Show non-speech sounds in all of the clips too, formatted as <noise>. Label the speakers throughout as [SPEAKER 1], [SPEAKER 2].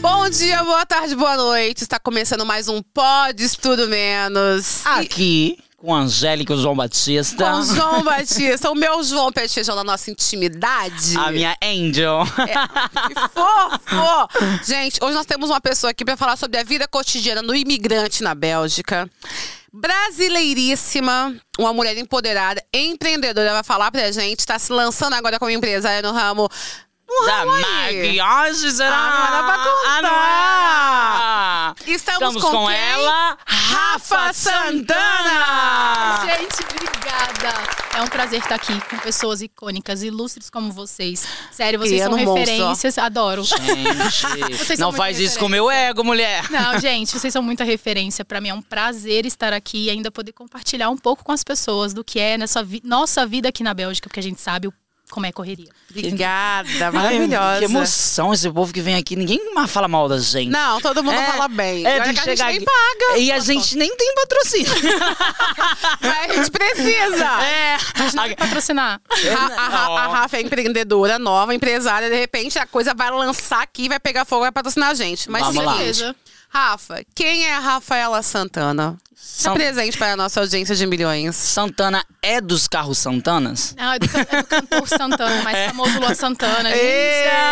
[SPEAKER 1] Bom dia, boa tarde, boa noite. Está começando mais um Podes Tudo Menos.
[SPEAKER 2] Ah,
[SPEAKER 1] E
[SPEAKER 2] Aqui, com Angélica e o João Batista.
[SPEAKER 1] com o João Batista, o meu João Pé de Feijão da nossa intimidade.
[SPEAKER 2] A minha Angel.
[SPEAKER 1] É. Que fofo! Gente, hoje nós temos uma pessoa aqui para falar sobre a vida cotidiana do imigrante na Bélgica. Brasileiríssima, uma mulher empoderada, empreendedora, vai falar pra gente, tá se lançando agora como empresária né, no ramo. Um
[SPEAKER 2] <laughs> da
[SPEAKER 1] ramo aí.
[SPEAKER 2] maquiagem, será?
[SPEAKER 1] Ah, não dá pra contar.
[SPEAKER 2] Ah, não é?
[SPEAKER 1] Estamos,
[SPEAKER 2] Estamos com,
[SPEAKER 1] quem?
[SPEAKER 2] ela, Rafa Santana.
[SPEAKER 3] Gente, obrigada. É um prazer estar aqui com pessoas icônicas, ilustres como vocês. Sério, vocês
[SPEAKER 1] Criando
[SPEAKER 3] são
[SPEAKER 1] monstro, ó.
[SPEAKER 3] referências, adoro.
[SPEAKER 1] <laughs>
[SPEAKER 2] Gente,
[SPEAKER 3] Vocês
[SPEAKER 2] não
[SPEAKER 3] são muito
[SPEAKER 2] faz isso
[SPEAKER 3] referência.
[SPEAKER 2] com o meu ego, mulher.
[SPEAKER 3] Não, gente, vocês são muita referência. Pra mim é um prazer estar aqui e ainda poder compartilhar um pouco com as pessoas do que é nessa vi- nossa vida aqui na Bélgica, porque a gente sabe o- como é a correria.
[SPEAKER 1] Obrigada,
[SPEAKER 2] Ai,
[SPEAKER 1] maravilhosa.
[SPEAKER 2] Que emoção esse povo que vem aqui. Ninguém ma- fala mal da gente.
[SPEAKER 1] Não, todo mundo
[SPEAKER 2] É,
[SPEAKER 1] fala bem.
[SPEAKER 2] é,
[SPEAKER 1] E olha
[SPEAKER 2] de
[SPEAKER 1] que a gente
[SPEAKER 2] chegar
[SPEAKER 1] nem
[SPEAKER 2] aqui.
[SPEAKER 1] paga,
[SPEAKER 2] E a gente nem
[SPEAKER 1] <laughs>
[SPEAKER 2] tem patrocínio.
[SPEAKER 1] mas a gente precisa.
[SPEAKER 2] <laughs> É.
[SPEAKER 3] Mas não vai patrocinar.
[SPEAKER 1] Ra- A, Ra- a Rafa é empreendedora, nova, empresária. De repente, a coisa vai lançar aqui, vai pegar fogo, vai patrocinar a gente. Mas
[SPEAKER 2] Vamos lá.
[SPEAKER 1] seguinte, Rafa, quem é a Rafaela Santana? Se
[SPEAKER 2] San-
[SPEAKER 1] presente para a nossa audiência de milhões.
[SPEAKER 2] Santana é dos carros Santanas?
[SPEAKER 3] Não, é do, can- é do cantor Santana, mais famoso Luan Santana, gente.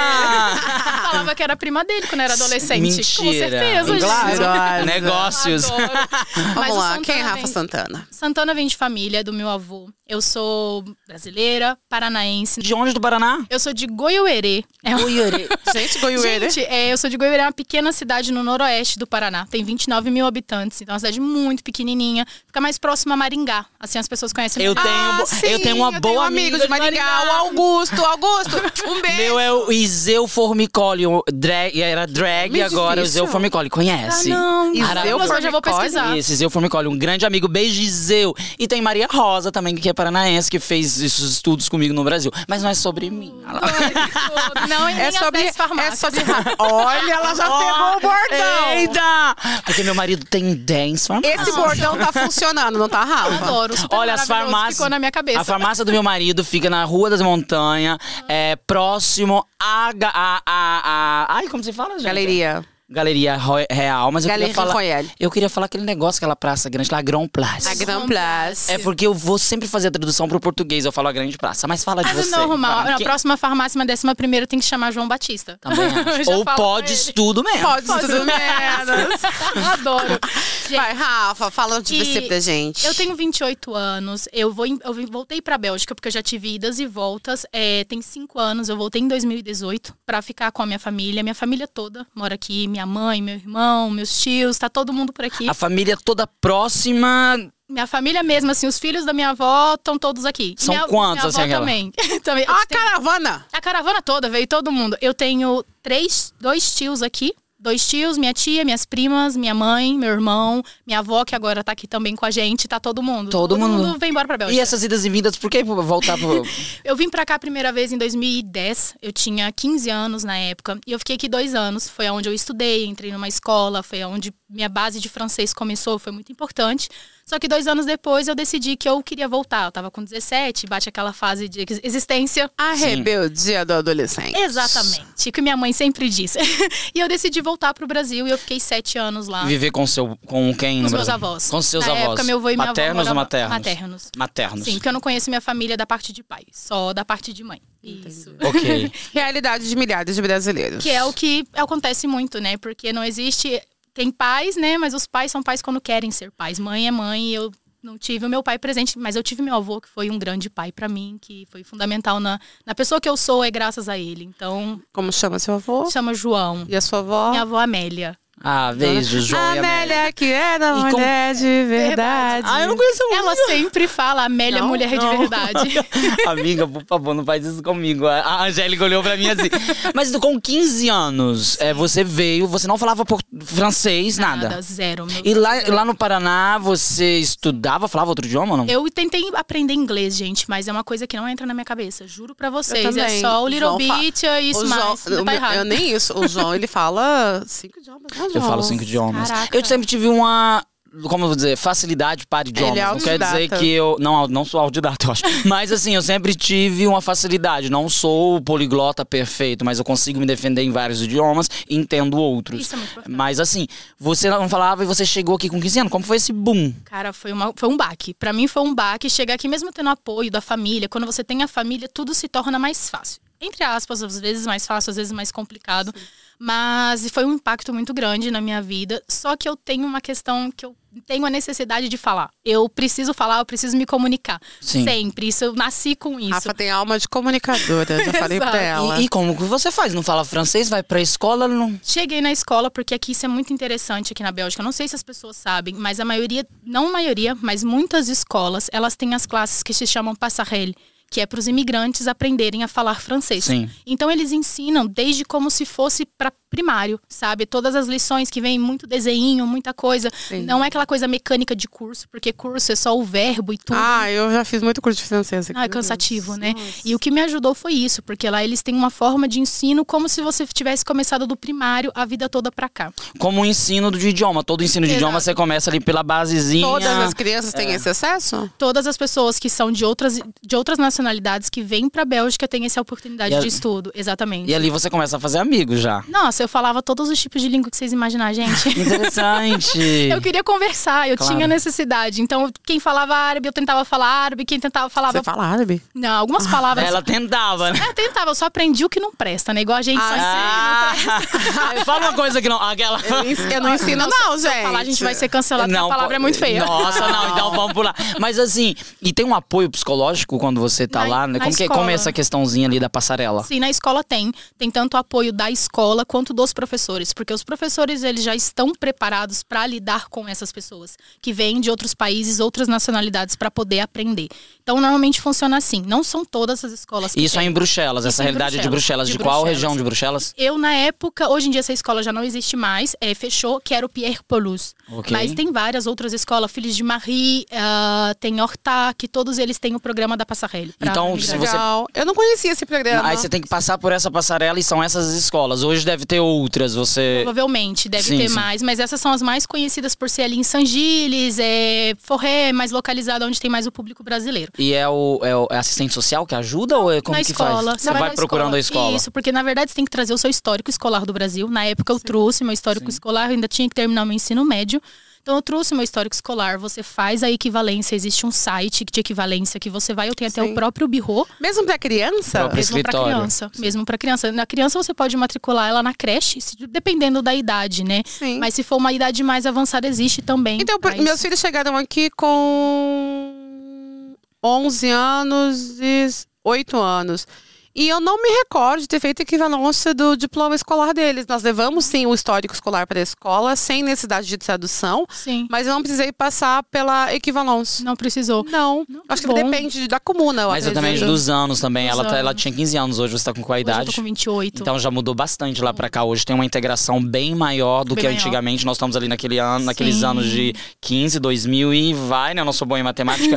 [SPEAKER 3] Eu falava que era prima dele quando era adolescente. Com
[SPEAKER 2] Mentira.
[SPEAKER 3] certeza,
[SPEAKER 1] Claro.
[SPEAKER 3] gente.
[SPEAKER 1] Maravilhosa.
[SPEAKER 2] Negócios.
[SPEAKER 3] Adoro. Mas
[SPEAKER 1] Vamos
[SPEAKER 3] o
[SPEAKER 1] lá,
[SPEAKER 3] Santana
[SPEAKER 1] quem é Rafa
[SPEAKER 3] vem-
[SPEAKER 1] Santana?
[SPEAKER 3] Santana vem de família, do meu avô. Eu sou brasileira, paranaense.
[SPEAKER 2] De onde do Paraná?
[SPEAKER 3] Eu sou de Goiuerê. É um... <laughs>
[SPEAKER 1] Gente, Goiueira.
[SPEAKER 3] Gente, é, eu sou de Goiuerê, é uma pequena cidade no noroeste do Paraná. Tem 29 mil habitantes, então é uma cidade muito pequenininha. Fica mais próxima a Maringá, assim as pessoas conhecem.
[SPEAKER 2] Eu
[SPEAKER 3] muito.
[SPEAKER 2] tenho- eu tenho uma
[SPEAKER 1] ah, eu
[SPEAKER 2] boa
[SPEAKER 1] tenho um
[SPEAKER 2] amiga
[SPEAKER 1] amigo de
[SPEAKER 2] de
[SPEAKER 1] Maringá, o
[SPEAKER 2] Maringá.
[SPEAKER 1] Augusto. Augusto, um beijo.
[SPEAKER 2] Meu é o Iseu Formicoli, o drag, era drag
[SPEAKER 1] Nome
[SPEAKER 2] agora, o
[SPEAKER 1] difícil.
[SPEAKER 2] Iseu Formicoli, conhece?
[SPEAKER 3] Ah, não.
[SPEAKER 1] Iseu
[SPEAKER 2] Araújo.
[SPEAKER 1] Formicoli?
[SPEAKER 3] Mas hoje eu vou pesquisar.
[SPEAKER 2] Esse Iseu Formicoli, um grande amigo, beijo Iseu. E tem Maria Rosa também, que é paranaense, que fez esses estudos comigo no Brasil. Mas não é sobre mim. olha lá.
[SPEAKER 3] Ah, Não, e nem
[SPEAKER 1] é
[SPEAKER 3] as
[SPEAKER 1] sobre,
[SPEAKER 3] 10 farmácias.
[SPEAKER 1] é sobre Rafa. Olha, ela já pegou o
[SPEAKER 2] é.
[SPEAKER 1] bordão.
[SPEAKER 2] Eita! Porque meu marido tem 10 farmácias.
[SPEAKER 1] Esse bordão tá funcionando, não tá, Rafa?
[SPEAKER 3] Adoro, super
[SPEAKER 2] Olha, as
[SPEAKER 3] maravilhoso,
[SPEAKER 2] farmácias.
[SPEAKER 3] Ficou na minha cabeça.
[SPEAKER 2] A farmácia do meu marido fica na Rua das Montanhas, é, próximo à. ga- à- à- à- ai, como se fala, gente?
[SPEAKER 1] Galeria.
[SPEAKER 2] Galeria Roy- Real, mas eu
[SPEAKER 1] Galeria
[SPEAKER 2] queria falar.
[SPEAKER 1] Royale.
[SPEAKER 2] Eu queria falar aquele negócio, aquela praça grande lá, Grand Place.
[SPEAKER 1] A Grand
[SPEAKER 3] Grand
[SPEAKER 1] Place.
[SPEAKER 2] É porque eu vou sempre fazer a tradução pro português, eu falo a grande praça. Mas
[SPEAKER 1] Ah,
[SPEAKER 2] fala de
[SPEAKER 3] Mas
[SPEAKER 2] você.
[SPEAKER 3] normal.
[SPEAKER 2] Fala,
[SPEAKER 3] Na
[SPEAKER 2] quem-
[SPEAKER 3] próxima farmácia, uma décima primeira, tem que chamar João Batista.
[SPEAKER 1] Tá. <laughs>
[SPEAKER 2] Também
[SPEAKER 3] Eu
[SPEAKER 2] acho.
[SPEAKER 3] já
[SPEAKER 2] Ou
[SPEAKER 3] falo
[SPEAKER 2] pode
[SPEAKER 3] pra ele.
[SPEAKER 2] tudo mesmo.
[SPEAKER 1] Pode tudo menos.
[SPEAKER 3] Eu <laughs> Adoro. Gente,
[SPEAKER 1] Vai, Rafa, fala de
[SPEAKER 3] E
[SPEAKER 1] você pra gente.
[SPEAKER 3] eu tenho 28 anos, eu, vou, em- eu vim- voltei pra Bélgica porque eu já tive idas e voltas. É, tem 5 anos, eu voltei em 2018 pra ficar com a minha família. Minha família toda mora aqui, minha mãe, meu irmão, meus tios, tá todo mundo por aqui.
[SPEAKER 2] A família toda próxima.
[SPEAKER 3] Minha família mesmo, assim, os filhos da minha avó estão todos aqui. E
[SPEAKER 2] São
[SPEAKER 3] minha,
[SPEAKER 2] quantos,
[SPEAKER 3] minha
[SPEAKER 2] assim,
[SPEAKER 3] avó
[SPEAKER 2] aquela?
[SPEAKER 3] também. <laughs> também.
[SPEAKER 1] Ó A Ah, caravana!
[SPEAKER 3] A caravana toda, veio todo mundo. Eu tenho três, dois tios aqui. Dois tios, minha tia, minhas primas, minha mãe, meu irmão, minha avó, que agora tá aqui também com a gente, tá todo mundo.
[SPEAKER 2] Todo mundo.
[SPEAKER 3] vem embora pra Bélgica.
[SPEAKER 2] E essas idas e vindas, por que voltar
[SPEAKER 3] <laughs>
[SPEAKER 2] pro.
[SPEAKER 3] Eu vim pra cá a primeira vez em 2010. Eu tinha 15 anos na época. E eu fiquei aqui dois anos. Foi onde eu estudei, entrei numa escola, foi onde minha base de francês começou, foi muito importante. Só que dois anos depois eu decidi que eu queria voltar. Eu tava com 17, bate aquela fase de ex- existência.
[SPEAKER 1] A rebeldia do adolescente.
[SPEAKER 3] Exatamente, que minha mãe sempre diz. <laughs> e eu decidi voltar pro Brasil e eu fiquei sete anos lá.
[SPEAKER 2] Viver com seu. com quem?
[SPEAKER 3] Ah. Com
[SPEAKER 2] no
[SPEAKER 3] os meus
[SPEAKER 2] Brasil?
[SPEAKER 3] avós.
[SPEAKER 2] Com seus
[SPEAKER 3] Na
[SPEAKER 2] avós.
[SPEAKER 3] época, meu avô e minha avó
[SPEAKER 2] Maternos ou
[SPEAKER 3] moravam-
[SPEAKER 2] maternos?
[SPEAKER 3] Maternos.
[SPEAKER 2] Maternos.
[SPEAKER 3] Sim, porque eu não conheço minha família da parte de pai, só da parte de mãe. Isso. <laughs>
[SPEAKER 2] Ok.
[SPEAKER 1] Realidade de milhares de brasileiros.
[SPEAKER 3] Que é o que acontece muito, né? Porque não existe. Tem pais, né? Mas os pais são pais quando querem ser pais. Mãe é mãe e eu não tive o meu pai presente, mas eu tive meu avô, que foi um grande pai pra mim, que foi fundamental na, na pessoa que eu sou, é graças a ele. Então,
[SPEAKER 1] Como chama seu avô?
[SPEAKER 3] chama João.
[SPEAKER 1] E a sua avó?
[SPEAKER 3] Minha avó Amélia.
[SPEAKER 2] Ah, beijo, João e Amélia.
[SPEAKER 1] Amélia, que é da
[SPEAKER 2] E com-
[SPEAKER 1] mulher de verdade.
[SPEAKER 2] Ah, eu não conheço muito.
[SPEAKER 3] Ela
[SPEAKER 1] <laughs>
[SPEAKER 3] sempre fala Amélia,
[SPEAKER 2] Não,
[SPEAKER 3] mulher de
[SPEAKER 2] não.
[SPEAKER 3] verdade.
[SPEAKER 2] <laughs>
[SPEAKER 3] <laughs>
[SPEAKER 2] Amiga, por favor, não faz isso comigo. A- A Angélica olhou pra mim assim. Mas com 15 anos, é, você veio, você não falava por francês, nada.
[SPEAKER 3] Nada, zero. meu
[SPEAKER 1] Então.
[SPEAKER 2] E lá, lá no Paraná, você estudava, falava outro idioma ou não?
[SPEAKER 3] Eu tentei aprender inglês, gente, mas é uma coisa que não entra na minha cabeça. Juro pra
[SPEAKER 1] Eu
[SPEAKER 3] vocês.
[SPEAKER 1] também.
[SPEAKER 3] É só o Little
[SPEAKER 1] João fala-
[SPEAKER 3] Beat e
[SPEAKER 1] O
[SPEAKER 3] isso
[SPEAKER 1] João-
[SPEAKER 3] mais.
[SPEAKER 1] o
[SPEAKER 3] Tá
[SPEAKER 1] meu-
[SPEAKER 3] errado.
[SPEAKER 1] eu nem isso. O João, ele fala cinco idiomas. né,
[SPEAKER 2] Eu
[SPEAKER 1] João?
[SPEAKER 2] falo cinco idiomas.
[SPEAKER 3] Caraca.
[SPEAKER 2] Eu sempre tive uma como eu vou dizer, facilidade para
[SPEAKER 3] é
[SPEAKER 2] idiomas. não quer dizer
[SPEAKER 1] autodidata.
[SPEAKER 2] que eu. Não, não sou autodidata, eu
[SPEAKER 3] <laughs>
[SPEAKER 2] acho. Mas assim, eu sempre tive uma facilidade. Não sou o poliglota perfeito, mas eu consigo me defender em vários idiomas e entendo outros.
[SPEAKER 3] Isso é muito importante.
[SPEAKER 2] Mas assim, você não falava e você chegou aqui com 15 anos. Como foi esse boom?
[SPEAKER 3] Cara, foi, uma, foi um baque. Pra mim foi um baque chegar aqui mesmo tendo apoio da família. Quando você tem a família, tudo se torna mais fácil. Entre aspas, às vezes mais fácil, às vezes mais complicado. Mas foi um impacto muito grande na minha vida. Só que eu tenho uma questão que eu tenho a necessidade de falar. Eu preciso falar, eu preciso me comunicar.
[SPEAKER 2] Sim.
[SPEAKER 3] Sempre. Isso, eu nasci com isso.
[SPEAKER 1] Rafa tem alma de comunicadora, já falei pra
[SPEAKER 3] Exato.
[SPEAKER 1] ela.
[SPEAKER 2] E, e como que você faz? Não fala francês, vai pra escola, não.
[SPEAKER 3] Cheguei na escola, porque aqui isso é muito interessante aqui na Bélgica. Eu Não sei se as pessoas sabem, mas a maioria, não a maioria, mas muitas escolas, elas têm as classes que se chamam passarelle, que é para os imigrantes aprenderem a falar francês.
[SPEAKER 2] Sim.
[SPEAKER 3] Então eles ensinam desde como se fosse para primário, sabe? Todas as lições que vem muito desenho, muita coisa.
[SPEAKER 1] Sim.
[SPEAKER 3] Não é aquela coisa mecânica de curso, porque curso é só o verbo e tudo.
[SPEAKER 1] Ah, eu já fiz muito curso de francês.
[SPEAKER 3] Ah, é cansativo, né? E o que me ajudou foi isso, porque lá eles têm uma forma de ensino como se você tivesse começado do primário a vida toda pra cá.
[SPEAKER 2] Como o ensino de idioma. Todo ensino de
[SPEAKER 3] Exato.
[SPEAKER 2] idioma você começa ali pela basezinha.
[SPEAKER 1] Todas as crianças têm esse acesso?
[SPEAKER 3] Todas as pessoas que são de outras, de outras nacionalidades que vêm pra Bélgica têm essa oportunidade
[SPEAKER 2] E a-
[SPEAKER 3] de estudo, exatamente.
[SPEAKER 2] E ali você começa a fazer amigos
[SPEAKER 3] <laughs>
[SPEAKER 2] já.
[SPEAKER 3] Nossa, eu falava todos os tipos de língua que vocês
[SPEAKER 2] <laughs>
[SPEAKER 3] imaginar, gente.
[SPEAKER 2] Interessante.
[SPEAKER 3] Eu queria conversar, eu
[SPEAKER 2] Claro.
[SPEAKER 3] tinha necessidade. Então, quem falava árabe, eu tentava falar árabe, quem tentava falava.
[SPEAKER 1] Você fala árabe?
[SPEAKER 3] Não, algumas palavras.
[SPEAKER 2] Ah,
[SPEAKER 3] É,
[SPEAKER 2] Ela tentava, né?
[SPEAKER 3] Eu tentava, eu só aprendi o que não presta, né? Igual a gente só
[SPEAKER 2] <laughs> Ah, <laughs>
[SPEAKER 3] ensina.
[SPEAKER 2] fala uma coisa que não. Aquela.
[SPEAKER 1] Eu, ens- eu não ensino, não, gente.
[SPEAKER 3] Falar, a gente vai ser cancelado, porque
[SPEAKER 2] Não,
[SPEAKER 3] a palavra é
[SPEAKER 2] po-
[SPEAKER 3] muito feia.
[SPEAKER 2] Nossa, não, <laughs> então vamos pular. Mas assim, e tem um apoio psicológico quando você tá
[SPEAKER 3] Na-
[SPEAKER 2] lá, né?
[SPEAKER 3] na
[SPEAKER 2] Como, que, como é
[SPEAKER 3] escola.
[SPEAKER 2] essa questãozinha ali da passarela?
[SPEAKER 3] Sim, na escola tem. Tem tanto o apoio da escola quanto dos professores, porque os professores eles já estão preparados para lidar com essas pessoas que vêm de outros países, outras nacionalidades para poder aprender. Então normalmente funciona assim. Não são todas as escolas. Que
[SPEAKER 2] Isso é
[SPEAKER 3] têm.
[SPEAKER 2] em Bruxelas,
[SPEAKER 3] Isso
[SPEAKER 2] essa
[SPEAKER 3] é em
[SPEAKER 2] realidade de Bruxelas.
[SPEAKER 3] Bruxelas,
[SPEAKER 2] De,
[SPEAKER 3] de
[SPEAKER 2] qual
[SPEAKER 3] Bruxelas.
[SPEAKER 2] região de Bruxelas?
[SPEAKER 3] Eu na época, hoje em dia essa escola já não existe mais, é, fechou, que era o Pierre Paulus.
[SPEAKER 2] Ok.
[SPEAKER 3] Mas tem várias outras escolas, Filhos de Marie, ah, tem Horta, que todos eles têm o programa da Passarelli. pra
[SPEAKER 2] Então,
[SPEAKER 3] migrantes.
[SPEAKER 2] se você-
[SPEAKER 1] Legal. Eu não conhecia esse programa.
[SPEAKER 2] Aí você tem que passar por essa passarela e são essas escolas. Hoje deve ter outras, você.
[SPEAKER 3] Provavelmente, deve
[SPEAKER 2] Sim,
[SPEAKER 3] ter
[SPEAKER 2] sim.
[SPEAKER 3] mais, mas essas são as mais conhecidas por ser ali em San Giles, é Forré, mais localizada onde tem mais o público brasileiro.
[SPEAKER 2] E é o, é o é assistente social que ajuda ou é como
[SPEAKER 3] na
[SPEAKER 2] que
[SPEAKER 3] escola.
[SPEAKER 2] faz? Você vai,
[SPEAKER 3] na
[SPEAKER 2] procurando a escola.
[SPEAKER 3] Isso, porque na verdade você tem que trazer o seu histórico escolar do Brasil. Na época eu trouxe meu histórico escolar, eu ainda tinha que terminar meu ensino médio. Então eu trouxe meu histórico escolar, você faz a equivalência, existe um site de equivalência que você vai, eu tenho até
[SPEAKER 1] Sim.
[SPEAKER 3] o próprio birro.
[SPEAKER 1] Mesmo pra criança?
[SPEAKER 2] Próprio. Pro
[SPEAKER 3] Mesmo para
[SPEAKER 2] escritório.
[SPEAKER 3] criança. Mesmo para criança. Na criança você pode matricular ela na creche, se- dependendo da idade, né?
[SPEAKER 1] Sim.
[SPEAKER 3] Mas se for uma idade mais avançada, existe também.
[SPEAKER 1] Então, por-
[SPEAKER 3] Mas-
[SPEAKER 1] meus filhos chegaram aqui com 11 anos e 8 anos. E eu não me recordo de ter feito equivalência do diploma escolar deles. Nós levamos, sim, o histórico escolar para a escola, sem necessidade de tradução,
[SPEAKER 3] Sim.
[SPEAKER 1] mas eu não precisei passar pela equivalência.
[SPEAKER 3] Não precisou.
[SPEAKER 1] Não,
[SPEAKER 3] Não,
[SPEAKER 1] acho que
[SPEAKER 3] que bom.
[SPEAKER 1] depende da comuna. Eu
[SPEAKER 2] Mas eu também
[SPEAKER 1] acredito.
[SPEAKER 2] dos anos também.
[SPEAKER 3] Dos
[SPEAKER 2] ela, tá- ela
[SPEAKER 3] anos.
[SPEAKER 2] tinha 15 anos, hoje você tá com qual
[SPEAKER 3] Hoje eu
[SPEAKER 2] idade?
[SPEAKER 3] tô com 28.
[SPEAKER 2] Então já mudou bastante lá pra cá. Hoje tem uma integração bem maior do
[SPEAKER 3] Bem
[SPEAKER 2] que
[SPEAKER 3] maior.
[SPEAKER 2] antigamente. Nós estamos ali naquele ano, naqueles
[SPEAKER 3] Sim.
[SPEAKER 2] anos de 15, 2000 e vai, né? Eu não sou bom em
[SPEAKER 3] <laughs>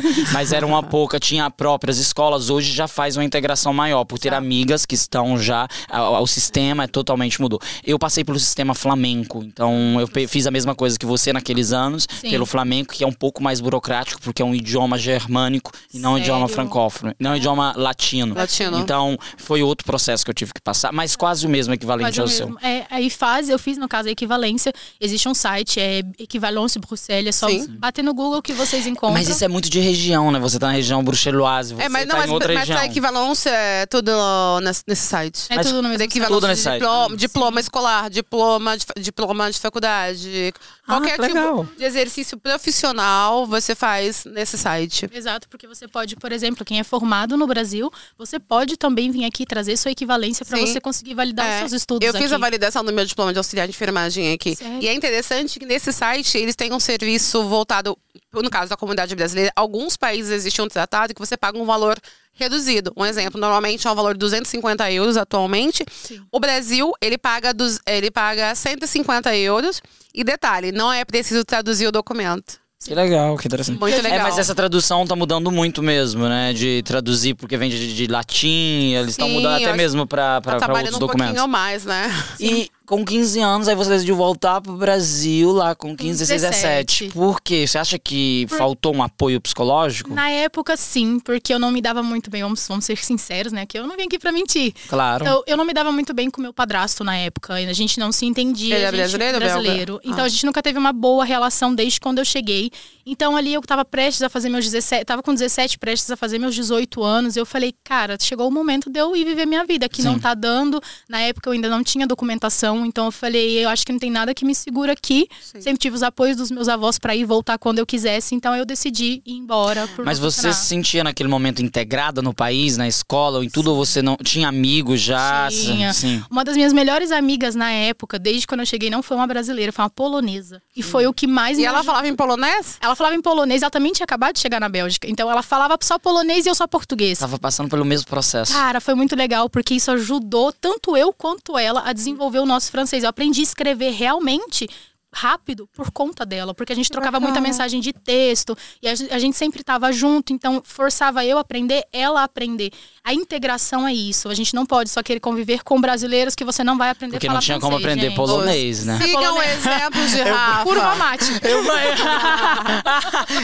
[SPEAKER 2] matemática, mas era uma pouca. Tinha próprias escolas. Hoje já faz uma integração maior por ter
[SPEAKER 3] Já.
[SPEAKER 2] amigas que estão já. a- a- O sistema é totalmente mudou. Eu passei pelo sistema flamenco, então eu pe- fiz a mesma coisa que você naqueles anos
[SPEAKER 3] Sim.
[SPEAKER 2] pelo flamenco, que é um pouco mais burocrático porque é um idioma germânico e não um idioma
[SPEAKER 3] Sério?
[SPEAKER 2] francófono, não um idioma latino.
[SPEAKER 1] Latino.
[SPEAKER 2] Então, foi outro processo que eu tive que passar, mas quase o mesmo equivalente
[SPEAKER 3] Faz o
[SPEAKER 2] ao
[SPEAKER 3] mesmo.
[SPEAKER 2] seu.
[SPEAKER 3] É, aí faz, eu fiz no caso a equivalência. Existe um site, é Equivalência Bruxelas, é só
[SPEAKER 1] Sim.
[SPEAKER 3] bater no Google que vocês encontram.
[SPEAKER 2] Mas isso é muito de região, né? Você tá na região bruxeloise, você
[SPEAKER 1] É, mas
[SPEAKER 2] tá
[SPEAKER 1] não,
[SPEAKER 2] em
[SPEAKER 1] mas,
[SPEAKER 2] outra
[SPEAKER 1] mas
[SPEAKER 2] região.
[SPEAKER 1] a equivalência é tudo nesse, nesse site.
[SPEAKER 3] É
[SPEAKER 2] mas-
[SPEAKER 3] tudo no
[SPEAKER 1] Mas
[SPEAKER 3] mesmo
[SPEAKER 1] equivalência
[SPEAKER 2] Tudo nesse
[SPEAKER 1] de
[SPEAKER 2] site.
[SPEAKER 1] diploma, diploma escolar, diploma de, fa- diploma de faculdade. Qualquer
[SPEAKER 2] que
[SPEAKER 1] tipo
[SPEAKER 2] legal.
[SPEAKER 1] de exercício profissional você faz nesse site.
[SPEAKER 3] Exato, porque você pode, por exemplo, quem é formado no Brasil, você pode também vir aqui trazer sua equivalência para
[SPEAKER 1] Sim.
[SPEAKER 3] você conseguir validar
[SPEAKER 1] É,
[SPEAKER 3] os seus estudos
[SPEAKER 1] Eu fiz
[SPEAKER 3] aqui.
[SPEAKER 1] a validação do meu diploma de auxiliar de enfermagem aqui.
[SPEAKER 3] Sério?
[SPEAKER 1] E é interessante que nesse site eles têm um serviço voltado, no caso da comunidade brasileira, alguns países existe um tratado que você paga um valor reduzido. Um exemplo, normalmente é um valor de 250 euros atualmente.
[SPEAKER 3] Sim.
[SPEAKER 1] O Brasil, ele paga, dos, ele paga 150 euros. E detalhe, não é preciso traduzir o documento.
[SPEAKER 2] Que legal, que interessante.
[SPEAKER 1] Muito
[SPEAKER 2] É,
[SPEAKER 1] legal.
[SPEAKER 2] mas essa tradução tá mudando muito mesmo, né? De traduzir, porque vem de, de latim, eles estão
[SPEAKER 1] Sim,
[SPEAKER 2] mudando
[SPEAKER 1] eu
[SPEAKER 2] até
[SPEAKER 1] acho
[SPEAKER 2] mesmo pra, pra,
[SPEAKER 1] tá
[SPEAKER 2] pra
[SPEAKER 1] trabalhando
[SPEAKER 2] outros
[SPEAKER 1] um
[SPEAKER 2] documentos.
[SPEAKER 1] pouquinho mais, né?
[SPEAKER 2] E com 15 anos, aí você decidiu voltar pro Brasil lá com 15, 16, 17.
[SPEAKER 3] 17.
[SPEAKER 2] Por quê? Você acha que
[SPEAKER 3] Por-
[SPEAKER 2] faltou um apoio psicológico?
[SPEAKER 3] Na época, sim, porque eu não me dava muito bem, vamos, vamos ser sinceros, né? Que eu não vim aqui pra mentir.
[SPEAKER 1] um
[SPEAKER 2] Claro.
[SPEAKER 3] Eu, eu não me dava muito bem com meu padrasto na época. A gente não se entendia.
[SPEAKER 1] Ele
[SPEAKER 3] a
[SPEAKER 1] era
[SPEAKER 3] gente-
[SPEAKER 1] brasileiro, belga?
[SPEAKER 3] Então
[SPEAKER 1] Ah.
[SPEAKER 3] a gente nunca teve uma boa relação desde quando eu cheguei. Então ali eu tava prestes a fazer meus 17. Tava com 17, prestes a fazer meus 18 anos. Eu falei, cara, chegou o momento de eu ir viver minha vida, que
[SPEAKER 2] Sim.
[SPEAKER 3] não tá dando. Na época eu ainda não tinha documentação. Então eu falei, eu acho que não tem nada que me segura aqui.
[SPEAKER 1] Sim.
[SPEAKER 3] Sempre tive os apoios dos meus avós pra ir e voltar quando eu quisesse. Então eu decidi ir embora. Por
[SPEAKER 2] Mas
[SPEAKER 3] não
[SPEAKER 2] você
[SPEAKER 3] funcionar.
[SPEAKER 2] se sentia naquele momento integrada no país, na escola, ou em tudo, ou você não tinha amigos já?
[SPEAKER 3] Tinha.
[SPEAKER 2] Sim.
[SPEAKER 3] Uma das minhas melhores amigas na época, desde quando eu cheguei, não foi uma brasileira, foi uma polonesa. E foi o que mais
[SPEAKER 1] Hum. E
[SPEAKER 3] me
[SPEAKER 1] ela
[SPEAKER 3] ajudou.
[SPEAKER 1] falava em polonês?
[SPEAKER 3] Ela falava em polonês, ela também tinha acabado de chegar na Bélgica. Então ela falava só polonês e eu só português.
[SPEAKER 2] Tava passando pelo mesmo processo.
[SPEAKER 3] Cara, foi muito legal, porque isso ajudou tanto eu quanto ela a desenvolver o nosso francês. Eu aprendi a escrever realmente rápido por conta dela, porque a gente trocava muita
[SPEAKER 1] bacana.
[SPEAKER 3] mensagem de texto e a, gen- a gente sempre estava junto, então forçava eu a aprender, ela a aprender. A integração é isso. A gente não pode só querer conviver com brasileiros que você não vai aprender a
[SPEAKER 2] Porque
[SPEAKER 3] falar
[SPEAKER 2] não tinha como
[SPEAKER 3] francês,
[SPEAKER 2] aprender
[SPEAKER 3] gente.
[SPEAKER 2] polonês, né?
[SPEAKER 1] Sigam o
[SPEAKER 3] Polonês.
[SPEAKER 1] exemplo
[SPEAKER 2] <laughs>
[SPEAKER 1] de Rafa.
[SPEAKER 3] Curva mate.
[SPEAKER 2] Eu fui... <laughs>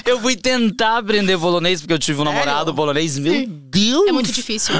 [SPEAKER 2] eu fui tentar aprender polonês, porque eu tive um
[SPEAKER 1] Sério?
[SPEAKER 2] namorado polonês. Meu Deus!
[SPEAKER 3] É muito difícil.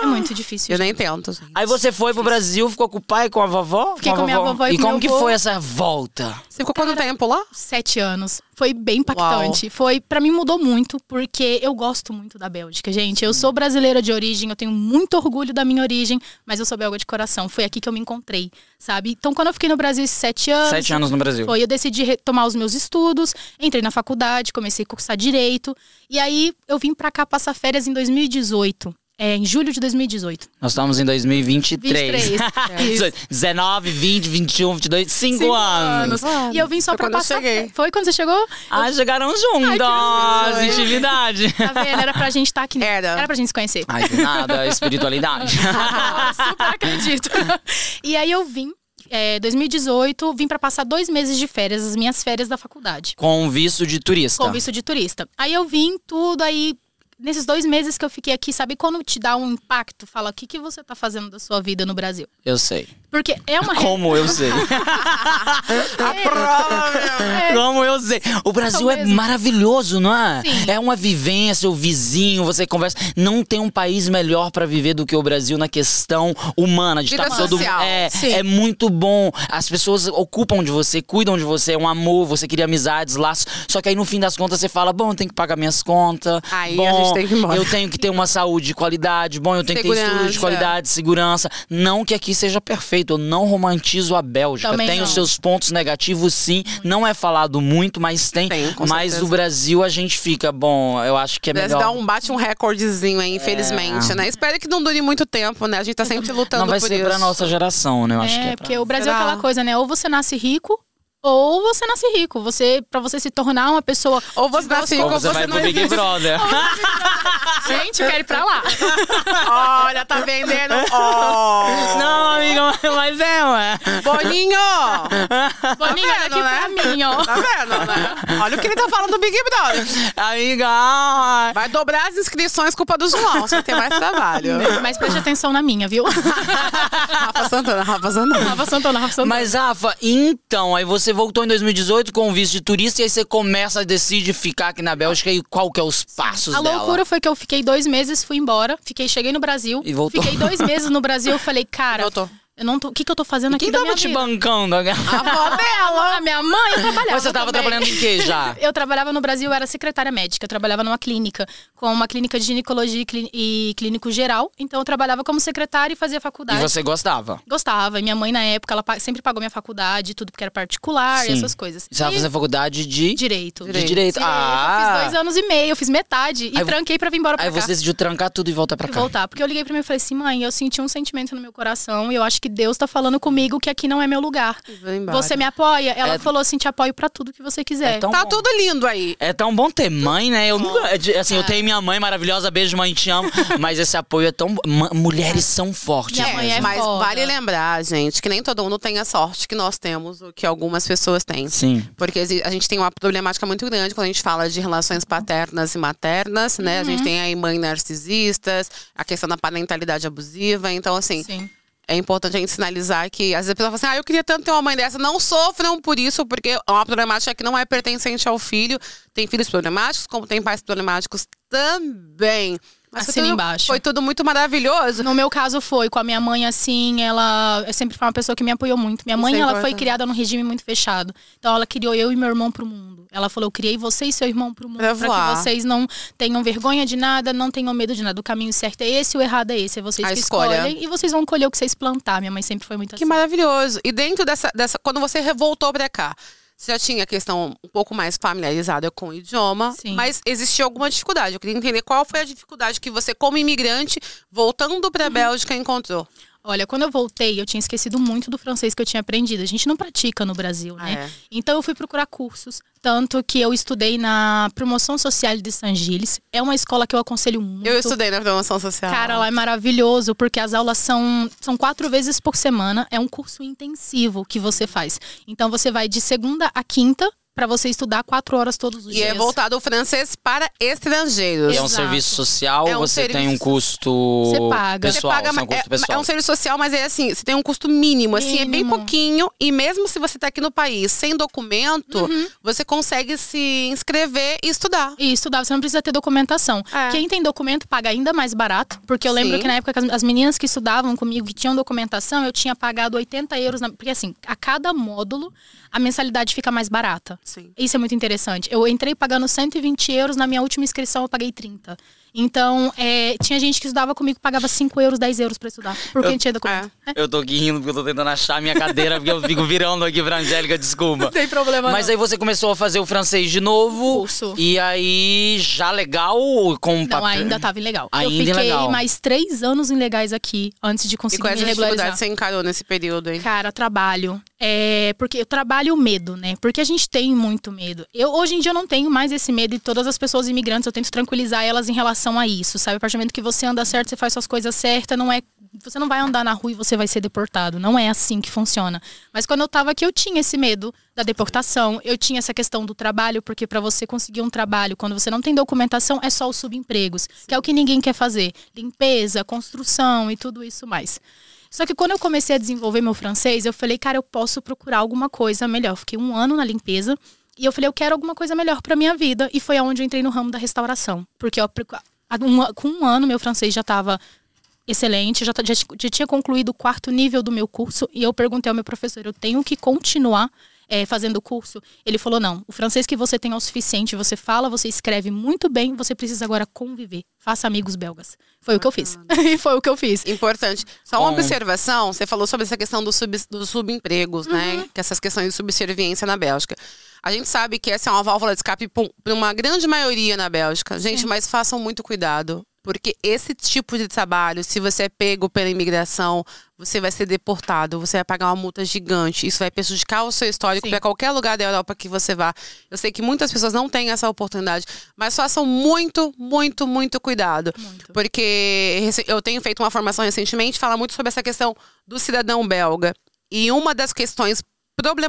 [SPEAKER 3] É muito difícil.
[SPEAKER 1] Eu nem tento. gente.
[SPEAKER 2] Aí você foi pro Brasil, ficou com o pai, com a vovó?
[SPEAKER 3] Fiquei
[SPEAKER 2] a
[SPEAKER 3] com minha vovó e
[SPEAKER 2] E
[SPEAKER 3] com
[SPEAKER 2] como
[SPEAKER 3] meu
[SPEAKER 2] que
[SPEAKER 3] avô.
[SPEAKER 2] foi essa volta?
[SPEAKER 1] Você ficou quanto tempo lá?
[SPEAKER 3] sete anos. Foi bem impactante. Foi, para mim mudou muito, porque eu gosto muito da Bélgica, gente. Eu sou brasileira de origem, eu tenho muito orgulho da minha origem, mas eu sou belga de coração. Foi aqui que eu me encontrei, sabe? Então, quando eu fiquei no Brasil esses sete anos,
[SPEAKER 2] Sete anos no Brasil.
[SPEAKER 3] foi, eu decidi retomar os meus estudos, entrei na faculdade, comecei a cursar direito, e aí eu vim pra cá passar férias em 2018. É, em julho de 2018.
[SPEAKER 2] Nós estamos em <laughs> 2023.
[SPEAKER 3] 23.
[SPEAKER 1] <laughs>
[SPEAKER 2] 19, 20, 21, 22, 5,
[SPEAKER 3] Cinco
[SPEAKER 2] anos.
[SPEAKER 3] anos. E eu vim só
[SPEAKER 1] Foi
[SPEAKER 3] pra
[SPEAKER 1] quando eu
[SPEAKER 3] passar.
[SPEAKER 1] cheguei.
[SPEAKER 3] Foi quando você chegou?
[SPEAKER 2] Ah, chegaram juntos.
[SPEAKER 3] Ai, que
[SPEAKER 2] Intimidade.
[SPEAKER 3] Tá vendo? Era pra gente estar
[SPEAKER 1] <laughs>
[SPEAKER 3] aqui.
[SPEAKER 1] Era.
[SPEAKER 3] Era pra gente se conhecer.
[SPEAKER 2] Ai, do nada, espiritualidade.
[SPEAKER 3] <laughs> super acredito. e aí eu vim, é, 2018, vim pra passar dois meses de férias, as minhas férias da faculdade,
[SPEAKER 2] <laughs> Com visto de turista.
[SPEAKER 3] com visto de turista. Aí eu vim tudo, aí nesses dois meses que eu fiquei aqui, sabe quando te dá um impacto? Fala, o que, que você tá fazendo da sua vida no Brasil?
[SPEAKER 2] Eu sei.
[SPEAKER 3] Porque é uma... re-
[SPEAKER 2] Como eu sei. <laughs>
[SPEAKER 3] É,
[SPEAKER 2] Como eu sei. O Brasil
[SPEAKER 3] Eu
[SPEAKER 2] é
[SPEAKER 3] mesmo.
[SPEAKER 2] maravilhoso, não é?
[SPEAKER 3] Sim.
[SPEAKER 2] É uma vivência, o vizinho, você conversa. Não tem um país melhor pra viver do que o Brasil na questão humana, de
[SPEAKER 1] Vida
[SPEAKER 2] estar todo
[SPEAKER 1] social.
[SPEAKER 2] é,
[SPEAKER 3] Sim.
[SPEAKER 2] é muito bom. As pessoas ocupam de você, cuidam de você, é um amor, você cria amizades, laços. Só que aí no fim das contas você fala: bom, eu tenho que pagar minhas contas.
[SPEAKER 1] Aí a
[SPEAKER 2] bom,
[SPEAKER 1] gente tem que ir embora."
[SPEAKER 2] Eu tenho que ter uma saúde de qualidade, bom, eu tenho que ter estudo de
[SPEAKER 1] Segurança.
[SPEAKER 2] qualidade, segurança. Não que aqui seja perfeito, eu não romantizo a Bélgica.
[SPEAKER 3] Também
[SPEAKER 2] tem os
[SPEAKER 3] não.
[SPEAKER 2] seus os pontos negativos, sim. Não é falado muito, mas tem.
[SPEAKER 1] Tem, com
[SPEAKER 2] mas
[SPEAKER 1] certeza.
[SPEAKER 2] o Brasil, a gente fica, bom, eu acho que é
[SPEAKER 1] Deve dar
[SPEAKER 2] melhor.
[SPEAKER 1] um bate um recordezinho aí, infelizmente, né? Espero que não dure muito tempo, né? A gente tá sempre lutando
[SPEAKER 2] Não vai
[SPEAKER 1] por
[SPEAKER 2] ser
[SPEAKER 1] isso.
[SPEAKER 2] pra nossa geração, né? Eu acho que
[SPEAKER 3] É,
[SPEAKER 2] é pra-
[SPEAKER 3] porque o Brasil é
[SPEAKER 1] Será?
[SPEAKER 3] aquela coisa, né? Ou você nasce rico, ou você nasce rico. Você, para você se tornar
[SPEAKER 1] <laughs>
[SPEAKER 3] uma pessoa
[SPEAKER 1] Ou você nasce rico
[SPEAKER 2] Ou
[SPEAKER 1] ou
[SPEAKER 2] você
[SPEAKER 1] você,
[SPEAKER 2] vai
[SPEAKER 1] não
[SPEAKER 2] pro Big
[SPEAKER 1] existe.
[SPEAKER 2] <laughs> Brother.
[SPEAKER 1] <laughs>
[SPEAKER 3] Gente, eu quero ir pra lá.
[SPEAKER 1] Olha, tá vendendo. Oh.
[SPEAKER 2] Não, amiga, mas- mas é, ué.
[SPEAKER 1] Boninho!
[SPEAKER 3] Boninho, olha aqui
[SPEAKER 1] né?
[SPEAKER 3] pra mim, ó.
[SPEAKER 1] Tá vendo, né? Olha o que ele tá falando do Big Brother.
[SPEAKER 2] Amiga, ah, ai.
[SPEAKER 1] Vai dobrar as inscrições, culpa do João. Você tem mais trabalho.
[SPEAKER 3] <laughs> Mas preste atenção na minha, viu? <laughs>
[SPEAKER 1] Rafa Santana, Rafa Santana.
[SPEAKER 3] Rafa Santana, Rafa Santana.
[SPEAKER 2] Mas, Rafa, então, aí você voltou em 2018 com o visto de turista e aí você começa, decide ficar aqui na Bélgica e qual que é os passos
[SPEAKER 3] A
[SPEAKER 2] dela?
[SPEAKER 3] loucura foi que eu fiquei dois meses, fui embora, fiquei, cheguei no Brasil.
[SPEAKER 2] E voltou.
[SPEAKER 3] Fiquei
[SPEAKER 2] <laughs>
[SPEAKER 3] dois meses no Brasil, eu falei, cara,
[SPEAKER 1] Voltou.
[SPEAKER 3] eu não tô, o que, que eu tô fazendo aqui
[SPEAKER 2] Quem
[SPEAKER 3] da
[SPEAKER 2] tava
[SPEAKER 3] minha
[SPEAKER 2] te
[SPEAKER 3] vida? Ah,
[SPEAKER 2] bancando?
[SPEAKER 1] A
[SPEAKER 3] <laughs>
[SPEAKER 1] avó dela.
[SPEAKER 3] A minha mãe, eu
[SPEAKER 2] <laughs>
[SPEAKER 3] trabalhava
[SPEAKER 2] Mas você tava
[SPEAKER 3] também.
[SPEAKER 2] trabalhando em quê
[SPEAKER 3] <laughs>
[SPEAKER 2] já?
[SPEAKER 3] Eu trabalhava no Brasil, eu era secretária médica, eu trabalhava numa clínica, com uma clínica de ginecologia e clí- e clínico geral. Então eu trabalhava como secretária e fazia
[SPEAKER 2] E
[SPEAKER 3] faculdade.
[SPEAKER 2] você gostava?
[SPEAKER 3] Gostava. E minha mãe, na época, ela pa- sempre pagou minha faculdade, tudo porque era particular
[SPEAKER 2] Sim.
[SPEAKER 3] e essas coisas.
[SPEAKER 2] Você tava
[SPEAKER 3] E
[SPEAKER 2] fazendo faculdade de...
[SPEAKER 3] direito.
[SPEAKER 2] De direito. Ah!
[SPEAKER 3] Eu fiz dois anos e meio, eu fiz metade. E
[SPEAKER 2] Aí vo-
[SPEAKER 3] tranquei pra vir embora pra
[SPEAKER 2] Aí
[SPEAKER 3] cá.
[SPEAKER 2] você decidiu trancar tudo e voltar pra
[SPEAKER 3] E
[SPEAKER 2] cá.
[SPEAKER 3] voltar. Porque eu liguei pra mim e falei assim, mãe, eu senti um sentimento no meu coração. E eu acho que Deus tá falando comigo que aqui não é meu lugar. Você me apoia? Ela
[SPEAKER 2] É-
[SPEAKER 3] falou assim, te apoio pra tudo que você quiser.
[SPEAKER 2] É tão
[SPEAKER 1] Tá
[SPEAKER 2] bom.
[SPEAKER 1] tudo lindo aí.
[SPEAKER 2] É tão bom ter mãe, né? Eu nunca. é de- Assim, eu tenho minha mãe maravilhosa, beijo, mãe, te
[SPEAKER 3] <laughs>
[SPEAKER 2] amo. mas esse apoio é tão. bo- Ma- mulheres são fortes.
[SPEAKER 3] É. Minha mãe
[SPEAKER 2] mesmo.
[SPEAKER 3] é
[SPEAKER 1] mas
[SPEAKER 3] foda.
[SPEAKER 1] vale lembrar, gente, que nem todo mundo tem a sorte que nós temos, ou que algumas pessoas têm.
[SPEAKER 2] Sim.
[SPEAKER 1] Porque exi- a gente tem uma problemática muito grande quando a gente fala de relações paternas e maternas,
[SPEAKER 3] Uhum.
[SPEAKER 1] né? A gente tem aí mãe narcisistas, a questão da parentalidade abusiva. Então, assim,
[SPEAKER 3] Sim.
[SPEAKER 1] é importante a gente sinalizar que às vezes a pessoa fala assim, ah, eu queria tanto ter uma mãe dessa. Não sofram por isso, porque é uma problemática que não é pertencente ao filho. Tem filhos problemáticos, como tem pais problemáticos também. foi
[SPEAKER 3] Assina
[SPEAKER 1] tudo-
[SPEAKER 3] embaixo.
[SPEAKER 1] Foi tudo muito maravilhoso.
[SPEAKER 3] No meu caso foi com a minha mãe assim, ela eu sempre foi uma pessoa que me apoiou muito. Minha
[SPEAKER 1] Isso
[SPEAKER 3] mãe
[SPEAKER 1] é
[SPEAKER 3] ela foi
[SPEAKER 1] importante.
[SPEAKER 3] criada num regime muito fechado. Então ela criou eu e meu irmão pro mundo. Ela falou: "Eu criei você e seu irmão pro mundo
[SPEAKER 1] Pra
[SPEAKER 3] para
[SPEAKER 1] voar."
[SPEAKER 3] que vocês não tenham vergonha de nada, não tenham medo de nada. O caminho certo é esse, o errado é esse, é vocês
[SPEAKER 1] A
[SPEAKER 3] que
[SPEAKER 1] escolha.
[SPEAKER 3] escolhem e vocês vão colher o que vocês plantar". Minha mãe sempre foi muito
[SPEAKER 1] Que
[SPEAKER 3] assim.
[SPEAKER 1] maravilhoso. E dentro dessa, dessa. Quando você revoltou pra cá, você já tinha a questão um pouco mais familiarizada com o idioma,
[SPEAKER 3] Sim.
[SPEAKER 1] mas existia alguma dificuldade. Eu queria entender qual foi a dificuldade que você, como imigrante, voltando
[SPEAKER 3] Uhum.
[SPEAKER 1] pra Bélgica, encontrou.
[SPEAKER 3] Olha, quando eu voltei, eu tinha esquecido muito do francês que eu tinha aprendido. A gente não pratica no Brasil, né?
[SPEAKER 1] Ah, é.
[SPEAKER 3] Então eu fui procurar cursos, tanto que eu estudei na Promoção Social de San Gilles. É uma escola que eu aconselho muito.
[SPEAKER 1] Eu então. estudei na promoção social.
[SPEAKER 3] Cara, lá é maravilhoso, porque as aulas são, são quatro vezes por semana. É um curso intensivo que você faz. Então você vai de segunda a quinta pra você estudar quatro horas todos os
[SPEAKER 1] E
[SPEAKER 3] dias.
[SPEAKER 1] é voltado o francês para estrangeiros.
[SPEAKER 2] É um
[SPEAKER 3] Exato.
[SPEAKER 2] serviço social,
[SPEAKER 1] É um
[SPEAKER 2] você tem um
[SPEAKER 1] serviço-
[SPEAKER 2] custo
[SPEAKER 3] Você paga.
[SPEAKER 2] pessoal,
[SPEAKER 1] Você paga,
[SPEAKER 2] você é um
[SPEAKER 1] mas
[SPEAKER 2] custo
[SPEAKER 1] é,
[SPEAKER 2] pessoal.
[SPEAKER 1] é um serviço social, mas é assim, você tem um custo mínimo, assim, é bem
[SPEAKER 3] Mínimo.
[SPEAKER 1] pouquinho. E mesmo se você tá aqui no país sem documento,
[SPEAKER 3] Uhum.
[SPEAKER 1] você consegue se inscrever e estudar.
[SPEAKER 3] E estudar, você não precisa ter documentação.
[SPEAKER 1] É.
[SPEAKER 3] Quem tem documento paga ainda mais barato, porque eu lembro
[SPEAKER 1] Sim.
[SPEAKER 3] que na época que as- as meninas que estudavam comigo, que tinham documentação, eu tinha pagado 80 euros, na- porque assim, a cada módulo, a mensalidade fica mais barata.
[SPEAKER 1] Sim.
[SPEAKER 3] Isso é muito interessante. Eu entrei pagando 120 euros, na minha última inscrição eu paguei 30. Então, é, tinha gente que estudava comigo que pagava 5 euros, 10 euros pra estudar. Porque
[SPEAKER 2] Eu-
[SPEAKER 3] não tinha documento. É.
[SPEAKER 2] Eu tô aqui rindo porque eu tô tentando achar a minha cadeira, porque eu
[SPEAKER 3] <laughs>
[SPEAKER 2] fico virando aqui pra Angélica, desculpa.
[SPEAKER 3] tem problema
[SPEAKER 2] Mas aí você começou a fazer o francês de novo.
[SPEAKER 3] Curso.
[SPEAKER 2] E aí, já legal com
[SPEAKER 3] Não,
[SPEAKER 2] papel?
[SPEAKER 3] ainda tá tava ilegal.
[SPEAKER 2] Ainda
[SPEAKER 3] eu fiquei
[SPEAKER 2] ilegal.
[SPEAKER 3] mais três anos ilegais aqui antes de
[SPEAKER 1] E
[SPEAKER 3] conseguir
[SPEAKER 1] quais
[SPEAKER 3] me
[SPEAKER 1] as
[SPEAKER 3] regularizar.
[SPEAKER 1] dificuldades você encarou nesse período, hein?
[SPEAKER 3] Cara, trabalho. É, porque eu trabalho o medo, né? Porque a gente tem muito medo. Eu hoje em dia eu não tenho mais esse medo e todas as pessoas imigrantes, eu tento tranquilizar elas em relação a isso, sabe? A partir do momento que você anda certo, você faz suas coisas certas, não é você não vai andar na rua e você vai ser deportado, não é assim que funciona. Mas quando eu tava aqui, eu tinha esse medo da deportação, eu tinha essa questão do trabalho, porque pra você conseguir um trabalho, quando você não tem documentação, é só os subempregos, que é o que ninguém quer fazer, limpeza, construção e tudo isso mais. Só que quando eu comecei a desenvolver meu francês, eu falei, cara, eu posso procurar alguma coisa melhor. Eu Fiquei um ano na limpeza e eu falei, eu quero alguma coisa melhor pra minha vida. E foi aonde eu entrei no ramo da restauração. Porque eu, procu- há um a- com um ano meu francês já estava excelente, já, ta- já, ti- já tinha concluído o quarto nível do meu curso. E eu perguntei ao meu professor, eu tenho que continuar eh, fazendo o curso? Ele falou, não, o francês que você tem é o suficiente. Você fala, você escreve muito bem, você precisa agora conviver. Faça amigos belgas. Foi o que eu fiz. <laughs> e foi o que eu fiz.
[SPEAKER 1] Importante. Só uma
[SPEAKER 2] Bom.
[SPEAKER 1] observação, você falou sobre essa questão dos, sub, dos subempregos, né? Que essas questões de subserviência na Bélgica. A gente sabe que essa é uma válvula de escape para uma grande maioria na Bélgica. Gente, mas façam muito cuidado. Porque esse tipo de trabalho, se você é pego pela imigração, você vai ser deportado, você vai pagar uma multa gigante. Isso vai prejudicar o seu histórico
[SPEAKER 3] Sim.
[SPEAKER 1] para qualquer lugar da Europa que você vá. Eu sei que muitas pessoas não têm essa oportunidade, mas façam muito, muito, muito cuidado.
[SPEAKER 3] Muito.
[SPEAKER 1] Porque rece- eu tenho feito uma formação recentemente, fala muito sobre essa questão do cidadão belga. E uma das questões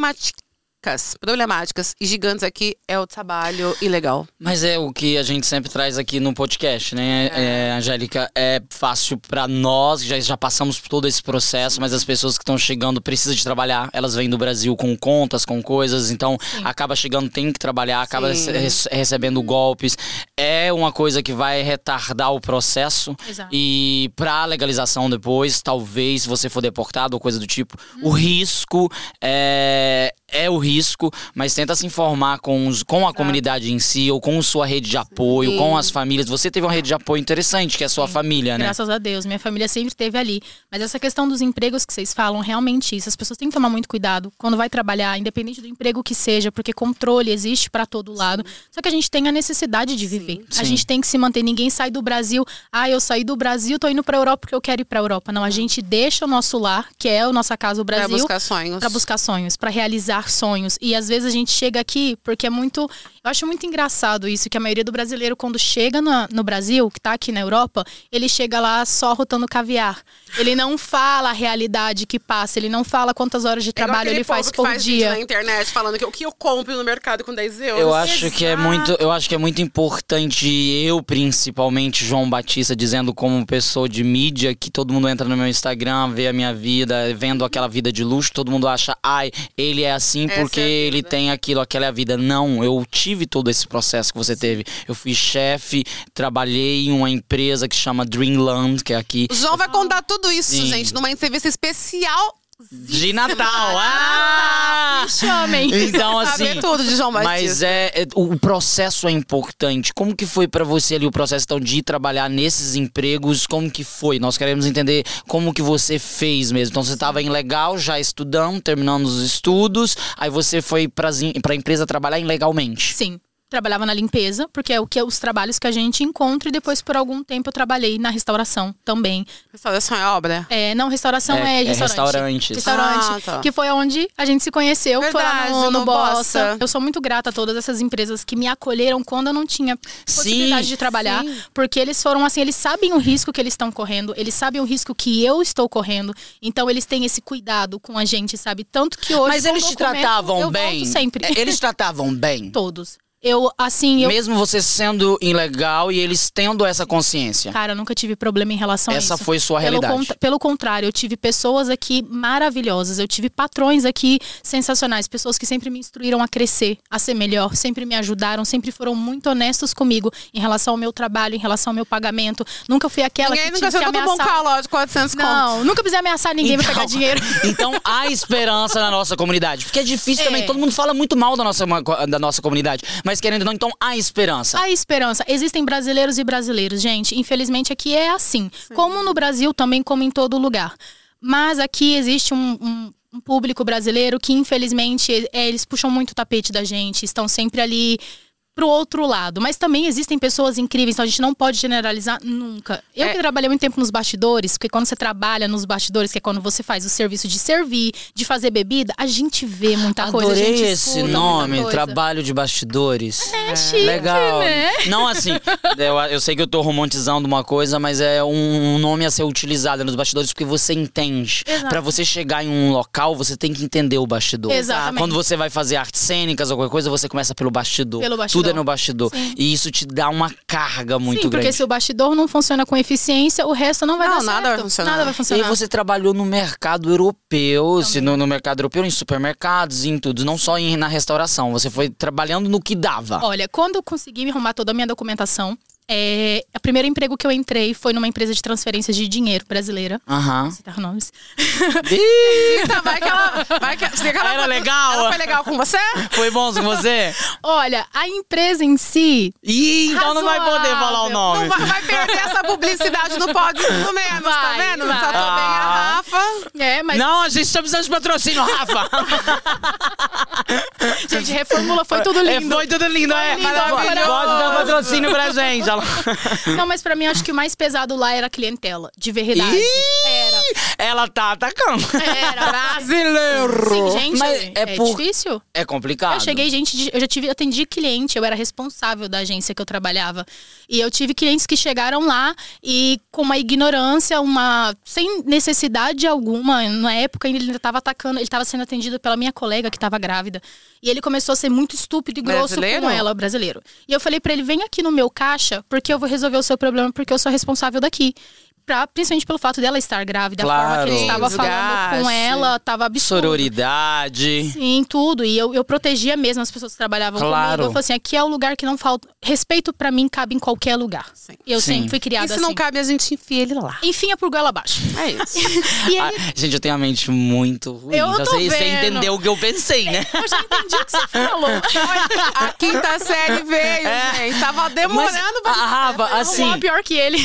[SPEAKER 1] problemáticas, problemáticas e gigantes aqui é o trabalho ilegal.
[SPEAKER 2] Mas é o que a gente sempre traz aqui no podcast, né, é, Angélica? É fácil pra nós, já, já passamos por todo esse processo, mas as pessoas que estão chegando precisam de trabalhar. Elas vêm do Brasil com contas, com coisas, então acaba chegando, tem que trabalhar, acaba
[SPEAKER 1] Sim.
[SPEAKER 2] rece- recebendo golpes. É uma coisa que vai retardar o processo.
[SPEAKER 3] Exato.
[SPEAKER 2] E pra legalização depois, talvez você for deportado ou coisa do tipo, o risco é, é o risco, mas tenta se informar com, os, com a comunidade em si, ou com sua rede de apoio,
[SPEAKER 1] Sim.
[SPEAKER 2] com as famílias. Você teve uma rede de apoio interessante, que é a sua família, né?
[SPEAKER 3] Graças a Deus, minha família sempre esteve ali. Mas essa questão dos empregos que vocês falam, realmente isso. As pessoas têm que tomar muito cuidado quando vai trabalhar, independente do emprego que seja, porque controle existe pra todo lado. Só que a gente tem a necessidade de viver. A
[SPEAKER 2] Sim.
[SPEAKER 3] gente tem que se manter. Ninguém sai do Brasil. Ah, eu saí do Brasil, tô indo pra Europa porque eu quero ir pra Europa. Não, a gente deixa o nosso lar, que é a nossa casa, o
[SPEAKER 1] Para
[SPEAKER 3] Brasil,
[SPEAKER 1] buscar sonhos.
[SPEAKER 3] pra buscar sonhos, pra realizar realizar sonhos. E às vezes a gente chega aqui porque é muito. Eu acho muito engraçado isso, que a maioria do brasileiro, quando chega na- no Brasil, que tá aqui na Europa, ele chega lá só rotando caviar. Ele não fala a realidade que passa, ele não fala quantas horas de
[SPEAKER 1] É igual
[SPEAKER 3] trabalho
[SPEAKER 1] aquele
[SPEAKER 3] ele faz
[SPEAKER 1] povo que
[SPEAKER 3] por
[SPEAKER 1] faz vídeo né?
[SPEAKER 3] dia.
[SPEAKER 1] na internet falando que o que eu compro no mercado com 10 euros.
[SPEAKER 2] Eu acho que é
[SPEAKER 3] Exato.
[SPEAKER 2] muito, eu acho que é muito importante eu principalmente João Batista dizendo como pessoa de mídia que todo mundo entra no meu Instagram, vê a minha vida, vendo aquela vida de luxo, todo mundo acha, ai, ele é assim
[SPEAKER 1] Essa
[SPEAKER 2] porque
[SPEAKER 1] é a vida.
[SPEAKER 2] ele tem aquilo, aquela é a vida. Não, eu tive todo esse processo que você teve. Eu fui chefe, trabalhei em uma empresa que chama Dreamland, que é aqui
[SPEAKER 1] O João vai contar tudo isso,
[SPEAKER 2] Sim.
[SPEAKER 1] gente, numa entrevista especial.
[SPEAKER 2] de Natal. Ah!
[SPEAKER 3] Me chamem.
[SPEAKER 2] Então
[SPEAKER 1] Saber
[SPEAKER 2] assim,
[SPEAKER 1] tudo de João Batista.
[SPEAKER 2] Mas é, é- o o processo é importante. Como que foi pra você ali o processo então, de ir trabalhar nesses empregos? Como que foi? Nós queremos entender como que você fez mesmo. Então você estava em legal, já estudando, terminando os estudos, aí você foi pra zin- pra empresa trabalhar ilegalmente.
[SPEAKER 3] Sim. Trabalhava na limpeza, porque é o que os trabalhos que a gente encontra, e depois, por algum tempo, eu trabalhei na restauração também.
[SPEAKER 1] Restauração é obra?
[SPEAKER 3] É, não, restauração
[SPEAKER 2] é
[SPEAKER 3] é, restaurante.
[SPEAKER 2] restaurantes.
[SPEAKER 1] Ah,
[SPEAKER 3] Restaurante,
[SPEAKER 1] tá.
[SPEAKER 3] que foi onde a gente se conheceu,
[SPEAKER 1] Verdade,
[SPEAKER 3] foi lá no, no
[SPEAKER 1] no
[SPEAKER 3] Bossa.
[SPEAKER 1] Bossa.
[SPEAKER 3] Eu sou muito grata a todas essas empresas que me acolheram quando eu não tinha possibilidade
[SPEAKER 2] Sim,
[SPEAKER 3] de trabalhar,
[SPEAKER 1] sim.
[SPEAKER 3] porque eles foram assim, eles sabem o risco que eles estão correndo, eles sabem o risco que eu estou correndo, então eles têm esse cuidado com a gente, sabe? Tanto que hoje
[SPEAKER 2] Mas
[SPEAKER 3] com
[SPEAKER 2] eles te
[SPEAKER 3] documento,
[SPEAKER 2] tratavam
[SPEAKER 3] eu
[SPEAKER 2] bem.
[SPEAKER 3] volto sempre,
[SPEAKER 2] É, Eles tratavam
[SPEAKER 3] <laughs>
[SPEAKER 2] bem.
[SPEAKER 3] todos. Eu assim, eu
[SPEAKER 2] Mesmo você sendo ilegal e eles tendo essa consciência.
[SPEAKER 3] Cara, eu nunca tive problema em relação a Tá, então é isso.
[SPEAKER 2] Essa foi sua
[SPEAKER 3] Pelo,
[SPEAKER 2] realidade.
[SPEAKER 3] contra- pelo contrário, eu tive pessoas aqui maravilhosas, eu tive patrões aqui sensacionais, pessoas que sempre me instruíram a crescer, a ser melhor, sempre me ajudaram, sempre foram muito honestos comigo em relação ao meu trabalho, em relação ao meu pagamento. Nunca fui aquela
[SPEAKER 1] Ninguém
[SPEAKER 3] que
[SPEAKER 1] nunca
[SPEAKER 3] tive que
[SPEAKER 1] sentou num bom
[SPEAKER 3] ameaçar.
[SPEAKER 1] caló de 400 conto.
[SPEAKER 3] Não, nunca precisei ameaçar ninguém pra pegar
[SPEAKER 2] Então-
[SPEAKER 3] dinheiro.
[SPEAKER 2] Então há esperança na nossa comunidade. Porque é difícil
[SPEAKER 3] É.
[SPEAKER 2] também, todo mundo fala muito mal da nossa, da nossa comunidade. Mas querendo ou não, então há esperança.
[SPEAKER 3] A esperança. Existem brasileiros e brasileiros, gente. Infelizmente aqui é assim. Como no Brasil, também como em todo lugar. Mas aqui existe um. um- um público brasileiro que, infelizmente, é, eles puxam muito o tapete da gente, estão sempre ali pro outro lado. Mas também existem pessoas incríveis, então a gente não pode generalizar nunca. Eu
[SPEAKER 1] É.
[SPEAKER 3] que trabalhei muito tempo nos bastidores, porque quando você trabalha nos bastidores, que é quando você faz o serviço de servir, de fazer bebida, a gente vê muita coisa. a
[SPEAKER 2] Adorei
[SPEAKER 3] gente
[SPEAKER 2] esse
[SPEAKER 3] escuta muita
[SPEAKER 2] nome,
[SPEAKER 3] coisa.
[SPEAKER 2] trabalho de bastidores.
[SPEAKER 3] É chique,
[SPEAKER 2] Legal.
[SPEAKER 3] né?
[SPEAKER 2] Não assim, eu, eu sei que eu tô romantizando uma coisa, mas é um, um nome a ser utilizado nos bastidores porque você entende.
[SPEAKER 3] Exato.
[SPEAKER 2] Pra você chegar em um local, você tem que entender o bastidor.
[SPEAKER 3] Exatamente.
[SPEAKER 2] Quando você vai fazer artes cênicas ou qualquer coisa, você começa pelo bastidor.
[SPEAKER 3] Pelo
[SPEAKER 2] Tudo
[SPEAKER 3] bastidor.
[SPEAKER 2] é no bastidor.
[SPEAKER 3] Sim.
[SPEAKER 2] E isso te dá uma carga muito
[SPEAKER 3] Sim, porque
[SPEAKER 2] grande.
[SPEAKER 3] se o bastidor não funciona com eficiência, o resto não vai
[SPEAKER 1] Não,
[SPEAKER 3] dar
[SPEAKER 1] nada
[SPEAKER 3] certo.
[SPEAKER 1] vai funcionar.
[SPEAKER 3] Nada vai
[SPEAKER 2] E
[SPEAKER 3] funcionar.
[SPEAKER 2] aí você trabalhou no mercado
[SPEAKER 3] Então.
[SPEAKER 2] europeu, se no, no mercado europeu, em supermercados, em tudo, não só em- na restauração. Você foi trabalhando no que dava.
[SPEAKER 3] Olha, quando eu consegui me arrumar toda a minha documentação, é... o primeiro emprego que eu entrei foi numa empresa de transferências de dinheiro brasileira.
[SPEAKER 2] Aham.
[SPEAKER 3] <laughs> Não citar nomes.
[SPEAKER 1] Então vai que ela. Vai que, se que ela
[SPEAKER 2] Era legal?
[SPEAKER 1] Ela foi legal com você?
[SPEAKER 2] Foi bom com você?
[SPEAKER 3] Olha, a empresa em si.
[SPEAKER 2] Ih, então não vai poder
[SPEAKER 3] Razoável.
[SPEAKER 2] falar o
[SPEAKER 1] Não
[SPEAKER 2] nome.
[SPEAKER 1] vai, vai perder essa publicidade no pódio do menos, tá
[SPEAKER 3] Vai,
[SPEAKER 1] vendo?
[SPEAKER 3] vai.
[SPEAKER 1] Tratou bem a
[SPEAKER 2] Ah.
[SPEAKER 1] Rafa.
[SPEAKER 3] É, mas,
[SPEAKER 2] Não, a gente tá precisando de patrocínio, Rafa.
[SPEAKER 3] gente, reformula, foi <laughs> tudo
[SPEAKER 2] <laughs> É,
[SPEAKER 3] lindo.
[SPEAKER 2] foi tudo lindo,
[SPEAKER 3] Foi
[SPEAKER 2] é.
[SPEAKER 3] lindo,
[SPEAKER 2] Pode
[SPEAKER 3] maravilhoso.
[SPEAKER 2] dar patrocínio pra gente. Ela,
[SPEAKER 3] Não, mas pra mim, eu acho que o mais pesado lá era a clientela. De verdade. Era.
[SPEAKER 2] ela tá atacando.
[SPEAKER 3] Era.
[SPEAKER 2] <laughs> Brasileiro.
[SPEAKER 3] Sim, gente,
[SPEAKER 2] Mas
[SPEAKER 3] é,
[SPEAKER 2] é, por...
[SPEAKER 3] difícil.
[SPEAKER 2] é complicado.
[SPEAKER 3] Eu cheguei, gente, de- eu já tive, atendi cliente, eu era responsável da agência que eu trabalhava. E eu tive clientes que chegaram lá e com uma ignorância, uma sem necessidade alguma, na época ele ainda estava atacando, ele estava sendo atendido pela minha colega que estava grávida. E ele começou a ser muito estúpido e grosso
[SPEAKER 1] Brasileiro?
[SPEAKER 3] com ela, brasileiro. E eu falei pra ele: "Vem aqui no meu caixa, porque eu vou resolver o seu problema, porque eu sou responsável daqui." Pra, principalmente pelo fato dela estar grávida, a forma que ele
[SPEAKER 2] Claro.
[SPEAKER 3] estava falando com
[SPEAKER 1] Desgaste.
[SPEAKER 3] ela, tava absurdo.
[SPEAKER 2] Sororidade.
[SPEAKER 3] Sim, tudo. E eu, eu protegia mesmo as pessoas que trabalhavam
[SPEAKER 2] Claro.
[SPEAKER 3] comigo. Eu falei assim, aqui é o lugar que não falta. Respeito pra mim cabe em qualquer lugar.
[SPEAKER 1] Sim.
[SPEAKER 3] Eu
[SPEAKER 2] Sim.
[SPEAKER 3] sempre fui
[SPEAKER 1] E
[SPEAKER 3] criada
[SPEAKER 1] se
[SPEAKER 3] assim.
[SPEAKER 1] não cabe, a gente enfia ele lá.
[SPEAKER 3] Enfim, é por goela abaixo.
[SPEAKER 1] É isso.
[SPEAKER 3] E ele,
[SPEAKER 2] Ah, gente, eu tenho a mente muito ruim.
[SPEAKER 3] Eu
[SPEAKER 2] então
[SPEAKER 3] tô
[SPEAKER 2] você, você
[SPEAKER 3] vendo.
[SPEAKER 2] entendeu o que eu pensei, né?
[SPEAKER 3] eu já entendi o que você falou. <laughs>
[SPEAKER 1] A quinta série veio,
[SPEAKER 2] É.
[SPEAKER 1] gente. Tava demorando
[SPEAKER 2] a, a Rafa,
[SPEAKER 3] Arrumou
[SPEAKER 2] assim,
[SPEAKER 3] uma pior que ele.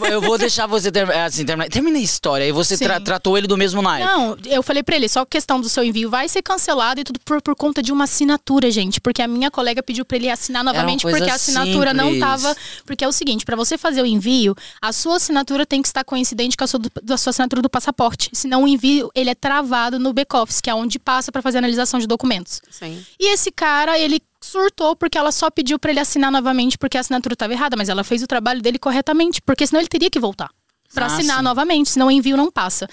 [SPEAKER 2] eu- eu vou deixar você ter, assim, termina, termina a história. E você
[SPEAKER 3] Sim.
[SPEAKER 2] tra- tratou ele do mesmo naipe.
[SPEAKER 3] Não, eu falei pra ele, só questão do seu envio vai ser cancelado e tudo por, por conta de uma assinatura, gente. Porque a minha colega pediu pra ele assinar
[SPEAKER 2] uma
[SPEAKER 3] novamente
[SPEAKER 2] coisa
[SPEAKER 3] porque a assinatura não
[SPEAKER 2] simples.
[SPEAKER 3] tava. Porque é o seguinte, pra você fazer o envio, a sua assinatura tem que estar coincidente com a sua, do- da sua assinatura do passaporte. Senão o envio, ele é travado no back-office, que é onde passa pra fazer a analisação de documentos.
[SPEAKER 1] Sim.
[SPEAKER 3] E esse cara, ele surtou porque ela só pediu pra ele assinar novamente porque a assinatura estava errada, mas ela fez o trabalho dele corretamente, porque senão ele teria que voltar Pra
[SPEAKER 2] Ah,
[SPEAKER 3] assinar
[SPEAKER 2] sim.
[SPEAKER 3] novamente, senão o envio não passa.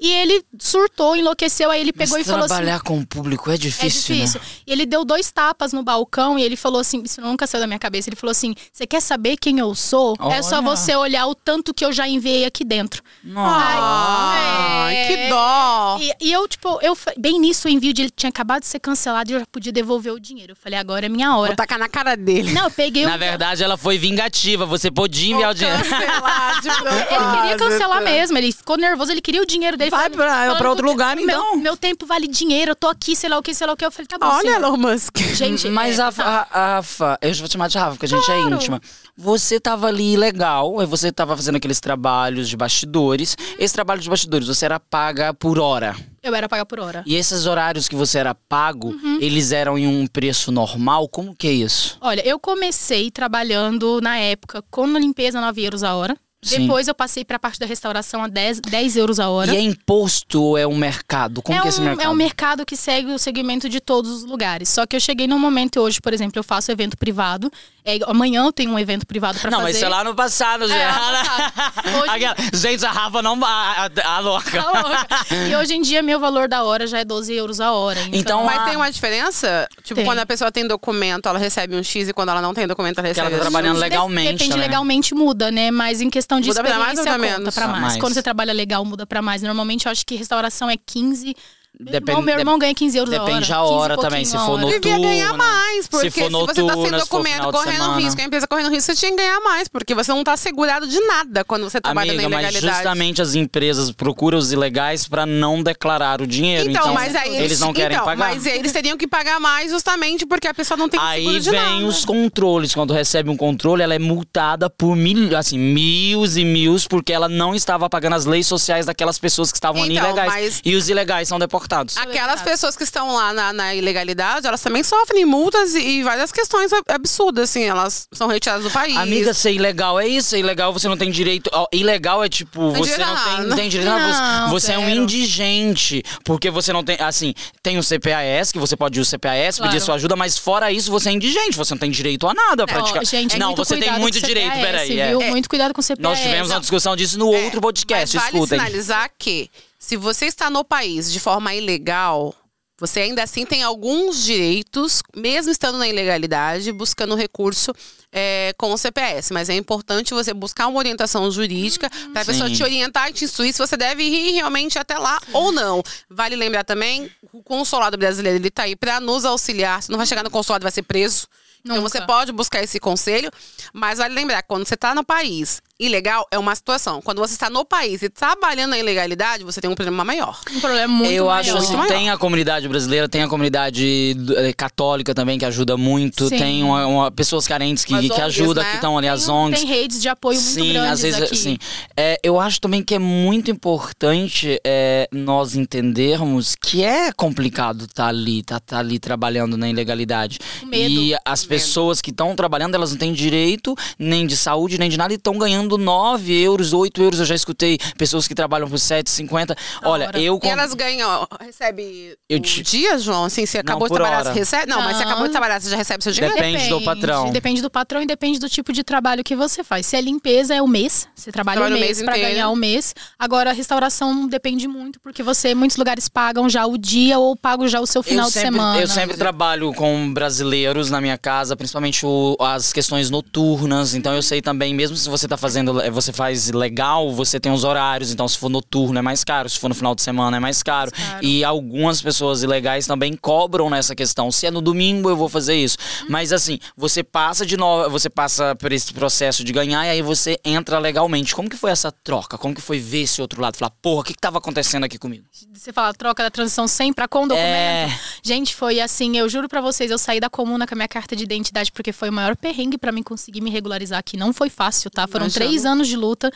[SPEAKER 3] E ele surtou, enlouqueceu, aí ele pegou
[SPEAKER 2] Mas
[SPEAKER 3] e falou assim:
[SPEAKER 2] trabalhar com o público é
[SPEAKER 3] é
[SPEAKER 2] difícil,
[SPEAKER 3] difícil. E ele deu dois tapas no balcão e ele falou assim: Isso nunca saiu da minha cabeça. Ele falou assim: Você quer saber quem eu sou? É só
[SPEAKER 2] Olha.
[SPEAKER 3] você olhar o tanto que eu já enviei aqui dentro.
[SPEAKER 2] né? Nossa.
[SPEAKER 1] Ai,
[SPEAKER 3] é.
[SPEAKER 1] que dó.
[SPEAKER 3] E, e eu, tipo, eu fa- bem nisso o envio dele tinha acabado de ser cancelado e eu já podia devolver o dinheiro. Eu falei: Agora é minha hora.
[SPEAKER 1] Vou tacar na cara dele.
[SPEAKER 3] Não, eu peguei
[SPEAKER 2] Na
[SPEAKER 3] o-
[SPEAKER 2] verdade, ela foi vingativa. Você podia enviar o dinheiro.
[SPEAKER 1] Cancelar de
[SPEAKER 3] Ele queria cancelar
[SPEAKER 1] propósito.
[SPEAKER 3] mesmo, ele ficou nervoso, ele queria o dinheiro dele.
[SPEAKER 2] Ah, é Vai
[SPEAKER 3] falando-
[SPEAKER 2] pra-
[SPEAKER 3] falando
[SPEAKER 2] pra outro
[SPEAKER 3] do-
[SPEAKER 2] lugar,
[SPEAKER 3] o
[SPEAKER 2] então.
[SPEAKER 3] Meu, meu tempo vale dinheiro, eu tô aqui, sei lá o que, sei lá o que. Eu falei, tá bom,
[SPEAKER 1] Olha,
[SPEAKER 3] senhor.
[SPEAKER 1] Elon Musk.
[SPEAKER 3] Gente,
[SPEAKER 2] <laughs> Mas
[SPEAKER 3] é,
[SPEAKER 2] a, a- a Rafa, eu já vou te chamar de Rafa, porque a gente é íntima. Você tava ali legal, aí você tava fazendo aqueles trabalhos de bastidores. Esse trabalho de bastidores, você era paga por hora.
[SPEAKER 3] eu era paga por hora.
[SPEAKER 2] E esses horários que você era pago,
[SPEAKER 3] Uhum.
[SPEAKER 2] eles eram em um preço normal? Como que é isso?
[SPEAKER 3] Olha, eu comecei trabalhando na época com limpeza 9 euros a hora.
[SPEAKER 2] Sim.
[SPEAKER 3] Depois eu passei pra parte da restauração a 10, 10 euros a hora.
[SPEAKER 2] E é imposto ou é um mercado? Como
[SPEAKER 3] é,
[SPEAKER 2] que é
[SPEAKER 3] um,
[SPEAKER 2] esse mercado?
[SPEAKER 3] é um mercado que segue o segmento de todos os lugares. Só que eu cheguei num momento hoje, por exemplo, eu faço evento privado. É, amanhã eu tenho um evento privado pra
[SPEAKER 2] Não,
[SPEAKER 3] fazer.
[SPEAKER 2] mas isso é lá no passado, já.
[SPEAKER 3] lá no passado. Hoje-
[SPEAKER 2] Aquela- Gente, a Rafa não. A, a- a louca.
[SPEAKER 3] Tá louca. E hoje em dia, meu valor da hora já é 12 euros a hora.
[SPEAKER 2] Então,
[SPEAKER 3] Então,
[SPEAKER 2] Ah.
[SPEAKER 1] Mas tem uma diferença? Tipo,
[SPEAKER 3] Tem.
[SPEAKER 1] quando a pessoa tem documento, ela recebe um X e quando ela não tem documento, ela
[SPEAKER 2] Que ela
[SPEAKER 1] recebe
[SPEAKER 2] tá
[SPEAKER 1] outro
[SPEAKER 2] trabalhando
[SPEAKER 1] X.
[SPEAKER 3] de-
[SPEAKER 2] legalmente
[SPEAKER 3] Depende,
[SPEAKER 2] também.
[SPEAKER 3] legalmente muda, né? Mas em questão de
[SPEAKER 1] Muda pra
[SPEAKER 3] experiência,
[SPEAKER 1] mais ou pra
[SPEAKER 3] conta
[SPEAKER 1] menos?
[SPEAKER 3] pra
[SPEAKER 2] Ah,
[SPEAKER 3] mais.
[SPEAKER 2] mais.
[SPEAKER 3] Quando você trabalha legal, muda pra mais. Normalmente, eu acho que restauração é 15.
[SPEAKER 2] Depende-
[SPEAKER 3] Bom, meu irmão ganha 15 euros
[SPEAKER 2] depende
[SPEAKER 3] a
[SPEAKER 2] a
[SPEAKER 3] hora. 15
[SPEAKER 2] hora
[SPEAKER 3] e pouquinho
[SPEAKER 2] também, se
[SPEAKER 3] a
[SPEAKER 2] for né?
[SPEAKER 3] hora.
[SPEAKER 2] no-
[SPEAKER 1] Devia ganhar
[SPEAKER 2] noturna.
[SPEAKER 1] mais, porque se, você tá sem
[SPEAKER 2] for noturna, se for
[SPEAKER 1] documento,
[SPEAKER 2] final de
[SPEAKER 1] correndo
[SPEAKER 2] semana.
[SPEAKER 1] risco, a empresa correndo um risco, você tinha que ganhar mais, porque você não tá segurado de nada quando você trabalha na
[SPEAKER 2] Amiga, mas
[SPEAKER 1] ilegalidade.
[SPEAKER 2] justamente as empresas procuram os ilegais pra não declarar o dinheiro. Então,
[SPEAKER 1] Então, mas aí
[SPEAKER 2] eles não querem
[SPEAKER 1] então,
[SPEAKER 2] pagar.
[SPEAKER 1] Mas eles teriam que pagar mais justamente porque a pessoa não tem seguro
[SPEAKER 2] Aí
[SPEAKER 1] de nada.
[SPEAKER 2] vem os controles. Quando recebe um controle, ela é multada por mil, assim, mil e mil, porque ela não estava pagando as leis sociais daquelas pessoas que estavam ali
[SPEAKER 1] Então,
[SPEAKER 2] ilegais.
[SPEAKER 1] mas-
[SPEAKER 2] E os ilegais são deportados.
[SPEAKER 1] Aquelas pessoas que estão lá na, na ilegalidade, elas também sofrem multas e, e várias questões ab- absurdas, assim. Elas são retiradas do país.
[SPEAKER 2] Amiga, ser ilegal é isso. Ser ilegal você não tem direito. ó, Ilegal é tipo,
[SPEAKER 1] Tem
[SPEAKER 2] você
[SPEAKER 1] direito a
[SPEAKER 2] não tem,
[SPEAKER 1] nada.
[SPEAKER 2] não tem direito a nada.
[SPEAKER 3] Não,
[SPEAKER 2] Você, você é um
[SPEAKER 3] zero.
[SPEAKER 2] indigente. Porque você não tem. Assim, tem o CPAS, que você pode ir o CPAS, pedir
[SPEAKER 3] Claro.
[SPEAKER 2] sua ajuda, mas fora isso, você é indigente. Você não tem direito a nada
[SPEAKER 3] Ó,
[SPEAKER 2] praticamente.
[SPEAKER 3] gente, é
[SPEAKER 2] não,
[SPEAKER 3] muito
[SPEAKER 2] você tem
[SPEAKER 3] cuidado
[SPEAKER 2] muito
[SPEAKER 3] com o
[SPEAKER 2] direito,
[SPEAKER 3] CPAS,
[SPEAKER 2] peraí. é.
[SPEAKER 3] Viu? Muito cuidado com o CPS.
[SPEAKER 2] Nós tivemos uma discussão disso no outro podcast,
[SPEAKER 1] É, Mas vale
[SPEAKER 2] escutem.
[SPEAKER 1] sinalizar que é se você está no país de forma ilegal, você ainda assim tem alguns direitos, mesmo estando na ilegalidade, buscando recurso é, com o CPS. Mas é importante você buscar uma orientação jurídica para a pessoa
[SPEAKER 2] Sim.
[SPEAKER 1] te orientar e te instruir se você deve ir realmente até lá ou não. Vale lembrar também, o consulado brasileiro ele está aí para nos auxiliar. Você não vai chegar no consulado e vai ser preso. Então
[SPEAKER 3] Nunca.
[SPEAKER 1] você pode buscar esse conselho, mas vale lembrar, quando você está no país ilegal, é uma situação. Quando você está no país e trabalhando na ilegalidade, você tem um problema maior.
[SPEAKER 3] Um problema muito
[SPEAKER 2] eu acho
[SPEAKER 3] maior.
[SPEAKER 2] assim, tem a comunidade brasileira, tem a comunidade eh, católica também que ajuda muito,
[SPEAKER 3] Sim.
[SPEAKER 2] tem uma- uma- pessoas carentes que,
[SPEAKER 1] As
[SPEAKER 2] que
[SPEAKER 1] ONGs,
[SPEAKER 2] ajuda,
[SPEAKER 1] né?
[SPEAKER 2] que estão ali as ONGs.
[SPEAKER 3] Tem redes de apoio muito
[SPEAKER 2] Sim,
[SPEAKER 3] grandes
[SPEAKER 2] às vezes,
[SPEAKER 3] aqui.
[SPEAKER 2] assim. é, eu acho também que é muito importante é, nós entendermos que é complicado estar ali, tá, tá ali trabalhando na ilegalidade.
[SPEAKER 3] O medo.
[SPEAKER 2] E as pessoas que estão trabalhando, elas não têm direito nem de saúde, nem de nada, e estão ganhando 9 euros, 8 euros. Eu já escutei pessoas que trabalham por 7,50.
[SPEAKER 3] Da
[SPEAKER 2] Olha,
[SPEAKER 3] hora.
[SPEAKER 2] eu.
[SPEAKER 1] E elas ganham, ó, recebe
[SPEAKER 2] Eu
[SPEAKER 1] o
[SPEAKER 2] te-
[SPEAKER 1] dia, João? Assim, você
[SPEAKER 2] Não,
[SPEAKER 1] acabou
[SPEAKER 2] por
[SPEAKER 1] de trabalhar,
[SPEAKER 2] hora.
[SPEAKER 1] você recebe? Não, mas você
[SPEAKER 3] Não.
[SPEAKER 1] acabou de trabalhar, você já recebe seu dinheiro?
[SPEAKER 2] Depende do patrão.
[SPEAKER 3] Depende do patrão e depende do tipo de trabalho que você faz. Se é limpeza, é o mês. Você trabalha o
[SPEAKER 1] Trabalha
[SPEAKER 3] mês,
[SPEAKER 1] o mês
[SPEAKER 3] pra
[SPEAKER 1] inteiro.
[SPEAKER 3] ganhar o mês. Agora, a restauração depende muito, porque você, muitos lugares pagam já o dia ou pagam já o seu final
[SPEAKER 2] eu
[SPEAKER 3] de
[SPEAKER 2] sempre,
[SPEAKER 3] semana.
[SPEAKER 2] Eu sempre trabalho com brasileiros na minha casa, principalmente o- as questões noturnas. Então eu sei também, mesmo se você tá fazendo, eh, você faz legal, você tem os horários. Então se for noturno é mais caro, se for no final de semana é mais caro.
[SPEAKER 3] Mais caro.
[SPEAKER 2] E algumas pessoas ilegais também cobram nessa questão. Se é no domingo eu vou fazer isso.
[SPEAKER 3] Uhum.
[SPEAKER 2] Mas assim, você passa de novo, você passa por esse processo de ganhar e aí você entra legalmente. Como que foi essa troca? Como que foi ver esse outro lado? Falar, porra, o que que tava acontecendo aqui comigo?
[SPEAKER 3] Você fala troca da transição sem pra com documento.
[SPEAKER 2] É.
[SPEAKER 3] Gente, foi assim, eu juro pra vocês, eu saí da comuna com a minha carta de identidade porque foi o maior perrengue pra mim conseguir me regularizar aqui. Não foi fácil, tá? Foram
[SPEAKER 1] Imagino.
[SPEAKER 3] três anos de luta.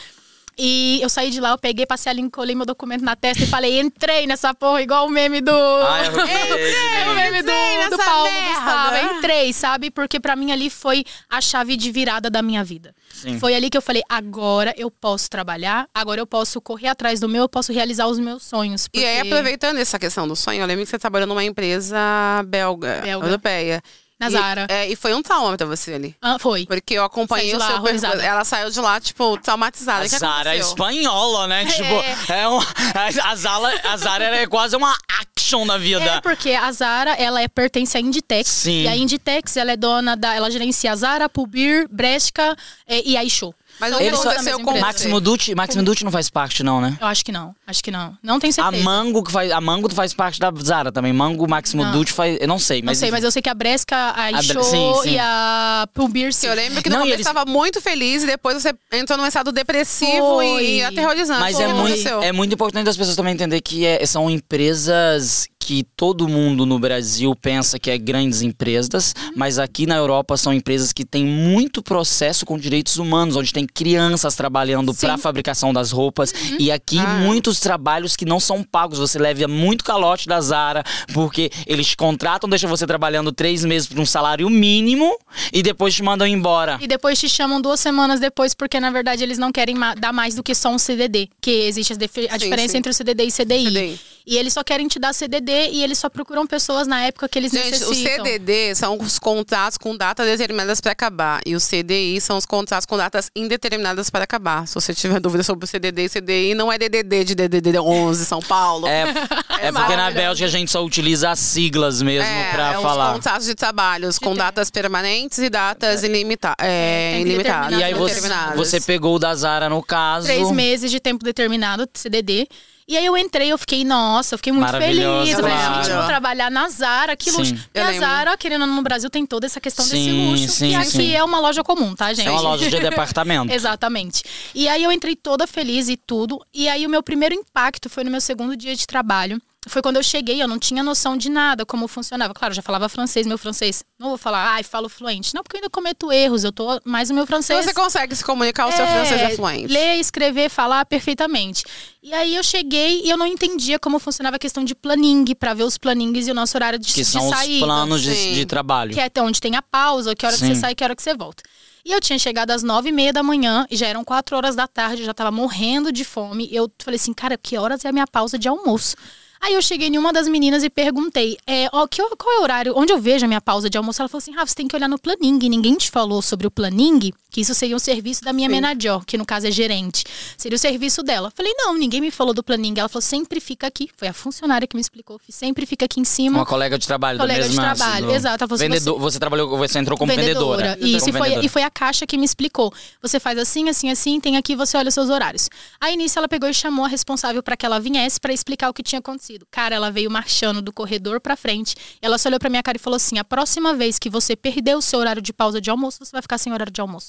[SPEAKER 3] E eu saí de lá, eu peguei, passei a linha, colei meu documento na testa e falei, entrei nessa porra, igual o meme do.
[SPEAKER 2] Ah,
[SPEAKER 3] <laughs>
[SPEAKER 2] eu arrumei.
[SPEAKER 3] o meme do,
[SPEAKER 1] nessa
[SPEAKER 3] do Paulo
[SPEAKER 1] merda.
[SPEAKER 3] Gustavo. Eu Entrei, sabe? Porque pra mim ali foi a chave de virada da minha vida.
[SPEAKER 2] Sim.
[SPEAKER 3] Foi ali que eu falei, agora eu posso trabalhar, agora eu posso correr atrás do meu, eu posso realizar os meus sonhos.
[SPEAKER 1] E aí,
[SPEAKER 3] porque-
[SPEAKER 1] aproveitando essa questão do sonho, eu lembro que você trabalhou numa empresa belga,
[SPEAKER 3] Belga.
[SPEAKER 1] europeia.
[SPEAKER 3] Na
[SPEAKER 1] E-
[SPEAKER 3] Zara.
[SPEAKER 1] É, e foi um trauma pra você ali.
[SPEAKER 3] Ah, foi.
[SPEAKER 1] Porque eu acompanhei
[SPEAKER 3] Saiu de
[SPEAKER 1] o
[SPEAKER 3] lá
[SPEAKER 1] seu percurso.
[SPEAKER 3] horrorizada.
[SPEAKER 1] Ela saiu de lá, tipo, traumatizada.
[SPEAKER 2] A
[SPEAKER 1] O que
[SPEAKER 2] Zara é
[SPEAKER 1] aconteceu?
[SPEAKER 2] espanhola, né? Tipo, é uma, a, a Zara, a Zara era é quase uma action na vida.
[SPEAKER 3] É porque a Zara, ela é pertence à Inditex.
[SPEAKER 2] Sim.
[SPEAKER 3] E a Inditex, ela é dona da. Ela gerencia a Zara, Pubir, Bresca é, e a Show.
[SPEAKER 1] Mas o
[SPEAKER 3] São
[SPEAKER 1] que
[SPEAKER 2] Ele
[SPEAKER 3] todas
[SPEAKER 2] só-
[SPEAKER 3] da
[SPEAKER 1] aconteceu
[SPEAKER 3] mesma
[SPEAKER 1] com
[SPEAKER 3] empresa.
[SPEAKER 2] Máximo Dutti, Máximo Dutti não faz parte, não, né?
[SPEAKER 3] Eu acho que não. Acho que não. Não tenho
[SPEAKER 2] A
[SPEAKER 3] certeza.
[SPEAKER 2] Mango, que faz, a Mango faz parte da Zara também. Mango, Máximo
[SPEAKER 3] Não.
[SPEAKER 2] Dutti faz. Eu não sei,
[SPEAKER 3] não
[SPEAKER 2] mas.
[SPEAKER 3] sei, mas eu sei que a Bresca, a
[SPEAKER 2] Bre-
[SPEAKER 3] Show
[SPEAKER 2] sim, sim.
[SPEAKER 3] e a Pubir.
[SPEAKER 1] Eu lembro que no
[SPEAKER 2] Não, e
[SPEAKER 1] começo
[SPEAKER 2] eles-
[SPEAKER 1] estava muito feliz e depois você entrou num estado depressivo
[SPEAKER 3] Foi.
[SPEAKER 1] e aterrorizante.
[SPEAKER 2] Mas
[SPEAKER 1] O
[SPEAKER 2] é
[SPEAKER 1] que
[SPEAKER 2] muito,
[SPEAKER 1] aconteceu?
[SPEAKER 2] é muito importante as pessoas também entender que é- são empresas que todo mundo no Brasil pensa que é grandes empresas, mas aqui na Europa são empresas que têm muito processo com direitos humanos, onde tem crianças trabalhando
[SPEAKER 3] Sim.
[SPEAKER 2] para fabricação das roupas e aqui
[SPEAKER 1] Ah.
[SPEAKER 2] muitos trabalhos que não são pagos. Você leva muito calote da Zara porque eles te contratam, deixam você trabalhando três meses por um salário mínimo e depois te mandam embora.
[SPEAKER 3] E depois te chamam duas semanas depois, porque na verdade eles não querem ma- dar mais do que só um CDD. Que existe as defe- a,
[SPEAKER 1] Sim,
[SPEAKER 3] diferença
[SPEAKER 1] sim.
[SPEAKER 3] entre o CDD e CDI.
[SPEAKER 1] CDI.
[SPEAKER 3] E eles só querem te dar CDD e eles só procuram pessoas na época que eles
[SPEAKER 1] Gente, o é
[SPEAKER 3] necessitam.
[SPEAKER 1] CDD são os contratos com datas determinadas para acabar. E o CDI são os contratos com datas indeterminadas para acabar. Se você tiver dúvida sobre o CDD e CDI, não é DDD de DDD 11 São Paulo.
[SPEAKER 2] É, é porque na
[SPEAKER 1] maravilhoso.
[SPEAKER 2] Bélgica a gente só utiliza as siglas mesmo
[SPEAKER 1] É,
[SPEAKER 2] pra
[SPEAKER 1] é os
[SPEAKER 2] falar.
[SPEAKER 1] contratos de trabalhos com datas permanentes e datas ilimita é,
[SPEAKER 3] tempo
[SPEAKER 1] ilimitadas.
[SPEAKER 3] determinado.
[SPEAKER 2] E aí você,
[SPEAKER 1] determinadas.
[SPEAKER 2] você pegou o da Zara no caso.
[SPEAKER 3] Três meses de tempo determinado, CDD. E aí eu entrei, eu fiquei, nossa, eu fiquei muito feliz.
[SPEAKER 2] Maravilhoso,
[SPEAKER 3] Eu falei,
[SPEAKER 1] claro.
[SPEAKER 3] gente, eu vou trabalhar na Zara, que
[SPEAKER 2] Sim.
[SPEAKER 3] luxo.
[SPEAKER 1] Eu
[SPEAKER 3] E a
[SPEAKER 1] lembro.
[SPEAKER 3] Zara, querendo ou não, no Brasil, tem toda essa questão desse
[SPEAKER 2] Sim,
[SPEAKER 3] luxo.
[SPEAKER 2] sim,
[SPEAKER 3] e aqui
[SPEAKER 2] sim.
[SPEAKER 3] é uma loja comum, tá, gente?
[SPEAKER 2] É uma loja
[SPEAKER 3] <laughs>
[SPEAKER 2] de departamento.
[SPEAKER 3] Exatamente. E aí eu entrei toda feliz e tudo. E aí o meu primeiro impacto foi no meu segundo dia de trabalho. Foi quando eu cheguei, eu não tinha noção de nada, como funcionava. Claro, eu já falava francês, meu francês. Não vou falar, ai, falo fluente. Não, porque eu ainda cometo erros, eu tô mais o meu francês.
[SPEAKER 1] Então você consegue se comunicar, o seu francês é fluente.
[SPEAKER 3] Ler, escrever, falar perfeitamente. E aí eu cheguei e eu não entendia como funcionava a questão de planning, pra ver os plannings e o nosso horário de,
[SPEAKER 2] Que
[SPEAKER 3] de
[SPEAKER 2] são os
[SPEAKER 3] saída.
[SPEAKER 2] planos de,
[SPEAKER 1] sim.
[SPEAKER 2] de trabalho.
[SPEAKER 3] Que é até onde tem a pausa, que hora
[SPEAKER 2] Sim.
[SPEAKER 3] que você sai, que hora que você volta. E eu tinha chegado às nove e meia da manhã, e já eram quatro horas da tarde, eu já tava morrendo de fome. Eu falei assim, cara, que horas é a minha pausa de almoço? Aí eu cheguei em uma das meninas e perguntei, é, ó, que, qual é o horário, onde eu vejo a minha pausa de almoço? Ela falou assim, Rafa, você tem que olhar no planning. Ninguém te falou sobre o planning, que isso seria um serviço da minha
[SPEAKER 1] Sim.
[SPEAKER 3] menadior, que no caso é gerente. Seria o serviço dela. Falei, não, ninguém me falou do planning. Ela falou, sempre fica aqui. Foi a funcionária que me explicou, sempre fica aqui em cima.
[SPEAKER 2] Uma colega de trabalho
[SPEAKER 3] é Colega
[SPEAKER 2] da
[SPEAKER 3] de
[SPEAKER 2] mesma.
[SPEAKER 3] trabalho,
[SPEAKER 2] do-
[SPEAKER 3] exato. Ela falou assim,
[SPEAKER 2] Vendedor- você... trabalhou, você entrou como vendedora. Então,
[SPEAKER 3] Isso,
[SPEAKER 2] Como
[SPEAKER 3] e, foi,
[SPEAKER 2] vendedora.
[SPEAKER 3] e foi a caixa que me explicou. Você faz assim, assim, assim, tem aqui, você olha os seus horários. Aí nisso ela pegou e chamou a responsável para que ela viesse para explicar o que tinha acontecido. Cara, ela veio marchando do corredor para frente. Ela só olhou para minha cara e falou assim: "A próxima vez que você perder o seu horário de pausa de almoço, você vai ficar sem horário de almoço".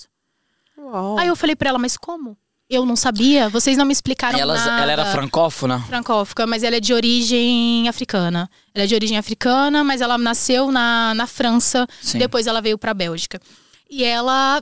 [SPEAKER 1] Uau.
[SPEAKER 3] Aí eu falei para ela: "Mas como? Eu não sabia, vocês não me explicaram
[SPEAKER 2] E elas-
[SPEAKER 3] nada".
[SPEAKER 2] ela era francófona?
[SPEAKER 3] Francófica, mas ela é de origem africana. Ela é de origem africana, mas ela nasceu na, na França.
[SPEAKER 2] Sim.
[SPEAKER 3] Depois ela veio pra Bélgica. E ela,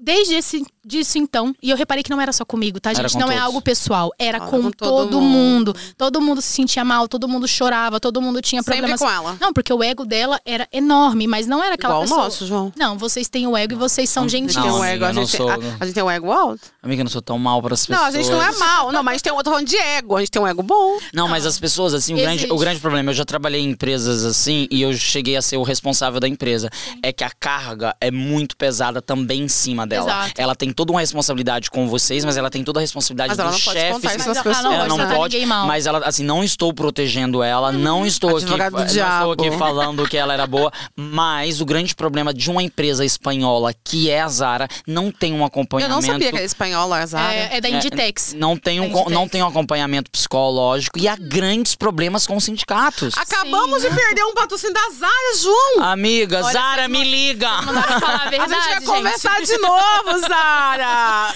[SPEAKER 3] desde esse, disso então, e eu reparei que não era só comigo, tá,
[SPEAKER 2] Era
[SPEAKER 3] gente?
[SPEAKER 2] com
[SPEAKER 3] Não é
[SPEAKER 2] todos.
[SPEAKER 3] algo pessoal. Era
[SPEAKER 1] Era
[SPEAKER 3] com,
[SPEAKER 1] com todo
[SPEAKER 3] todo
[SPEAKER 1] mundo.
[SPEAKER 3] mundo. Todo mundo se sentia mal, todo mundo chorava, todo mundo tinha
[SPEAKER 1] Sempre
[SPEAKER 3] problemas.
[SPEAKER 1] com ela.
[SPEAKER 3] Não, porque o ego dela era enorme, mas não era aquela
[SPEAKER 1] Igual o
[SPEAKER 3] pessoa.
[SPEAKER 1] nosso, João.
[SPEAKER 3] Não, vocês têm o ego e vocês são
[SPEAKER 1] A
[SPEAKER 3] gentis. É,
[SPEAKER 1] gente tem um
[SPEAKER 2] amiga,
[SPEAKER 1] ego,
[SPEAKER 2] eu
[SPEAKER 1] a
[SPEAKER 2] não
[SPEAKER 1] gente,
[SPEAKER 2] sou-
[SPEAKER 1] a, a gente tem um ego alto.
[SPEAKER 2] Amiga, eu não sou tão mal para as pessoas.
[SPEAKER 1] Não, a gente não é mal. Não, mas a gente tem outro falando de ego. A gente tem um ego bom.
[SPEAKER 2] Não, mas
[SPEAKER 1] Ah.
[SPEAKER 2] as pessoas, assim, o
[SPEAKER 3] Existe.
[SPEAKER 2] grande, o grande problema, eu já trabalhei em empresas assim e eu cheguei a ser o responsável da empresa. É que a carga é muito pesada também em cima dela.
[SPEAKER 3] Exato.
[SPEAKER 2] Ela tem toda uma responsabilidade com vocês, mas ela tem toda a responsabilidade
[SPEAKER 1] Mas ela
[SPEAKER 2] é do
[SPEAKER 1] não pode
[SPEAKER 2] chefe.
[SPEAKER 1] contar isso
[SPEAKER 3] Mas
[SPEAKER 1] nas
[SPEAKER 3] ela- ela
[SPEAKER 1] pessoas. né?
[SPEAKER 3] não
[SPEAKER 2] ela não
[SPEAKER 3] tratar
[SPEAKER 2] pode,
[SPEAKER 3] ninguém mal.
[SPEAKER 2] mas ela, assim, não estou protegendo ela, não estou aqui,
[SPEAKER 1] Uhum. Advogado do
[SPEAKER 2] não estou
[SPEAKER 1] diabo.
[SPEAKER 2] aqui falando que ela
[SPEAKER 1] <laughs>
[SPEAKER 2] era boa, mas o grande problema de uma empresa espanhola, que é a Zara, não tem um
[SPEAKER 1] Eu
[SPEAKER 2] acompanhamento
[SPEAKER 1] não sabia que era espanhola, Zara.
[SPEAKER 3] É, é da Inditex.
[SPEAKER 2] não tem, um,
[SPEAKER 3] Tem Hum.
[SPEAKER 2] co- não
[SPEAKER 3] diferença.
[SPEAKER 2] tem um acompanhamento psicológico e há grandes problemas com os sindicatos.
[SPEAKER 1] Acabamos de perder um patrocínio da Zara, João.
[SPEAKER 2] Amiga,
[SPEAKER 3] Olha,
[SPEAKER 2] Zara,
[SPEAKER 3] vocês
[SPEAKER 2] me liga!
[SPEAKER 3] Não dá pra falar
[SPEAKER 1] <laughs>
[SPEAKER 3] a
[SPEAKER 1] a
[SPEAKER 3] Ah, verdade,
[SPEAKER 1] gente vai conversar de novo, cara!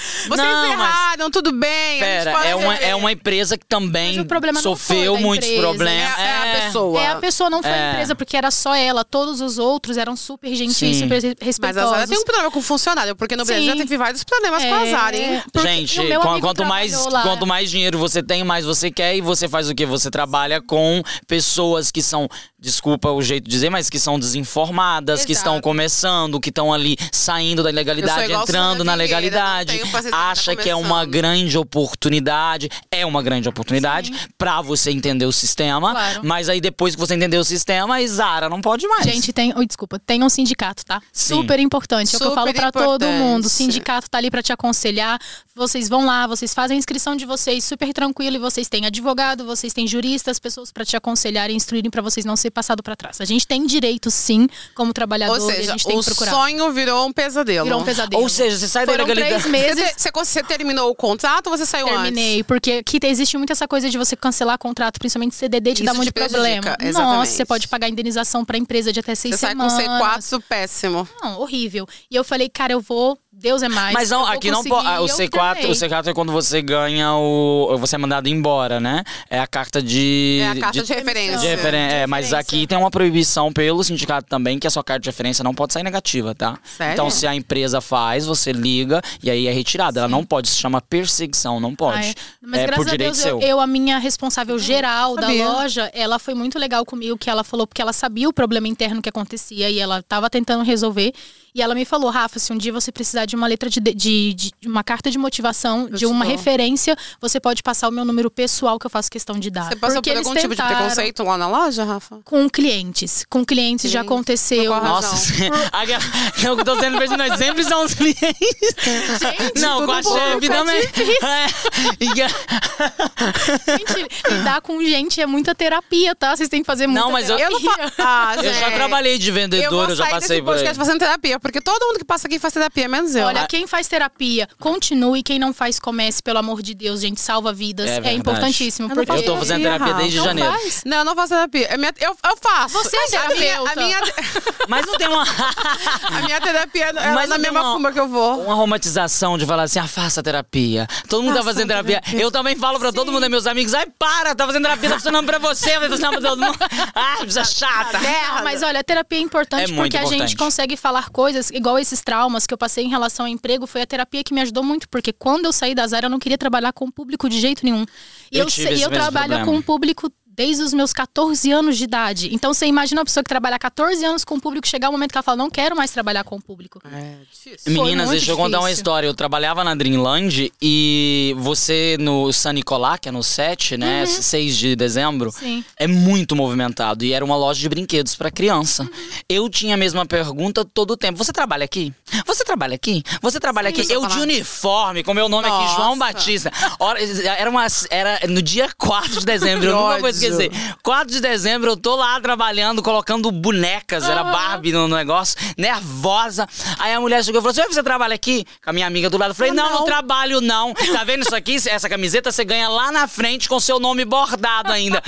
[SPEAKER 1] Vocês
[SPEAKER 2] Não, mas-
[SPEAKER 1] erraram, tudo bem. a gente
[SPEAKER 2] Pera,
[SPEAKER 1] pode-
[SPEAKER 2] é uma, é uma empresa que
[SPEAKER 3] Mas
[SPEAKER 2] também
[SPEAKER 3] o problema não
[SPEAKER 2] sofreu
[SPEAKER 3] foi da
[SPEAKER 2] muitos
[SPEAKER 1] É,
[SPEAKER 3] empresa.
[SPEAKER 2] problemas.
[SPEAKER 1] é a pessoa.
[SPEAKER 3] É, a pessoa não foi
[SPEAKER 2] É.
[SPEAKER 3] a empresa, porque era só ela. Todos os outros eram super gentis,
[SPEAKER 2] Sim.
[SPEAKER 3] super re-
[SPEAKER 1] Mas a Zara
[SPEAKER 3] respeitosos.
[SPEAKER 1] tem um problema com o funcionário, porque no Brasil
[SPEAKER 3] Sim.
[SPEAKER 1] já teve vários problemas com a Zara, hein?
[SPEAKER 3] É, porque
[SPEAKER 2] Gente,
[SPEAKER 3] o meu
[SPEAKER 2] quan-
[SPEAKER 3] amigo
[SPEAKER 2] quanto mais,
[SPEAKER 3] trabalhou lá.
[SPEAKER 2] quanto mais dinheiro você tem, mais você quer. E você faz o quê? Você trabalha com pessoas que são, desculpa o jeito de dizer, mas que são desinformadas, que
[SPEAKER 1] Exato.
[SPEAKER 2] estão começando, que estão ali saindo da
[SPEAKER 1] Eu sou
[SPEAKER 2] ilegalidade,
[SPEAKER 1] igual
[SPEAKER 2] entrando na
[SPEAKER 1] Sônia Vieira,
[SPEAKER 2] legalidade.
[SPEAKER 1] não tenho paciência pra
[SPEAKER 2] Acha que é
[SPEAKER 1] começando.
[SPEAKER 2] uma grande oportunidade. É uma grande oportunidade pra você entender o sistema.
[SPEAKER 3] Claro.
[SPEAKER 2] Mas aí depois que você entender o sistema, aí Zara não pode mais.
[SPEAKER 3] Gente, tem. Oi, desculpa, tem um sindicato, tá?
[SPEAKER 2] Sim.
[SPEAKER 3] Super importante. É o que eu
[SPEAKER 1] Super
[SPEAKER 3] falo pra todo
[SPEAKER 1] importante.
[SPEAKER 3] mundo. O sindicato tá ali pra te aconselhar. Vocês vão lá, vocês fazem a inscrição de vocês super tranquilo. E vocês têm advogado, vocês têm juristas, pessoas pra te aconselhar e instruírem pra vocês não ser passado pra trás. A gente tem direito, sim, como trabalhador,
[SPEAKER 1] Ou
[SPEAKER 3] e a
[SPEAKER 1] seja,
[SPEAKER 3] gente tem
[SPEAKER 1] o
[SPEAKER 3] que procurar.
[SPEAKER 1] sonho virou um pesadelo.
[SPEAKER 3] Virou um pesadelo.
[SPEAKER 2] Ou seja, você sai da
[SPEAKER 3] Foram
[SPEAKER 2] ilegalidade.
[SPEAKER 3] três meses.
[SPEAKER 1] Você, te- você, con- você terminou o contrato ou você saiu antes?
[SPEAKER 3] Terminei, porque aqui te- existe muito essa coisa de você cancelar contrato, principalmente CDD, te
[SPEAKER 1] Isso
[SPEAKER 3] dá muito
[SPEAKER 1] te prejudica,
[SPEAKER 3] problema.
[SPEAKER 1] exatamente.
[SPEAKER 3] Nossa, você pode pagar indenização pra empresa de até seis
[SPEAKER 1] Você sai com
[SPEAKER 3] semanas.
[SPEAKER 1] C4 péssimo.
[SPEAKER 3] Não, horrível. E eu falei, cara, eu vou, Deus é mais.
[SPEAKER 2] Mas não,
[SPEAKER 3] eu vou
[SPEAKER 2] aqui não
[SPEAKER 3] conseguir,
[SPEAKER 2] pode. ah, O
[SPEAKER 3] eu
[SPEAKER 2] C4, o
[SPEAKER 3] tentei.
[SPEAKER 2] C4 é quando você ganha o. Você é mandado embora, né? É a carta de.
[SPEAKER 1] É a carta de, referência.
[SPEAKER 2] de referen-
[SPEAKER 3] de
[SPEAKER 2] é, mas
[SPEAKER 3] referência.
[SPEAKER 2] aqui tem uma proibição pelo sindicato também que a sua carta de referência não pode sair negativa, tá?
[SPEAKER 1] Sério?
[SPEAKER 2] Então, se a empresa faz, você liga e aí é retirada. Ela não pode, se chama perseguição, não pode.
[SPEAKER 3] Ai, Mas
[SPEAKER 2] é
[SPEAKER 3] graças
[SPEAKER 2] por
[SPEAKER 3] a
[SPEAKER 2] direito
[SPEAKER 3] Deus,
[SPEAKER 2] seu.
[SPEAKER 3] eu, eu, a minha responsável geral da
[SPEAKER 1] sabia.
[SPEAKER 3] loja, ela foi muito legal comigo, que ela falou, porque ela sabia o problema interno que acontecia e ela tava tentando resolver. E ela me falou, Rafa, se um dia você precisar de uma letra de, de, de- de uma carta de motivação,
[SPEAKER 1] Eu
[SPEAKER 3] de uma
[SPEAKER 1] te dou.
[SPEAKER 3] referência, você pode passar o meu número pessoal que eu faço questão de dar.
[SPEAKER 1] Você passou
[SPEAKER 3] Porque
[SPEAKER 1] por
[SPEAKER 3] eles
[SPEAKER 1] algum tipo de
[SPEAKER 3] tentaram
[SPEAKER 1] preconceito lá na loja, Rafa?
[SPEAKER 3] Com clientes. Com clientes já
[SPEAKER 1] Clientes.
[SPEAKER 3] aconteceu.
[SPEAKER 1] Por qual
[SPEAKER 2] Nossa, <laughs> aquela- eu tô sendo pertinente, sempre são os clientes. não,
[SPEAKER 1] tudo
[SPEAKER 2] com a
[SPEAKER 1] bom,
[SPEAKER 2] chefe
[SPEAKER 1] tá
[SPEAKER 2] também. <laughs> É. E a-
[SPEAKER 3] Gente, lidar com gente é muita terapia, tá? Vocês têm que fazer muita
[SPEAKER 2] Não, mas <laughs> eu-
[SPEAKER 3] terapia.
[SPEAKER 1] Eu não falo.
[SPEAKER 3] <laughs>
[SPEAKER 1] Ah,
[SPEAKER 2] Eu já
[SPEAKER 1] gente.
[SPEAKER 2] trabalhei de
[SPEAKER 1] Eu
[SPEAKER 2] vendedor,
[SPEAKER 1] vou
[SPEAKER 2] eu, já
[SPEAKER 1] sair
[SPEAKER 2] passei
[SPEAKER 1] desse
[SPEAKER 2] por Ah,
[SPEAKER 1] podcast
[SPEAKER 2] aí.
[SPEAKER 1] fazendo terapia, porque todo mundo que passa aqui faz terapia, menos
[SPEAKER 2] Então,
[SPEAKER 1] eu.
[SPEAKER 3] Olha, quem faz terapia, continue. Quem não faz, comece, pelo amor de Deus, gente. Salva vidas.
[SPEAKER 2] É
[SPEAKER 3] É,
[SPEAKER 2] verdade.
[SPEAKER 3] importantíssimo.
[SPEAKER 1] Eu não
[SPEAKER 3] Porque
[SPEAKER 1] faço
[SPEAKER 2] Eu tô fazendo terapia desde
[SPEAKER 3] não
[SPEAKER 2] janeiro.
[SPEAKER 3] faz.
[SPEAKER 1] Não, eu não faço terapia. É minha- eu, eu faço.
[SPEAKER 3] Você é
[SPEAKER 1] Mas a minha, a
[SPEAKER 3] terapeuta.
[SPEAKER 1] minha,
[SPEAKER 2] <laughs> Mas não tem uma,
[SPEAKER 1] a minha terapia <laughs> é
[SPEAKER 2] Mas
[SPEAKER 1] na
[SPEAKER 2] não tem
[SPEAKER 1] mesma
[SPEAKER 2] uma-
[SPEAKER 1] cumba que eu vou.
[SPEAKER 2] uma aromatização de falar assim, ah, faça terapia. Todo mundo tá
[SPEAKER 1] Faça
[SPEAKER 2] fazendo terapia.
[SPEAKER 1] terapia.
[SPEAKER 2] Eu também falo pra todo mundo, meus amigos, ai, para, tá fazendo terapia, tá funcionando pra você, vai funcionar pra todo
[SPEAKER 1] <laughs>
[SPEAKER 2] mundo. <laughs> Ah, coisa chata.
[SPEAKER 3] Não, mas olha, a terapia é
[SPEAKER 2] É
[SPEAKER 3] importante
[SPEAKER 2] muito
[SPEAKER 3] porque a
[SPEAKER 2] importante.
[SPEAKER 3] gente consegue falar coisas, igual esses traumas que eu passei em relação ao emprego, foi a terapia que me ajudou muito, porque quando eu saí da Zara, eu não queria trabalhar com o público de jeito nenhum. E
[SPEAKER 2] Eu
[SPEAKER 3] eu,
[SPEAKER 2] tive
[SPEAKER 3] sei-
[SPEAKER 2] esse
[SPEAKER 3] eu
[SPEAKER 2] mesmo
[SPEAKER 3] trabalho
[SPEAKER 2] problema.
[SPEAKER 3] com o público desde os meus 14 anos de idade. Então você imagina uma pessoa que trabalha 14 anos com o público, chegar um momento que ela fala, não quero mais trabalhar com o público.
[SPEAKER 1] É difícil.
[SPEAKER 2] Meninas,
[SPEAKER 3] muito
[SPEAKER 2] deixa eu contar uma
[SPEAKER 3] difícil.
[SPEAKER 2] história. Eu trabalhava na Dreamland e você no San Nicolás, que é no 7,
[SPEAKER 1] Uhum.
[SPEAKER 2] né? 6 de dezembro.
[SPEAKER 3] Sim.
[SPEAKER 2] É muito movimentado e era uma loja de brinquedos pra
[SPEAKER 1] Uhum.
[SPEAKER 2] criança. Eu tinha a mesma pergunta todo o tempo. Você trabalha aqui? Você trabalha aqui? Você trabalha
[SPEAKER 1] Sim,
[SPEAKER 2] aqui?
[SPEAKER 1] eu
[SPEAKER 2] Eu
[SPEAKER 1] sou
[SPEAKER 2] de
[SPEAKER 1] falar.
[SPEAKER 2] uniforme, com meu nome aqui,
[SPEAKER 1] Nossa.
[SPEAKER 2] João Batista. Ora, era, uma, era no dia 4 de dezembro, eu nunca vou
[SPEAKER 1] Ódio.
[SPEAKER 2] esquecer. 4 de dezembro eu tô lá trabalhando, colocando bonecas, era Barbie no negócio, nervosa. Aí a mulher chegou e falou assim: "Ué, você trabalha aqui? Com a minha amiga do lado. Eu falei:
[SPEAKER 1] Ah,
[SPEAKER 2] não, não,
[SPEAKER 1] não.
[SPEAKER 2] trabalho não. Tá vendo isso aqui? Essa camiseta você ganha lá na frente com seu nome bordado ainda.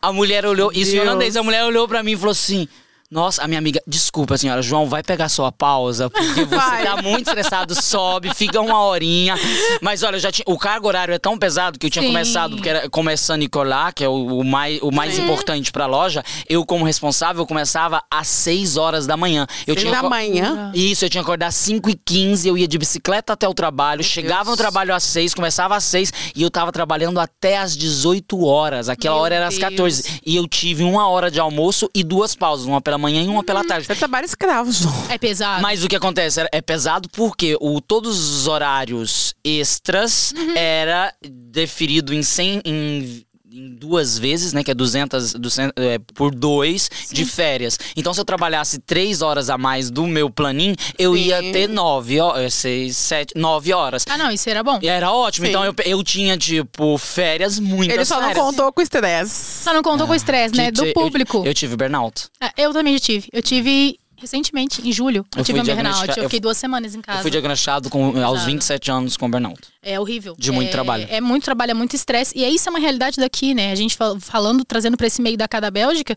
[SPEAKER 2] A mulher olhou, isso em
[SPEAKER 1] Deus.
[SPEAKER 2] holandês, a mulher olhou pra mim e falou assim. Nossa, a minha amiga, desculpa, senhora, João, vai pegar sua pausa, porque você
[SPEAKER 1] Vai.
[SPEAKER 2] tá muito estressado, sobe, fica uma horinha. Mas olha, eu já tinha, o cargo horário é tão pesado que eu tinha
[SPEAKER 3] Sim.
[SPEAKER 2] começado, porque era começando Nicolás, que é o, o mais, o mais importante pra loja, eu como responsável começava às 6 horas da manhã. Eu
[SPEAKER 1] Seis
[SPEAKER 2] tinha
[SPEAKER 1] da
[SPEAKER 2] co-
[SPEAKER 1] manhã?
[SPEAKER 2] Isso, eu tinha que acordar às 5 e 15 eu ia de bicicleta até o trabalho, chegava no
[SPEAKER 1] Deus.
[SPEAKER 2] trabalho às 6, começava às 6 e eu tava trabalhando até às 18 horas. Aquela
[SPEAKER 3] Meu
[SPEAKER 2] hora era às
[SPEAKER 3] Deus.
[SPEAKER 2] 14. E eu tive uma hora de almoço e duas pausas, uma pela manhã e uma pela tarde.
[SPEAKER 1] Você trabalha escravo, João.
[SPEAKER 3] É
[SPEAKER 1] Ah.
[SPEAKER 3] pesado.
[SPEAKER 2] Mas o que acontece era- é pesado porque o, todos os horários extras
[SPEAKER 1] Uhum.
[SPEAKER 2] era deferido em 100 em, em duas vezes, né, que é 200, 200, é, por dois de férias. Então se eu trabalhasse três horas a mais do meu planinho, eu ia
[SPEAKER 1] Sim.
[SPEAKER 2] ter nove, ho- é, seis, sete, nove horas.
[SPEAKER 3] Ah, não, isso era bom.
[SPEAKER 2] E era ótimo.
[SPEAKER 1] Sim.
[SPEAKER 2] Então eu, pe- eu tinha tipo férias muitas
[SPEAKER 1] Ele só não
[SPEAKER 2] férias.
[SPEAKER 1] contou com o estresse.
[SPEAKER 3] Só não
[SPEAKER 2] Ah,
[SPEAKER 3] contou com o estresse, né?
[SPEAKER 2] Gente,
[SPEAKER 3] Do
[SPEAKER 2] eu-
[SPEAKER 3] público.
[SPEAKER 2] Eu, tive burnout.
[SPEAKER 3] Ah, Eu, também já tive. Eu tive recentemente, em julho, eu,
[SPEAKER 2] Eu
[SPEAKER 3] tive
[SPEAKER 2] fui
[SPEAKER 3] um burnout.
[SPEAKER 2] diagnostica-
[SPEAKER 3] Eu,
[SPEAKER 2] eu
[SPEAKER 3] fiquei
[SPEAKER 2] fui-
[SPEAKER 3] duas semanas em casa.
[SPEAKER 2] Eu fui diagnosticado com, aos
[SPEAKER 3] Pesado.
[SPEAKER 2] 27 anos com burnout.
[SPEAKER 3] É horrível.
[SPEAKER 2] De muito
[SPEAKER 3] É-
[SPEAKER 2] trabalho.
[SPEAKER 3] É muito trabalho, é muito estresse. E isso é uma realidade daqui, né? A gente fal- falando, trazendo pra esse meio da cada Bélgica.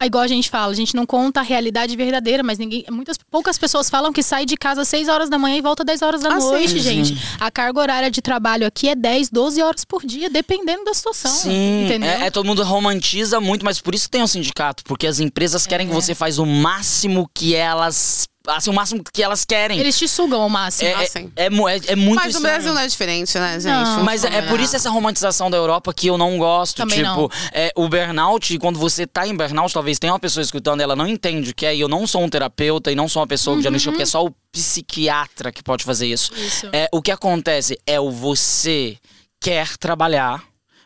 [SPEAKER 3] É igual a gente fala, a gente não conta a realidade verdadeira, mas ninguém, muitas poucas pessoas falam que sai de casa às 6 horas da manhã e volta às 10 horas da
[SPEAKER 1] Ah, sim.
[SPEAKER 3] noite, gente. A carga horária de trabalho aqui é 10, 12 horas por dia, dependendo da situação.
[SPEAKER 2] Sim,
[SPEAKER 3] entendeu?
[SPEAKER 2] é, é, todo mundo romantiza muito, mas por isso tem um sindicato, porque as empresas querem
[SPEAKER 3] É.
[SPEAKER 2] que você faz o máximo que elas, assim, o máximo que elas querem.
[SPEAKER 3] Eles te sugam ao máximo.
[SPEAKER 2] é,
[SPEAKER 1] Assim.
[SPEAKER 2] é, é, mu- é- é muito
[SPEAKER 1] Mas no
[SPEAKER 2] estranho.
[SPEAKER 1] Brasil não é diferente, né, gente?
[SPEAKER 3] Não. né?
[SPEAKER 1] Vamos
[SPEAKER 2] Mas é- é por
[SPEAKER 1] combinar.
[SPEAKER 2] isso essa romantização da Europa que eu não gosto.
[SPEAKER 3] Também
[SPEAKER 2] tipo,
[SPEAKER 3] não.
[SPEAKER 2] é, o burnout, quando você tá em burnout, talvez tenha uma pessoa escutando, ela não entende o que é, e eu não sou um terapeuta e não sou uma pessoa que já
[SPEAKER 3] Uhum.
[SPEAKER 2] mexeu, porque é só o psiquiatra que pode fazer isso.
[SPEAKER 3] Isso.
[SPEAKER 2] É, o que acontece é o você quer trabalhar.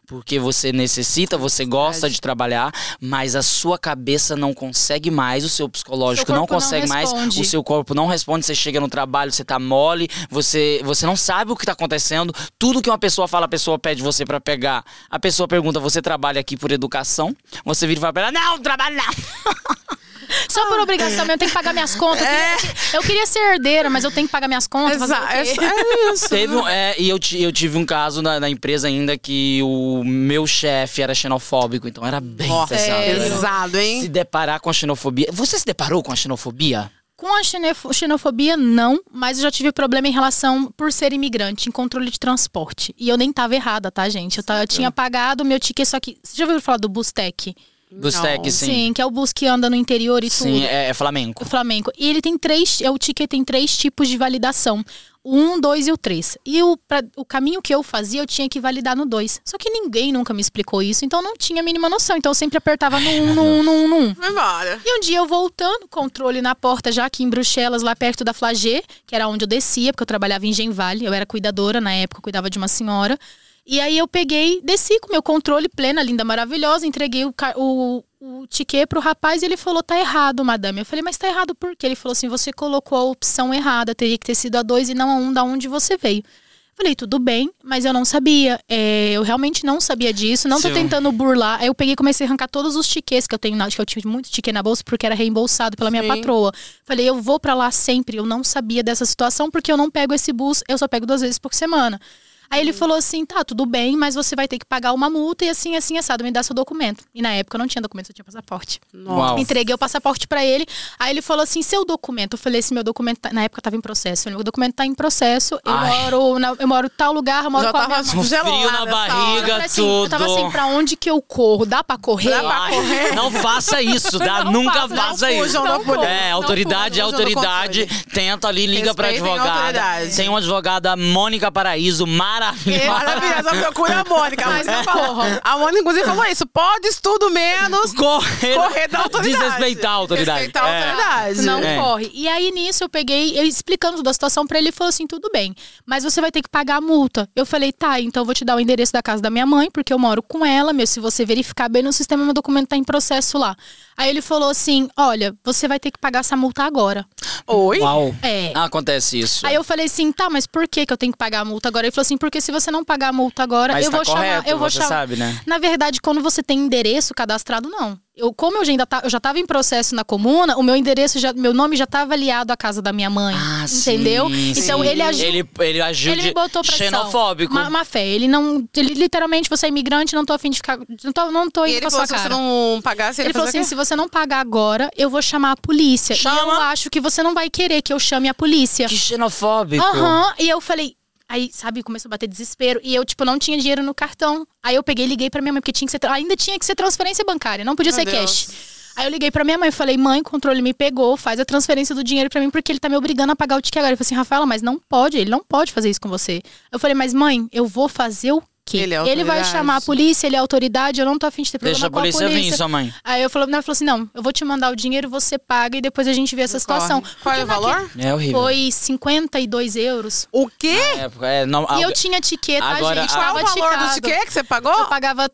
[SPEAKER 2] Porque você necessita, você gosta de trabalhar, mas a sua cabeça não consegue mais, o seu psicológico
[SPEAKER 3] Seu
[SPEAKER 2] não
[SPEAKER 3] corpo não
[SPEAKER 2] consegue mais,
[SPEAKER 3] responde.
[SPEAKER 2] o seu corpo não responde, você chega no trabalho, você tá mole, você, você não sabe o que tá acontecendo. Tudo que uma pessoa fala, a pessoa pede você pra pegar. A pessoa pergunta, você trabalha aqui por educação? Você vira e fala pra ela, não, trabalho não.
[SPEAKER 3] Só por obrigação, mesmo, eu tenho que pagar minhas contas. Eu queria, eu queria ser herdeira, mas eu tenho que pagar minhas contas. fazer
[SPEAKER 1] Exa-
[SPEAKER 3] o quê?
[SPEAKER 1] é
[SPEAKER 3] <laughs>
[SPEAKER 1] isso.
[SPEAKER 2] Teve um- é, e eu, ti- eu tive um caso na, na empresa ainda que o meu chefe era xenofóbico, então era bem
[SPEAKER 1] Nossa,
[SPEAKER 2] pesado.
[SPEAKER 1] é
[SPEAKER 3] Sério?
[SPEAKER 2] era.
[SPEAKER 1] pesado,
[SPEAKER 2] Se
[SPEAKER 1] hein?
[SPEAKER 2] deparar com a xenofobia. Você se deparou com a xenofobia?
[SPEAKER 3] Com a xenefo- xenofobia, não, mas eu já tive problema em relação por ser imigrante, em controle de transporte. E eu nem tava errada, tá, gente? Eu, ta- eu tinha pagado meu ticket, só que. Você já ouviu falar do Bustec?
[SPEAKER 2] Dos
[SPEAKER 1] Não.
[SPEAKER 2] tech, sim.
[SPEAKER 3] que é o bus que anda no interior e
[SPEAKER 2] Sim,
[SPEAKER 3] tudo.
[SPEAKER 2] é, é Flamengo.
[SPEAKER 3] O Flamengo. E ele tem três. é, O ticket tem três tipos de validação: o um, dois e o três. E o, pra- o caminho que eu fazia, eu tinha que validar no dois. Só que ninguém nunca me explicou isso, então não tinha a mínima noção. Então eu sempre apertava no um, no um, no um, no um.
[SPEAKER 1] Vai embora.
[SPEAKER 3] E um dia eu voltando, controle na porta, já aqui em Bruxelas, lá perto da Flagê, que era onde eu descia, porque eu trabalhava em Genvale, eu era cuidadora na época, eu cuidava de uma senhora. E aí eu peguei, desci com meu controle plena, linda, maravilhosa, entreguei o, ca- o, o tiquê pro rapaz e ele falou, tá errado, madame. Eu falei, mas tá errado por quê? Ele falou assim, você colocou a opção errada, teria que ter sido a dois e não a um da onde você veio. Eu Falei, tudo bem, mas eu não sabia. É, eu realmente não sabia disso, não tô
[SPEAKER 2] Sim.
[SPEAKER 3] tentando burlar. Aí eu peguei e comecei a arrancar todos os tickets que eu tenho, na, que eu tinha muito ticket na bolsa, porque era reembolsado pela minha
[SPEAKER 1] Sim.
[SPEAKER 3] patroa. Falei, eu vou pra lá sempre. Eu não sabia dessa situação, porque eu não pego esse bus, eu só pego duas vezes por semana. Aí
[SPEAKER 1] Uhum.
[SPEAKER 3] ele falou assim: tá, tudo bem, mas você vai ter que pagar uma multa e assim, assim, assado, me dá seu documento. E na época eu não tinha documento, eu tinha passaporte.
[SPEAKER 2] Uau.
[SPEAKER 3] Entreguei o passaporte pra ele. Aí ele falou assim: seu documento. Eu falei: esse meu documento. Tá... Na época eu tava em processo. Eu falei, meu documento tá em processo. Eu
[SPEAKER 2] Ai.
[SPEAKER 3] moro, na- eu moro em tal lugar, eu moro
[SPEAKER 1] Já
[SPEAKER 3] com a minha
[SPEAKER 1] tava
[SPEAKER 3] mãe.
[SPEAKER 2] Um
[SPEAKER 1] gelada
[SPEAKER 2] frio na
[SPEAKER 1] essa hora.
[SPEAKER 2] barriga.
[SPEAKER 3] Eu tava assim, eu tava assim,
[SPEAKER 2] tudo.
[SPEAKER 3] pra onde que eu corro? Dá pra correr?
[SPEAKER 1] Dá pra
[SPEAKER 2] Ai, não
[SPEAKER 1] <laughs>
[SPEAKER 2] faça isso, tá?
[SPEAKER 3] Não
[SPEAKER 2] Nunca
[SPEAKER 3] faça, não
[SPEAKER 2] faça
[SPEAKER 1] fujam,
[SPEAKER 2] isso.
[SPEAKER 1] não fujam,
[SPEAKER 2] é,
[SPEAKER 1] não
[SPEAKER 2] autoridade é
[SPEAKER 1] fujam, usam do
[SPEAKER 2] autoridade. Tenta ali, liga pra
[SPEAKER 1] Respeitem a
[SPEAKER 2] advogada.
[SPEAKER 1] autoridade.
[SPEAKER 2] Tem uma advogada, Mônica Paraíso,
[SPEAKER 1] É
[SPEAKER 2] maravilhosa.
[SPEAKER 1] Maravilhosa, procura a Mônica. A
[SPEAKER 3] Mas
[SPEAKER 1] Mônica
[SPEAKER 3] não
[SPEAKER 1] falou.
[SPEAKER 3] corram.
[SPEAKER 1] A Mônica, inclusive, falou isso. Pode tudo menos
[SPEAKER 2] Correr,
[SPEAKER 1] correr da autoridade.
[SPEAKER 2] Desrespeitar a autoridade.
[SPEAKER 1] Respeitar a
[SPEAKER 2] É.
[SPEAKER 1] autoridade.
[SPEAKER 3] Não
[SPEAKER 2] É.
[SPEAKER 3] corre. E aí nisso eu peguei, eu explicando toda a situação pra ele, ele falou assim: tudo bem, mas você vai ter que pagar a multa. Eu falei: tá, então eu vou te dar o endereço da casa da minha mãe, porque eu moro com ela, meu. Se você verificar bem no sistema, meu documento tá em processo lá. Aí ele falou assim: olha, você vai ter que pagar essa multa agora.
[SPEAKER 1] Oi?
[SPEAKER 2] Uau.
[SPEAKER 3] É.
[SPEAKER 2] Acontece isso.
[SPEAKER 3] Aí eu falei assim, tá, mas por que, que eu tenho que pagar a multa agora? Ele falou assim, porque se você não pagar a multa agora,
[SPEAKER 2] Mas
[SPEAKER 3] eu
[SPEAKER 2] tá
[SPEAKER 3] vou
[SPEAKER 2] correto,
[SPEAKER 3] chamar, eu vou
[SPEAKER 2] você
[SPEAKER 3] chamar.
[SPEAKER 2] sabe, né?
[SPEAKER 3] Na verdade, quando você tem endereço cadastrado, não. Eu, como eu já, ainda tá, eu já tava em processo na comuna, o meu endereço, já, meu nome já estava aliado à casa da minha mãe.
[SPEAKER 2] Ah, sim,
[SPEAKER 3] entendeu? então
[SPEAKER 2] sim.
[SPEAKER 3] ele agiu. Ele...
[SPEAKER 2] Ele, ele agiu de
[SPEAKER 3] me botou pressão.
[SPEAKER 2] xenofóbico.
[SPEAKER 3] Má, má fé. Ele não. Ele literalmente, você é imigrante, não tô afim de ficar. Não tô, não tô
[SPEAKER 1] E
[SPEAKER 3] indo
[SPEAKER 1] ele
[SPEAKER 3] pra
[SPEAKER 1] falou:
[SPEAKER 3] sua
[SPEAKER 1] se você
[SPEAKER 3] cara.
[SPEAKER 1] não pagasse, ele,
[SPEAKER 3] Ele falou
[SPEAKER 1] fazia
[SPEAKER 3] assim:
[SPEAKER 1] o quê?
[SPEAKER 3] se você não pagar agora, eu vou chamar a polícia. E eu
[SPEAKER 2] Chama.
[SPEAKER 3] acho que você não vai querer que eu chame a polícia.
[SPEAKER 2] Que xenofóbico.
[SPEAKER 1] Tipo,
[SPEAKER 3] Aham, e eu falei. Aí, sabe, começou a bater desespero. E eu, tipo, não tinha dinheiro no cartão. Aí eu peguei e liguei pra minha mãe, porque tinha que ser, tra- ainda tinha que ser transferência bancária, não podia
[SPEAKER 1] Meu
[SPEAKER 3] ser
[SPEAKER 1] Deus.
[SPEAKER 3] cash. Aí eu liguei pra minha mãe e falei, mãe, o controle me pegou, faz a transferência do dinheiro pra mim, porque ele tá me obrigando a pagar o ticket agora. Ele falou assim, Rafaela, mas não pode, ele não pode fazer isso com você. Eu falei, mas mãe, eu vou fazer o quê?
[SPEAKER 1] Ele é
[SPEAKER 3] vai
[SPEAKER 1] autoridade.
[SPEAKER 3] chamar a polícia, ele é autoridade, eu não tô afim de ter problema
[SPEAKER 2] Deixa a
[SPEAKER 3] com a polícia.
[SPEAKER 2] polícia vir, sua mãe.
[SPEAKER 3] Aí eu falei, ela falou assim, não, eu vou te mandar o dinheiro, você paga e depois a gente vê essa situação.
[SPEAKER 1] Corre. Qual é o
[SPEAKER 3] Porque naquele-
[SPEAKER 1] valor?
[SPEAKER 2] É horrível.
[SPEAKER 3] Foi 52 euros.
[SPEAKER 1] O quê?
[SPEAKER 2] É, porque é, não,
[SPEAKER 3] E
[SPEAKER 2] algu-
[SPEAKER 3] eu tinha tiqueta,
[SPEAKER 2] Agora,
[SPEAKER 3] a
[SPEAKER 2] a-
[SPEAKER 3] gente
[SPEAKER 1] Qual
[SPEAKER 3] Ah. tava
[SPEAKER 1] é o valor do
[SPEAKER 3] ticado.
[SPEAKER 1] ticket que você
[SPEAKER 3] Eu
[SPEAKER 1] pagou?
[SPEAKER 3] pagava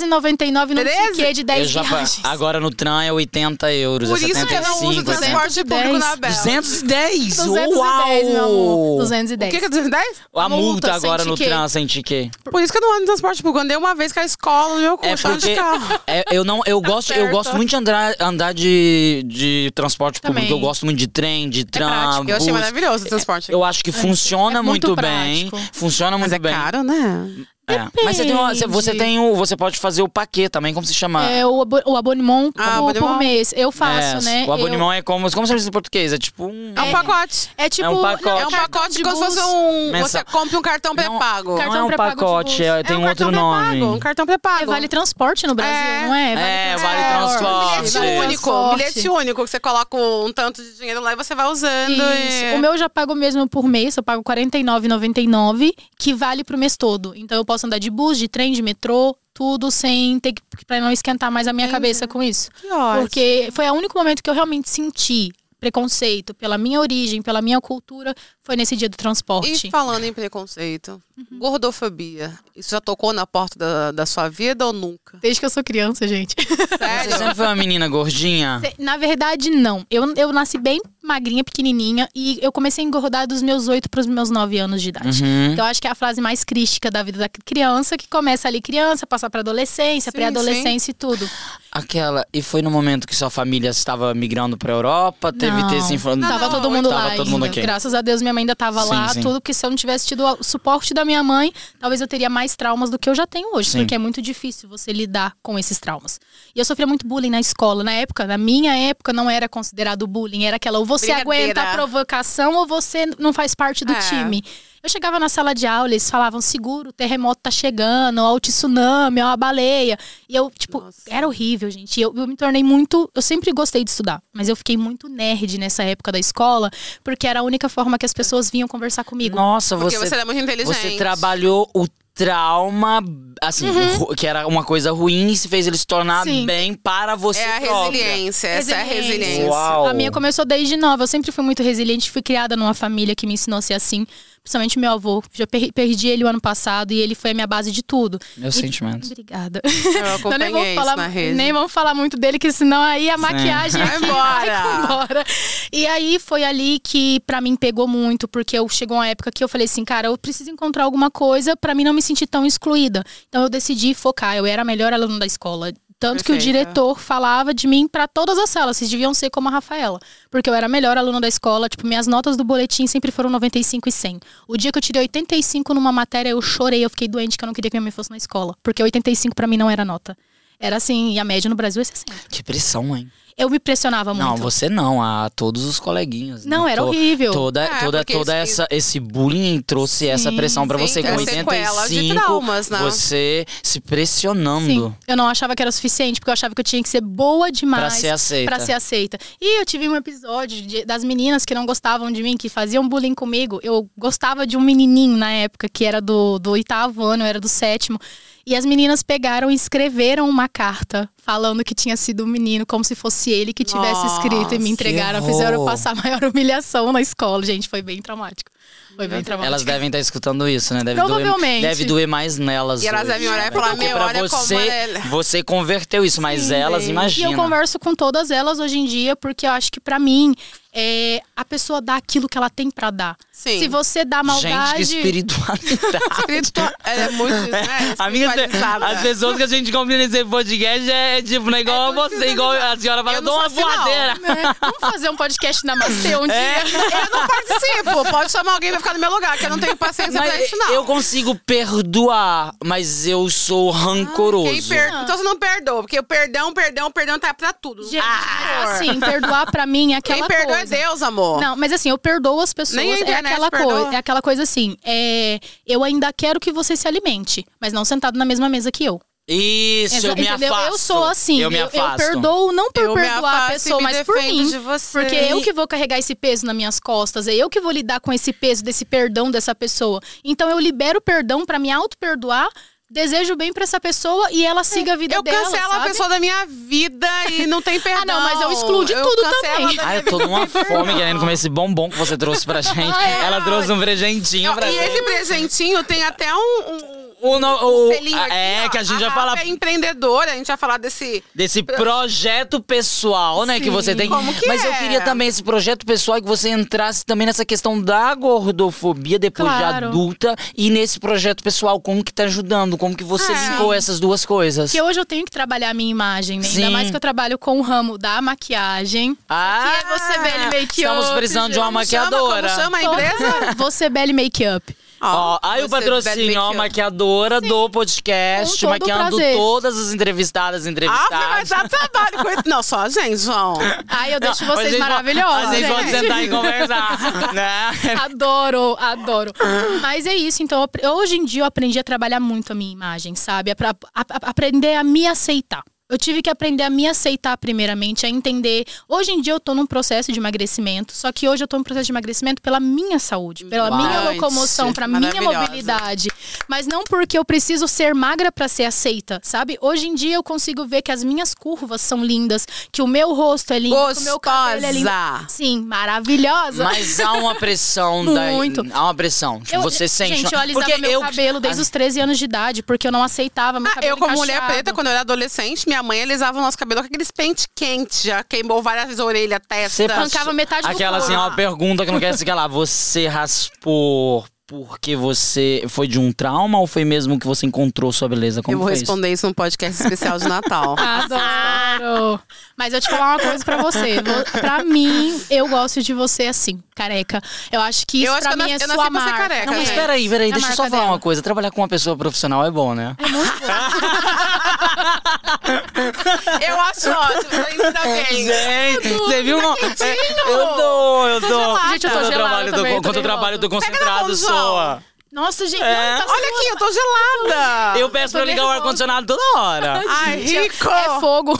[SPEAKER 3] R$13,99 num
[SPEAKER 1] 13?
[SPEAKER 3] tiquê de
[SPEAKER 2] eu
[SPEAKER 3] 10
[SPEAKER 2] já, pa-
[SPEAKER 3] reais. <laughs>
[SPEAKER 2] Agora no tram é 80 euros.
[SPEAKER 1] Por
[SPEAKER 2] é
[SPEAKER 1] isso que eu não uso
[SPEAKER 2] 75,
[SPEAKER 1] transporte público na
[SPEAKER 3] 210.
[SPEAKER 1] Bela.
[SPEAKER 2] 210!
[SPEAKER 3] 210,
[SPEAKER 2] Uau!
[SPEAKER 3] meu amor.
[SPEAKER 1] O
[SPEAKER 3] 210.
[SPEAKER 1] que que é 210?
[SPEAKER 2] A multa,
[SPEAKER 3] Multa sem
[SPEAKER 2] agora no
[SPEAKER 3] ticket.
[SPEAKER 2] trans sem ticket.
[SPEAKER 1] Por isso que eu não ando em transporte público. Andei uma vez com a escola no meu
[SPEAKER 2] É
[SPEAKER 1] curso, andando
[SPEAKER 2] porque
[SPEAKER 1] de
[SPEAKER 2] <laughs>
[SPEAKER 1] carro.
[SPEAKER 2] é, eu não
[SPEAKER 3] Tá
[SPEAKER 2] eu gosto eu
[SPEAKER 1] certo.
[SPEAKER 2] gosto muito de andar, andar de, de transporte público.
[SPEAKER 3] Também.
[SPEAKER 2] Eu gosto muito de trem, de
[SPEAKER 1] É
[SPEAKER 2] tram.
[SPEAKER 1] prático. Eu achei
[SPEAKER 2] Ah, bus.
[SPEAKER 1] maravilhoso o transporte.
[SPEAKER 2] Eu acho que funciona
[SPEAKER 3] é muito
[SPEAKER 2] muito, bem,
[SPEAKER 3] prático.
[SPEAKER 2] funciona
[SPEAKER 1] Mas
[SPEAKER 2] muito
[SPEAKER 1] é
[SPEAKER 2] bem.
[SPEAKER 1] caro, né?
[SPEAKER 2] É. Mas você tem, uma- você, você tem o. Você pode fazer o paquê também, como se chama?
[SPEAKER 3] É o, abo- o abonnement por,
[SPEAKER 1] Ah,
[SPEAKER 3] por
[SPEAKER 1] abonnement.
[SPEAKER 3] mês. Eu faço,
[SPEAKER 2] É,
[SPEAKER 3] né?
[SPEAKER 2] O
[SPEAKER 3] Eu-
[SPEAKER 2] abonnement é como. Como se diz em português? É tipo um.
[SPEAKER 1] É um pacote.
[SPEAKER 3] é tipo.
[SPEAKER 2] um pacote.
[SPEAKER 3] não,
[SPEAKER 1] É um
[SPEAKER 3] cartão
[SPEAKER 1] pacote
[SPEAKER 3] de
[SPEAKER 1] como se
[SPEAKER 3] bus.
[SPEAKER 1] fosse um.
[SPEAKER 2] Mensal.
[SPEAKER 1] Você compra um cartão pré-pago.
[SPEAKER 2] Não é
[SPEAKER 3] cartão
[SPEAKER 2] um
[SPEAKER 3] pré-pago de
[SPEAKER 2] pacote, é-
[SPEAKER 1] É
[SPEAKER 2] tem
[SPEAKER 1] um
[SPEAKER 2] um outro
[SPEAKER 1] cartão
[SPEAKER 2] nome.
[SPEAKER 1] pré-pago, Um cartão pré-pago.
[SPEAKER 3] É vale transporte no Brasil,
[SPEAKER 1] É.
[SPEAKER 3] não é?
[SPEAKER 2] É, vale
[SPEAKER 1] Um
[SPEAKER 2] transporte.
[SPEAKER 1] bilhete
[SPEAKER 2] Vale
[SPEAKER 1] único. Um bilhete único que você coloca um tanto de dinheiro lá e você vai usando.
[SPEAKER 3] Isso.
[SPEAKER 1] e- é
[SPEAKER 3] O meu eu já pago mesmo por mês, eu pago R$ 49,99, que vale pro mês todo. Então eu posso andar de bus, de trem, de metrô, tudo sem ter que. pra não esquentar mais a minha
[SPEAKER 1] Entendi.
[SPEAKER 3] cabeça com isso.
[SPEAKER 1] Que ótimo.
[SPEAKER 3] Porque foi o único momento que eu realmente senti preconceito pela minha origem, pela minha cultura, foi nesse dia do transporte.
[SPEAKER 1] E falando em preconceito,
[SPEAKER 3] Uhum.
[SPEAKER 1] gordofobia, isso já tocou na porta da, da sua vida ou nunca?
[SPEAKER 3] Desde que eu sou criança, gente.
[SPEAKER 2] Você
[SPEAKER 1] Sério?
[SPEAKER 2] sempre foi uma menina gordinha?
[SPEAKER 3] Cê- <laughs> Na verdade, não. Eu, eu nasci bem magrinha, pequenininha, e eu comecei a engordar dos meus 8 para os meus 9 anos de idade.
[SPEAKER 2] Uhum.
[SPEAKER 3] Que eu acho que é a frase mais crística da vida da criança, que começa ali criança, passa pra adolescência,
[SPEAKER 1] Sim,
[SPEAKER 3] pré-adolescência e tudo.
[SPEAKER 2] Aquela. E foi no momento que sua família estava migrando pra Europa? Teve
[SPEAKER 3] Não.
[SPEAKER 2] ter esse influ...
[SPEAKER 1] Não,
[SPEAKER 3] Tava
[SPEAKER 1] não,
[SPEAKER 3] todo mundo
[SPEAKER 2] Ah, tava
[SPEAKER 3] lá
[SPEAKER 2] todo mundo
[SPEAKER 3] ainda.
[SPEAKER 2] aqui.
[SPEAKER 3] Graças a Deus minha mãe ainda tava
[SPEAKER 2] Sim,
[SPEAKER 3] lá,
[SPEAKER 2] sim.
[SPEAKER 3] tudo que se eu não tivesse tido o suporte da minha mãe, talvez eu teria mais traumas do que eu já tenho hoje,
[SPEAKER 2] Sim.
[SPEAKER 3] porque é muito difícil você lidar com esses traumas. E eu sofria muito bullying na escola, na época, na minha época não era considerado bullying, era aquela ou você
[SPEAKER 1] Brincadeira.
[SPEAKER 3] aguenta a provocação ou você não faz parte do
[SPEAKER 1] É.
[SPEAKER 3] time. Eu chegava na sala de aula, eles falavam seguro, o terremoto tá chegando, ó, o tsunami, ó, a baleia. E eu, tipo,
[SPEAKER 1] Nossa.
[SPEAKER 3] era horrível, gente. E Eu, eu me tornei muito. Eu sempre gostei de estudar, mas eu fiquei muito nerd nessa época da escola, porque era a única forma que as pessoas vinham conversar comigo.
[SPEAKER 2] Nossa,
[SPEAKER 1] Porque
[SPEAKER 2] você.
[SPEAKER 1] você, era muito
[SPEAKER 3] é
[SPEAKER 1] inteligente.
[SPEAKER 2] Você trabalhou o trauma, assim, ru- que era uma coisa ruim e se fez ele se tornar
[SPEAKER 3] Uhum. Sim.
[SPEAKER 2] bem para você
[SPEAKER 1] É a
[SPEAKER 2] própria.
[SPEAKER 1] resiliência, essa é a
[SPEAKER 3] Resiliência.
[SPEAKER 1] resiliência.
[SPEAKER 2] Uau.
[SPEAKER 3] A minha começou desde nova. Eu sempre fui muito resiliente. Fui criada numa família que me ensinou a ser assim. Principalmente meu avô. Já per- perdi ele o ano passado e ele foi a minha base de tudo.
[SPEAKER 2] Meus
[SPEAKER 3] E-
[SPEAKER 2] sentimentos.
[SPEAKER 3] Obrigada.
[SPEAKER 1] Eu
[SPEAKER 3] Então <laughs> nem vamos
[SPEAKER 1] acompanhei isso
[SPEAKER 3] falar,
[SPEAKER 1] na rede.
[SPEAKER 3] nem vamos falar muito dele, que senão aí a maquiagem
[SPEAKER 1] Vai
[SPEAKER 3] aqui
[SPEAKER 1] embora.
[SPEAKER 3] vai embora. E aí foi ali que pra mim pegou muito, porque eu chegou uma época que eu falei assim, cara, eu preciso encontrar alguma coisa pra mim não me sentir tão excluída. Então eu decidi focar, eu era a melhor aluna da escola. Tanto que o
[SPEAKER 1] Perfeita.
[SPEAKER 3] diretor falava de mim pra todas as salas, vocês deviam ser como a Rafaela. Porque eu era a melhor aluna da escola, tipo, minhas notas do boletim sempre foram 95 e 100. O dia que eu tirei 85 numa matéria, eu chorei, eu fiquei doente, que eu não queria que minha mãe fosse na escola. Porque 85 pra mim não era nota. Era assim, e a média no Brasil é 60.
[SPEAKER 2] Que pressão, hein?
[SPEAKER 3] Eu me pressionava muito.
[SPEAKER 2] Não, você não, a todos os coleguinhas. né?
[SPEAKER 3] Não, era
[SPEAKER 2] To-
[SPEAKER 3] horrível.
[SPEAKER 2] Toda,
[SPEAKER 1] É,
[SPEAKER 2] toda,
[SPEAKER 1] porque
[SPEAKER 2] toda
[SPEAKER 1] isso-
[SPEAKER 2] essa, esse bullying trouxe essa
[SPEAKER 3] Sim,
[SPEAKER 2] pressão pra
[SPEAKER 3] sim,
[SPEAKER 2] você. Com
[SPEAKER 1] é sequela de
[SPEAKER 2] 85,
[SPEAKER 1] traumas, né?
[SPEAKER 2] você se pressionando
[SPEAKER 3] Sim, eu não achava que era o suficiente, porque eu achava que eu tinha que ser boa demais
[SPEAKER 2] pra ser aceita.
[SPEAKER 3] pra ser aceita. E eu tive um episódio de- das meninas que não gostavam de mim, que faziam bullying comigo. Eu gostava de um menininho na época, que era do, do oitavo ano, eu era do sétimo. E as meninas pegaram e escreveram uma carta falando que tinha sido um menino, como se fosse ele que tivesse
[SPEAKER 1] Nossa,
[SPEAKER 3] escrito e me entregaram.
[SPEAKER 2] que
[SPEAKER 3] Fizeram eu
[SPEAKER 2] horror.
[SPEAKER 3] passar a maior <laughs> humilhação na escola, gente. Foi bem traumático. Foi bem traumático.
[SPEAKER 2] Elas devem estar escutando isso, né? Deve Doer,
[SPEAKER 3] Provavelmente.
[SPEAKER 2] deve doer mais nelas.
[SPEAKER 1] E elas
[SPEAKER 2] hoje,
[SPEAKER 1] devem olhar e
[SPEAKER 2] né?
[SPEAKER 1] falar,
[SPEAKER 2] Porque
[SPEAKER 1] "Meu,
[SPEAKER 2] pra
[SPEAKER 1] olha como
[SPEAKER 2] você,
[SPEAKER 1] ela é."
[SPEAKER 2] você converteu isso, mas
[SPEAKER 3] Sim,
[SPEAKER 2] elas,
[SPEAKER 1] bem.
[SPEAKER 2] imagina.
[SPEAKER 3] E eu converso com todas elas hoje em dia, porque eu acho que pra mim, é, a pessoa dá aquilo que ela tem pra dar.
[SPEAKER 1] Sim.
[SPEAKER 3] Se você dá
[SPEAKER 2] Gente, que
[SPEAKER 1] <laughs>
[SPEAKER 3] maldade.
[SPEAKER 2] espiritualidade.
[SPEAKER 1] Espiritua- Ela é muito
[SPEAKER 2] <laughs>
[SPEAKER 1] né,
[SPEAKER 2] Amiga,
[SPEAKER 1] espiritualizada.
[SPEAKER 2] as pessoas que a gente combina nesse podcast é tipo, não é igual a você, igual a senhora fala,
[SPEAKER 1] Eu
[SPEAKER 2] dou
[SPEAKER 1] não
[SPEAKER 2] uma
[SPEAKER 1] sou assim, não."
[SPEAKER 2] voadeira.
[SPEAKER 3] né? Vamos fazer um podcast na
[SPEAKER 1] <laughs>
[SPEAKER 3] Macê um
[SPEAKER 2] É.
[SPEAKER 3] dia.
[SPEAKER 1] Eu não participo. Pode chamar alguém pra ficar no meu lugar, que eu não tenho paciência pra
[SPEAKER 2] Mas
[SPEAKER 1] isso, assim, não. Ah,
[SPEAKER 2] eu consigo perdoar, mas eu sou
[SPEAKER 1] Quem
[SPEAKER 2] rancoroso.
[SPEAKER 1] per- Então você não perdoa, porque o perdão, perdão, perdão tá pra tudo.
[SPEAKER 3] Ah. Gente,
[SPEAKER 1] Ah,
[SPEAKER 3] mas assim, perdoar pra mim é aquela
[SPEAKER 1] Quem perdoa
[SPEAKER 3] coisa.
[SPEAKER 1] é Deus, amor.
[SPEAKER 3] Não, mas assim, eu perdoo as pessoas.
[SPEAKER 1] Nem a
[SPEAKER 3] é
[SPEAKER 1] internet
[SPEAKER 3] aquela
[SPEAKER 1] perdoa.
[SPEAKER 3] coisa. É aquela coisa assim. É, eu ainda quero que você se alimente, mas não sentado na mesma mesa que eu.
[SPEAKER 2] Isso, eu me
[SPEAKER 3] Entendeu?
[SPEAKER 2] afasto.
[SPEAKER 3] Eu sou assim.
[SPEAKER 2] Eu me afasto.
[SPEAKER 3] perdoo não por
[SPEAKER 1] Eu me
[SPEAKER 3] perdoar a
[SPEAKER 1] afasto e
[SPEAKER 3] pessoa,
[SPEAKER 1] me
[SPEAKER 3] mas por
[SPEAKER 1] defendo
[SPEAKER 3] mim.
[SPEAKER 1] de você.
[SPEAKER 3] Porque eu que vou carregar esse peso nas minhas costas, é eu que vou lidar com esse peso desse perdão dessa pessoa. Então eu libero o perdão pra me auto-perdoar, desejo bem pra essa pessoa e ela siga a vida
[SPEAKER 1] Eu
[SPEAKER 3] dela.
[SPEAKER 1] cancelo
[SPEAKER 3] sabe?
[SPEAKER 1] a pessoa da minha vida e não tem perdão.
[SPEAKER 3] <laughs> Ah, não, mas eu excluo de tudo
[SPEAKER 1] cancelo
[SPEAKER 3] também.
[SPEAKER 1] da minha
[SPEAKER 2] Ah, eu tô
[SPEAKER 1] vida.
[SPEAKER 2] numa fome querendo comer esse bombom que você
[SPEAKER 1] <laughs>
[SPEAKER 2] trouxe pra gente.
[SPEAKER 3] Ah, é.
[SPEAKER 2] Ela trouxe um presentinho pra
[SPEAKER 1] E
[SPEAKER 2] gente.
[SPEAKER 1] esse presentinho tem até um, um,
[SPEAKER 2] O, no- o-
[SPEAKER 1] um selinho
[SPEAKER 2] a-
[SPEAKER 1] aqui,
[SPEAKER 2] é,
[SPEAKER 1] ó.
[SPEAKER 2] que a gente já
[SPEAKER 1] Rafa
[SPEAKER 2] fala
[SPEAKER 1] é empreendedora, a gente vai falar desse...
[SPEAKER 2] desse projeto pessoal, né, que
[SPEAKER 3] Sim.
[SPEAKER 2] você tem.
[SPEAKER 1] Como que
[SPEAKER 2] Mas eu
[SPEAKER 1] é?
[SPEAKER 2] queria também esse projeto pessoal e que você entrasse também nessa questão da gordofobia depois de
[SPEAKER 3] Claro.
[SPEAKER 2] adulta e nesse projeto pessoal, como que tá ajudando, como que você
[SPEAKER 1] É.
[SPEAKER 2] ligou essas duas coisas.
[SPEAKER 3] Porque hoje eu tenho Ah. que trabalhar a minha imagem, né?
[SPEAKER 2] Sim.
[SPEAKER 3] Ainda mais que eu trabalho com o ramo da maquiagem.
[SPEAKER 2] Ah,
[SPEAKER 3] Aqui é você, Belly Make
[SPEAKER 2] Estamos
[SPEAKER 3] Up,
[SPEAKER 2] precisando de uma
[SPEAKER 1] Como chama?
[SPEAKER 2] maquiadora.
[SPEAKER 1] Como chama a empresa?
[SPEAKER 3] Você Belly Makeup.
[SPEAKER 2] <laughs> Ó, aí o
[SPEAKER 1] você,
[SPEAKER 2] patrocínio, ó,
[SPEAKER 1] Bad Bitch,
[SPEAKER 2] maquiadora do podcast,
[SPEAKER 3] Com todo
[SPEAKER 2] maquiando
[SPEAKER 3] prazer.
[SPEAKER 2] todas as entrevistadas e
[SPEAKER 1] Ah, vai
[SPEAKER 2] entrevistadas.
[SPEAKER 1] dar trabalho. coit- Não, só a gente,
[SPEAKER 2] <laughs>
[SPEAKER 1] João.
[SPEAKER 3] Ai, eu deixo
[SPEAKER 2] Mas
[SPEAKER 3] vocês
[SPEAKER 2] eles vão-
[SPEAKER 3] maravilhosos.
[SPEAKER 2] Mas eles vão
[SPEAKER 3] gente.
[SPEAKER 2] sentar e conversar,
[SPEAKER 3] <laughs>
[SPEAKER 2] né?
[SPEAKER 3] Adoro, adoro. Mas é isso, então, eu apre- hoje em dia eu aprendi a trabalhar muito a minha imagem, sabe? A, pra- a- a- aprender a me aceitar. Eu tive que aprender a me aceitar primeiramente, a entender. Hoje em dia eu tô num processo de emagrecimento, só que hoje eu tô num processo de emagrecimento pela minha saúde, pela minha
[SPEAKER 1] Gente,
[SPEAKER 3] locomoção, pra minha
[SPEAKER 1] maravilhosa.
[SPEAKER 3] mobilidade. Mas não porque eu preciso ser magra pra ser aceita, sabe? Hoje em dia eu consigo ver que as minhas curvas são lindas, que o meu rosto é lindo, que o meu cabelo é lindo.
[SPEAKER 1] Gostosa.
[SPEAKER 3] Sim, maravilhosa.
[SPEAKER 2] Mas há uma <laughs> pressão da.
[SPEAKER 3] Muito.
[SPEAKER 2] Há uma pressão. Tipo,
[SPEAKER 3] Eu-
[SPEAKER 2] você sente.
[SPEAKER 3] Gente, eu alisava
[SPEAKER 2] porque
[SPEAKER 3] meu
[SPEAKER 2] eu, Ah.
[SPEAKER 3] cabelo desde os 13 anos de idade, porque eu não aceitava meu
[SPEAKER 1] Ah,
[SPEAKER 3] cabelo
[SPEAKER 1] eu, como mulher
[SPEAKER 3] encaixado.
[SPEAKER 1] preta, quando eu era adolescente, minha mãe alisava o nosso cabelo com aqueles pente quente, já queimou várias vezes a orelha, a
[SPEAKER 2] Você
[SPEAKER 1] testa.
[SPEAKER 2] passou-
[SPEAKER 3] Arrancava metade do
[SPEAKER 2] Aquela
[SPEAKER 3] corpo.
[SPEAKER 2] assim, uma pergunta que não quer se calar. Você raspou porque você foi de um trauma ou foi mesmo que você encontrou sua beleza? Como
[SPEAKER 1] eu vou
[SPEAKER 2] foi
[SPEAKER 1] responder isso num podcast especial de
[SPEAKER 2] <laughs>
[SPEAKER 1] Natal.
[SPEAKER 3] Ah, Adoro! Mas eu te falar uma coisa pra você. Vo- Pra mim, eu gosto de você assim, careca. Eu acho que isso
[SPEAKER 1] Eu acho
[SPEAKER 3] pra
[SPEAKER 1] que eu
[SPEAKER 3] mim
[SPEAKER 1] nas-
[SPEAKER 3] é
[SPEAKER 1] eu nasci
[SPEAKER 3] sua
[SPEAKER 1] pra ser
[SPEAKER 3] marca.
[SPEAKER 1] careca,
[SPEAKER 3] Não
[SPEAKER 2] isso? Mas
[SPEAKER 1] gente.
[SPEAKER 3] é.
[SPEAKER 2] peraí, peraí,
[SPEAKER 3] A
[SPEAKER 2] deixa eu só
[SPEAKER 3] marca
[SPEAKER 2] falar
[SPEAKER 3] dela.
[SPEAKER 2] uma coisa. Trabalhar com uma pessoa profissional é bom, né?
[SPEAKER 3] É muito bom.
[SPEAKER 1] <laughs> eu acho ótimo, tá indo bem.
[SPEAKER 2] É, Gente, você viu? Não?
[SPEAKER 1] quentinho.
[SPEAKER 2] eu tô, eu tô.
[SPEAKER 3] gelada. Gente, eu tô
[SPEAKER 2] Quando
[SPEAKER 3] gelada
[SPEAKER 2] trabalho, eu tô-
[SPEAKER 3] também, eu tô
[SPEAKER 2] Quando eu trabalho, eu tô
[SPEAKER 1] nervosa. Pega na
[SPEAKER 2] concentrado,
[SPEAKER 1] mão, João.
[SPEAKER 2] soa.
[SPEAKER 3] Nossa, gente.
[SPEAKER 2] É.
[SPEAKER 3] não, tá
[SPEAKER 1] Olha
[SPEAKER 3] suando.
[SPEAKER 1] aqui, eu tô gelada.
[SPEAKER 2] Eu peço pra
[SPEAKER 3] Eu tô
[SPEAKER 2] ligar o
[SPEAKER 3] nervosa.
[SPEAKER 2] ar-condicionado toda <laughs> hora.
[SPEAKER 1] Ai, rico.
[SPEAKER 3] É fogo.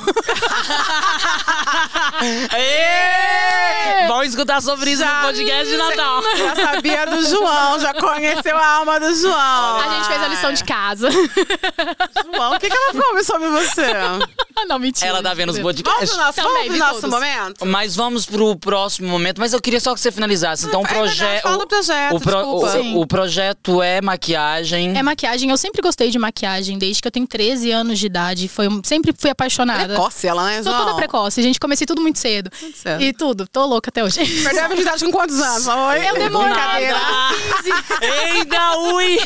[SPEAKER 2] Ê! Vamos escutar sobre isso no podcast de Natal.
[SPEAKER 1] Já sabia do João, já conheceu a alma do João.
[SPEAKER 3] A gente
[SPEAKER 2] Ah.
[SPEAKER 3] fez a lição de é casa. <laughs>
[SPEAKER 1] João, o que, que ela come sobre você?
[SPEAKER 3] não, mentira.
[SPEAKER 2] Ela tá vendo os
[SPEAKER 3] mentira.
[SPEAKER 1] Vamos pro
[SPEAKER 2] podcasts.
[SPEAKER 1] nosso, vamos
[SPEAKER 3] Também,
[SPEAKER 1] pro
[SPEAKER 3] vi
[SPEAKER 1] nosso
[SPEAKER 3] todos.
[SPEAKER 1] momento?
[SPEAKER 2] Mas vamos pro próximo momento. Mas eu queria só que você finalizasse. Então, o
[SPEAKER 1] É verdade,
[SPEAKER 2] projeto.
[SPEAKER 1] Fala o projeto,
[SPEAKER 2] O, pro-
[SPEAKER 1] desculpa.
[SPEAKER 2] o-
[SPEAKER 3] Sim.
[SPEAKER 2] o projeto é maquiagem.
[SPEAKER 3] É maquiagem, eu sempre gostei de maquiagem, desde que eu tenho 13 anos de idade. Foi, um- sempre fui apaixonada.
[SPEAKER 1] é Precoce ela, né,
[SPEAKER 3] Sou
[SPEAKER 1] João?
[SPEAKER 3] toda precoce, gente. Comecei tudo muito cedo.
[SPEAKER 1] Muito
[SPEAKER 2] É.
[SPEAKER 1] cedo.
[SPEAKER 3] E tudo, tô louca
[SPEAKER 2] <laughs>
[SPEAKER 3] até hoje.
[SPEAKER 1] Perdeu a virgindade com quantos anos? Oi?
[SPEAKER 3] Eu demorei.
[SPEAKER 1] Brincadeira.
[SPEAKER 2] Nada. Eita, ui!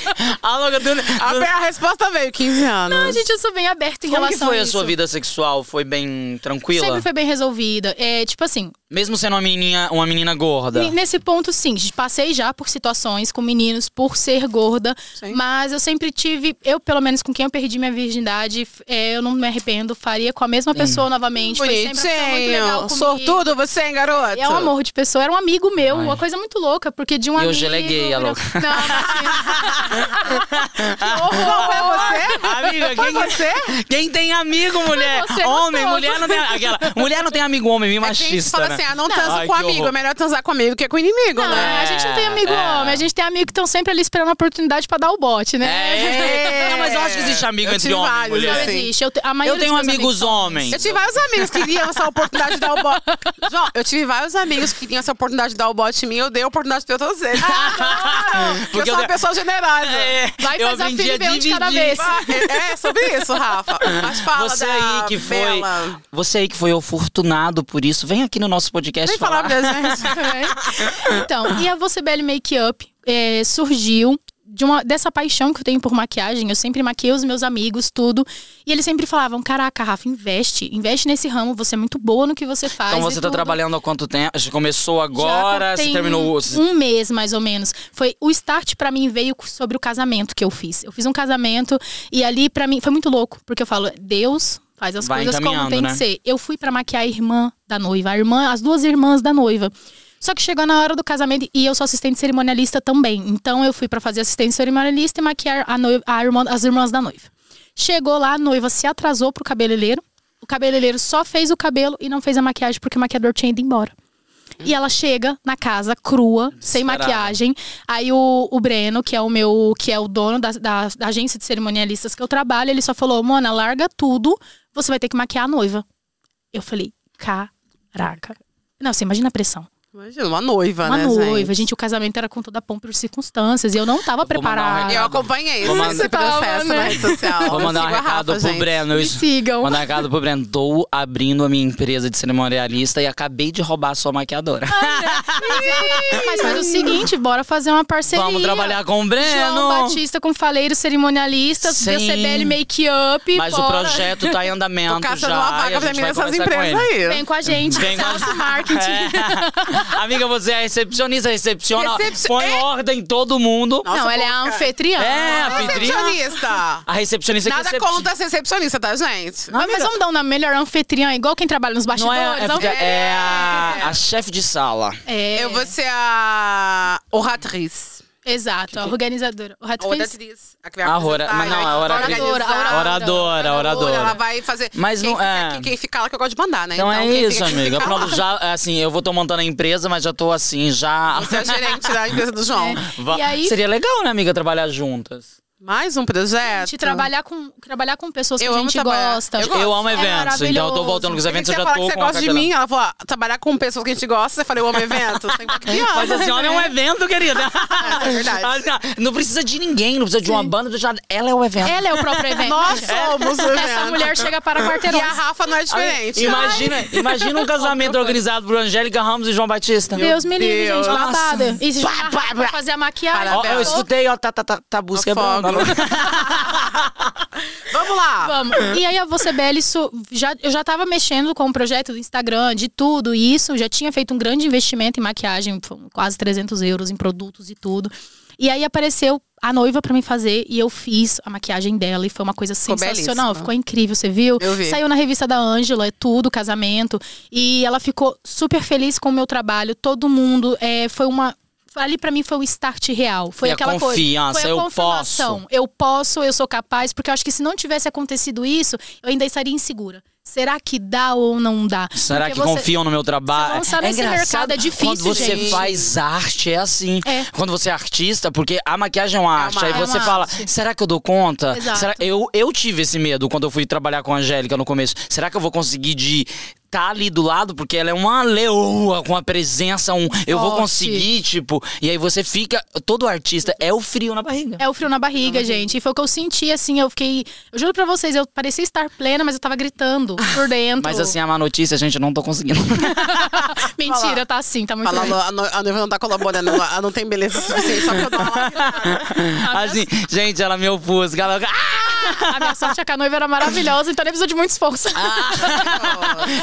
[SPEAKER 2] A louca do.
[SPEAKER 1] A,
[SPEAKER 2] do-
[SPEAKER 1] a resposta veio, 15 anos.
[SPEAKER 3] Não, gente, eu sou bem aberta em
[SPEAKER 2] Como que
[SPEAKER 3] relação
[SPEAKER 2] foi a
[SPEAKER 3] isso.
[SPEAKER 2] sua vida sexual? Foi bem tranquila?
[SPEAKER 3] Sempre foi bem resolvida. É, tipo assim,
[SPEAKER 2] Mesmo sendo uma menina, uma menina gorda.
[SPEAKER 3] n- nesse ponto, sim, gente, passei já por situações com meninos por ser gorda,
[SPEAKER 1] Sim.
[SPEAKER 3] mas eu sempre tive, eu pelo menos com quem eu perdi minha virgindade, f- é, eu não me arrependo, faria com a mesma pessoa novamente. Foi sempre uma pessoa muito legal
[SPEAKER 1] Bonitinho.
[SPEAKER 3] comigo.
[SPEAKER 1] Sortudo você, hein, garoto?
[SPEAKER 3] E É um amor de pessoa, era um amigo meu,
[SPEAKER 2] Ai.
[SPEAKER 3] uma coisa muito louca, porque de um
[SPEAKER 2] E
[SPEAKER 3] amigo.
[SPEAKER 2] hoje ele é gay, a
[SPEAKER 3] virou-
[SPEAKER 2] louca. <laughs>
[SPEAKER 3] <laughs> Não,
[SPEAKER 1] Não foi você?
[SPEAKER 2] <laughs> Amiga,
[SPEAKER 1] Foi
[SPEAKER 2] quem, é
[SPEAKER 1] você?
[SPEAKER 2] <laughs> quem tem amigo, mulher?
[SPEAKER 3] Mas você é
[SPEAKER 2] homem,
[SPEAKER 3] gostoso.
[SPEAKER 2] mulher não tem. Aquela. Mulher não tem amigo, homem, meio
[SPEAKER 1] A gente
[SPEAKER 2] machista.
[SPEAKER 1] fala
[SPEAKER 2] né?
[SPEAKER 1] assim, ah, não transa
[SPEAKER 2] Ai,
[SPEAKER 1] com
[SPEAKER 2] que
[SPEAKER 1] amigo.
[SPEAKER 2] horror.
[SPEAKER 1] É melhor transar com amigo que com inimigo,
[SPEAKER 3] não,
[SPEAKER 1] né?
[SPEAKER 3] a gente não tem amigo
[SPEAKER 2] É.
[SPEAKER 3] homem, a gente tem amigo que estão sempre ali esperando a oportunidade pra dar o bote, né? <laughs>
[SPEAKER 2] É, não, mas eu acho que existe amigo
[SPEAKER 1] Eu
[SPEAKER 2] entre
[SPEAKER 1] tive
[SPEAKER 2] homem e
[SPEAKER 1] vários,
[SPEAKER 2] mulher.
[SPEAKER 3] Não
[SPEAKER 1] assim.
[SPEAKER 3] existe. Eu, te- a maioria
[SPEAKER 2] Eu
[SPEAKER 3] dos
[SPEAKER 2] tenho
[SPEAKER 3] meus
[SPEAKER 2] amigos homens.
[SPEAKER 1] Eu tive vários amigos que queriam essa oportunidade de dar o bote. João, eu tive vários amigos que queriam essa oportunidade de dar o bote em mim. Eu dei a oportunidade pra todos
[SPEAKER 2] <laughs>
[SPEAKER 1] eles. Porque eu
[SPEAKER 2] Porque
[SPEAKER 1] sou
[SPEAKER 2] eu
[SPEAKER 1] uma
[SPEAKER 2] dei-
[SPEAKER 1] pessoa generosa.
[SPEAKER 2] <laughs> É,
[SPEAKER 3] Vai
[SPEAKER 2] eu
[SPEAKER 3] fazer a
[SPEAKER 2] aprendi
[SPEAKER 3] filha e vê um de cada
[SPEAKER 2] dividir.
[SPEAKER 3] vez.
[SPEAKER 1] Ah, É, é sobre isso, Rafa. Mas fala
[SPEAKER 2] Você
[SPEAKER 1] da
[SPEAKER 2] aí que foi,
[SPEAKER 1] Bela.
[SPEAKER 2] você aí que foi oportunado por isso, vem aqui no nosso podcast
[SPEAKER 1] Nem falar
[SPEAKER 2] falar.
[SPEAKER 1] pra
[SPEAKER 2] <laughs>
[SPEAKER 3] <laughs>
[SPEAKER 1] gente.
[SPEAKER 3] É. Então, e a Você Belle Make Up é, surgiu de uma, dessa paixão que eu tenho por maquiagem. Eu sempre maquiei os meus amigos, tudo. E eles sempre falavam: Caraca, Rafa, investe, investe nesse ramo, você é muito boa no que você faz.
[SPEAKER 2] Então
[SPEAKER 3] e
[SPEAKER 2] você tá
[SPEAKER 3] tudo."
[SPEAKER 2] trabalhando há quanto tempo? Você começou
[SPEAKER 3] Já
[SPEAKER 2] agora, você
[SPEAKER 3] tem
[SPEAKER 2] terminou. o-
[SPEAKER 3] um mês mais ou menos. Foi o start pra mim veio sobre o casamento que eu fiz. Eu fiz um casamento e ali pra mim foi muito louco, porque eu falo, Deus faz as
[SPEAKER 2] Vai
[SPEAKER 3] coisas como
[SPEAKER 2] encaminhando,
[SPEAKER 3] tem
[SPEAKER 2] né?
[SPEAKER 3] que ser. Eu fui pra maquiar a irmã da noiva, a irmã, as duas irmãs da noiva. Só que chegou na hora do casamento e eu sou assistente cerimonialista também. Então eu fui pra fazer assistente cerimonialista e maquiar a noiva, a irmã, as irmãs da noiva. Chegou lá, a noiva se atrasou pro cabeleireiro. O cabeleireiro só fez o cabelo e não fez a maquiagem porque o maquiador tinha ido embora. E ela chega na casa crua, sem
[SPEAKER 2] Desesperada.
[SPEAKER 3] maquiagem. Aí o, o Breno, que é o meu, que é o dono da, da- da agência de cerimonialistas que eu trabalho, ele só falou: Mona, larga tudo, você vai ter que maquiar a noiva. Eu falei, caraca. Não, você imagina a pressão.
[SPEAKER 1] Imagina, uma noiva,
[SPEAKER 3] Uma
[SPEAKER 1] né,
[SPEAKER 3] noiva, gente? o casamento era com toda a pompa e circunstâncias. E eu não tava
[SPEAKER 2] vou mandar um
[SPEAKER 3] preparada.
[SPEAKER 1] Eu acompanhei
[SPEAKER 2] Vou mandar-
[SPEAKER 1] esse processo
[SPEAKER 3] Tava, né?
[SPEAKER 1] na rede social.
[SPEAKER 2] Vou
[SPEAKER 1] Eu
[SPEAKER 2] mandar um
[SPEAKER 1] sigo a
[SPEAKER 2] recado
[SPEAKER 1] Rafa,
[SPEAKER 2] pro
[SPEAKER 1] gente.
[SPEAKER 2] Breno.
[SPEAKER 3] Me
[SPEAKER 2] isso.
[SPEAKER 3] sigam.
[SPEAKER 2] Mandar um recado pro Breno. Tô abrindo a minha empresa de cerimonialista e acabei de roubar a sua maquiadora.
[SPEAKER 3] Mas faz o seguinte, bora fazer uma parceria.
[SPEAKER 2] Vamos trabalhar com o Breno.
[SPEAKER 3] João Batista com faleiros cerimonialistas,
[SPEAKER 2] Sim.
[SPEAKER 3] DCBL Make Up.
[SPEAKER 2] Mas o
[SPEAKER 3] bora.
[SPEAKER 2] projeto tá em andamento
[SPEAKER 1] <laughs> Tô caçando
[SPEAKER 2] já.
[SPEAKER 1] uma
[SPEAKER 2] e a
[SPEAKER 1] vaga pra
[SPEAKER 2] gente
[SPEAKER 1] mim
[SPEAKER 2] vai
[SPEAKER 1] nessas
[SPEAKER 2] conversar com
[SPEAKER 1] empresas
[SPEAKER 2] ele.
[SPEAKER 1] aí.
[SPEAKER 3] Vem com a gente,
[SPEAKER 2] Vem com a-
[SPEAKER 3] Celso Marketing.
[SPEAKER 2] <laughs> É. Amiga, você é a recepcionista, recepciona,
[SPEAKER 1] Recepcio-
[SPEAKER 2] põe ordem em todo mundo.
[SPEAKER 1] É? Nossa,
[SPEAKER 3] não, ela é a
[SPEAKER 1] boca.
[SPEAKER 3] anfitriã.
[SPEAKER 2] É, a anfitriã.
[SPEAKER 1] Recepcionista.
[SPEAKER 2] A recepcionista que
[SPEAKER 1] Nada
[SPEAKER 2] recep-
[SPEAKER 1] contra ser recepcionista, tá, gente?
[SPEAKER 3] Mas, mas vamos dar uma melhor anfitriã, igual quem trabalha nos
[SPEAKER 2] Não
[SPEAKER 3] bastidores.
[SPEAKER 2] é, é,
[SPEAKER 3] vamos-
[SPEAKER 2] porque é a, a chefe de sala.
[SPEAKER 3] É,
[SPEAKER 1] Eu vou ser a oratriz.
[SPEAKER 3] Exato, a organizadora. O Rato fez-
[SPEAKER 1] Oratriz. A que vai
[SPEAKER 2] A ora-
[SPEAKER 1] apresentar,
[SPEAKER 2] mas não, é
[SPEAKER 1] né?
[SPEAKER 2] a oratriz-
[SPEAKER 1] Organizar.
[SPEAKER 2] Oradora,
[SPEAKER 1] Ela
[SPEAKER 2] oradora.
[SPEAKER 1] vai fazer.
[SPEAKER 2] Mas
[SPEAKER 1] quem
[SPEAKER 2] não-
[SPEAKER 1] fica
[SPEAKER 2] é.
[SPEAKER 1] aqui, quem fica lá que eu gosto de mandar, né?
[SPEAKER 2] Então, é
[SPEAKER 1] quem
[SPEAKER 2] isso,
[SPEAKER 1] fica aqui,
[SPEAKER 2] amiga.
[SPEAKER 1] fica lá. <laughs>
[SPEAKER 2] Pronto, já, assim, eu vou tô montando a empresa, mas já tô assim, já.
[SPEAKER 1] Você é gerente da empresa do
[SPEAKER 3] <laughs>
[SPEAKER 1] João.
[SPEAKER 2] Va-
[SPEAKER 3] E aí-
[SPEAKER 2] Seria legal, né, amiga, trabalhar juntas.
[SPEAKER 1] Mais um projeto.
[SPEAKER 3] gente trabalhar com, trabalhar com pessoas que
[SPEAKER 1] Eu
[SPEAKER 3] a
[SPEAKER 1] amo
[SPEAKER 3] gente
[SPEAKER 1] trabalhar.
[SPEAKER 3] gosta.
[SPEAKER 1] Eu
[SPEAKER 2] Eu, amo
[SPEAKER 3] É
[SPEAKER 2] eventos, então eu tô
[SPEAKER 3] maravilhoso.
[SPEAKER 2] voltando com os
[SPEAKER 1] Eu pensei
[SPEAKER 2] eventos,
[SPEAKER 1] que
[SPEAKER 2] eu
[SPEAKER 1] você ia
[SPEAKER 2] já
[SPEAKER 1] falar
[SPEAKER 2] tô
[SPEAKER 1] que você
[SPEAKER 2] com a
[SPEAKER 1] gosta de
[SPEAKER 2] carteira.
[SPEAKER 1] mim, ela falou, ah, trabalhar com pessoas que a gente gosta, você fala, eu amo eventos. Tem que criar.
[SPEAKER 2] Mas a senhora é um evento, querida.
[SPEAKER 1] Ah, né? <laughs> É verdade.
[SPEAKER 2] A senhora- Não precisa de ninguém, não precisa de uma banda, não precisa de nada. ela é o evento.
[SPEAKER 3] Ela é o
[SPEAKER 1] <laughs>
[SPEAKER 3] próprio evento.
[SPEAKER 1] Nós somos o
[SPEAKER 3] Essa
[SPEAKER 1] evento.
[SPEAKER 3] mulher chega para
[SPEAKER 1] E a
[SPEAKER 3] quarteirões.
[SPEAKER 1] Rafa não é diferente.
[SPEAKER 2] Imagina, imagina um casamento organizado por Angélica Ramos e João Batista.
[SPEAKER 3] Deus me livre,
[SPEAKER 1] Deus.
[SPEAKER 3] gente, babada. E
[SPEAKER 2] Pá, pá,
[SPEAKER 3] já
[SPEAKER 2] pá.
[SPEAKER 3] pra fazer a maquiagem.
[SPEAKER 2] Ó, eu
[SPEAKER 1] Bela.
[SPEAKER 2] escutei, ó, tá, tá, tá, tá busca.
[SPEAKER 1] Fogo. Vamos lá.
[SPEAKER 3] Vamos. E aí a você Bela, isso já eu já tava mexendo com o projeto do Instagram, de tudo isso, já tinha feito um grande investimento em maquiagem, foram quase 300 euros em produtos e tudo. E aí apareceu a noiva pra mim fazer e eu fiz a maquiagem dela e foi uma coisa sensacional,
[SPEAKER 1] belíssima.
[SPEAKER 3] ficou incrível, você viu?
[SPEAKER 1] Eu vi.
[SPEAKER 3] Saiu na revista da Ângela, é tudo, casamento, e ela ficou super feliz com o meu trabalho, todo mundo, é, foi uma Ali pra mim foi o start real. Foi
[SPEAKER 2] E a
[SPEAKER 3] aquela
[SPEAKER 2] confiança,
[SPEAKER 3] coisa. Foi a
[SPEAKER 2] eu
[SPEAKER 3] confirmação. Eu posso, eu sou capaz, porque eu acho que se não tivesse acontecido isso, eu ainda estaria insegura. Será que dá ou não dá?
[SPEAKER 2] Será
[SPEAKER 3] Porque
[SPEAKER 2] que
[SPEAKER 3] você-
[SPEAKER 2] confiam no meu trabalho?
[SPEAKER 3] Você lançar nesse mercado é difícil,
[SPEAKER 2] Quando você
[SPEAKER 1] gente.
[SPEAKER 2] faz arte, é assim.
[SPEAKER 3] É.
[SPEAKER 2] Quando você é artista, porque a maquiagem é uma arte. aí
[SPEAKER 1] arte.
[SPEAKER 3] É
[SPEAKER 2] você
[SPEAKER 3] uma
[SPEAKER 2] fala,
[SPEAKER 3] arte.
[SPEAKER 2] será que eu dou conta?
[SPEAKER 3] Exato.
[SPEAKER 2] Será- Eu, eu tive esse medo quando eu fui trabalhar com a Angélica no começo. Será que eu vou conseguir de tá ali do lado porque ela é uma leoa com a presença um eu vou
[SPEAKER 3] Forte.
[SPEAKER 2] conseguir tipo e aí você fica todo artista é o frio na barriga
[SPEAKER 3] É o frio na barriga, gente. E foi o que eu senti, assim, eu fiquei. Eu juro pra vocês, eu parecia estar plena, mas eu tava gritando
[SPEAKER 2] <laughs>
[SPEAKER 3] por dentro.
[SPEAKER 2] mas
[SPEAKER 3] <laughs>
[SPEAKER 2] assim a má notícia gente eu não tô conseguindo <laughs>
[SPEAKER 3] Mentira, tá assim, tá muito.
[SPEAKER 1] Fala, Lu, a, no, a noiva não tá colaborando, ela não tem beleza suficiente, só que eu dou uma lacrimada.
[SPEAKER 2] assim gente ela me ofusca ela...
[SPEAKER 3] A minha sorte é que a noiva era maravilhosa, então nem precisou de muito esforço.
[SPEAKER 2] Ah,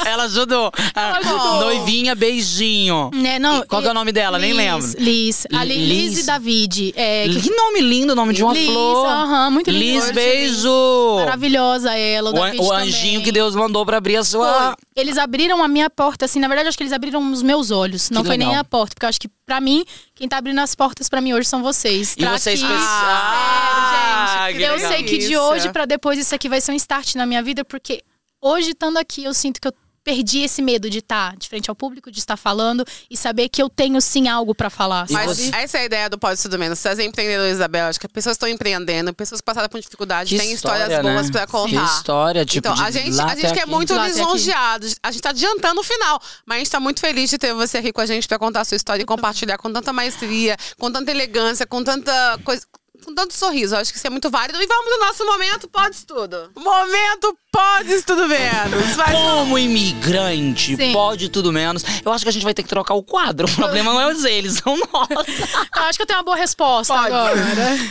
[SPEAKER 2] Ela ajudou. Ah,
[SPEAKER 1] ajudou.
[SPEAKER 2] Noivinha, beijinho.
[SPEAKER 3] <laughs> Né, não,
[SPEAKER 2] E qual que é o nome dela? Nem
[SPEAKER 3] Liz,
[SPEAKER 2] lembro.
[SPEAKER 3] Liz. A
[SPEAKER 2] Li-
[SPEAKER 3] Li- Liz,
[SPEAKER 2] Liz.
[SPEAKER 3] e David. É, que-
[SPEAKER 2] Que nome lindo, o nome de uma
[SPEAKER 3] Liz,
[SPEAKER 2] flor.
[SPEAKER 3] aham, muito lindo.
[SPEAKER 2] Liz,
[SPEAKER 3] Flor de
[SPEAKER 2] beijo.
[SPEAKER 3] Maravilhosa ela, o,
[SPEAKER 2] O, an-
[SPEAKER 3] David
[SPEAKER 2] o
[SPEAKER 3] também.
[SPEAKER 2] anjinho que Deus mandou pra abrir a sua.
[SPEAKER 3] Foi. Eles abriram a minha porta, assim, na verdade, acho que eles abriram os meus olhos. Não
[SPEAKER 2] Que
[SPEAKER 3] foi nem
[SPEAKER 2] legal.
[SPEAKER 3] a porta, porque eu acho que, pra mim, quem tá abrindo as portas pra mim hoje são vocês. Tá
[SPEAKER 2] E vocês
[SPEAKER 3] Traquinas.
[SPEAKER 2] pensaram.
[SPEAKER 1] sério, gente, que
[SPEAKER 3] Eu
[SPEAKER 1] legal.
[SPEAKER 3] sei que de
[SPEAKER 1] Isso.
[SPEAKER 3] hoje pra depois isso aqui vai ser um start na minha vida, porque hoje estando aqui eu sinto que eu perdi esse medo de estar de frente ao público, de estar falando e saber que eu tenho sim algo pra falar.
[SPEAKER 2] E
[SPEAKER 3] sabe?
[SPEAKER 1] Mas
[SPEAKER 2] você-
[SPEAKER 1] essa é a ideia do Pode Tudo Menos. Trazer empreendedores da Bélgica, pessoas que estão empreendendo, pessoas que passaram por dificuldade,
[SPEAKER 2] Que
[SPEAKER 1] têm
[SPEAKER 2] história,
[SPEAKER 1] histórias boas
[SPEAKER 2] né?
[SPEAKER 1] pra contar.
[SPEAKER 2] Que história, tipo,
[SPEAKER 1] Então,
[SPEAKER 2] de
[SPEAKER 1] a gente,
[SPEAKER 2] lá
[SPEAKER 1] a gente
[SPEAKER 2] até
[SPEAKER 1] quer
[SPEAKER 2] aqui.
[SPEAKER 1] muito
[SPEAKER 3] De lá até aqui.
[SPEAKER 1] lisonjeado. A gente tá adiantando o final. Mas a gente tá muito feliz de ter você aqui com a gente pra contar a sua história e compartilhar com tanta maestria, com tanta elegância, com tanta coisa. Com tanto sorriso, acho que isso é muito válido. E vamos no nosso momento Podes Tudo. Momento Podes Tudo Menos. Vai,
[SPEAKER 2] Como imigrante,
[SPEAKER 3] Sim.
[SPEAKER 2] pode tudo menos. Eu acho que a gente vai ter que trocar o quadro. O problema não é os eles, são nós.
[SPEAKER 3] <laughs> Eu Ah, acho que eu tenho uma boa resposta
[SPEAKER 1] Pode.
[SPEAKER 3] agora.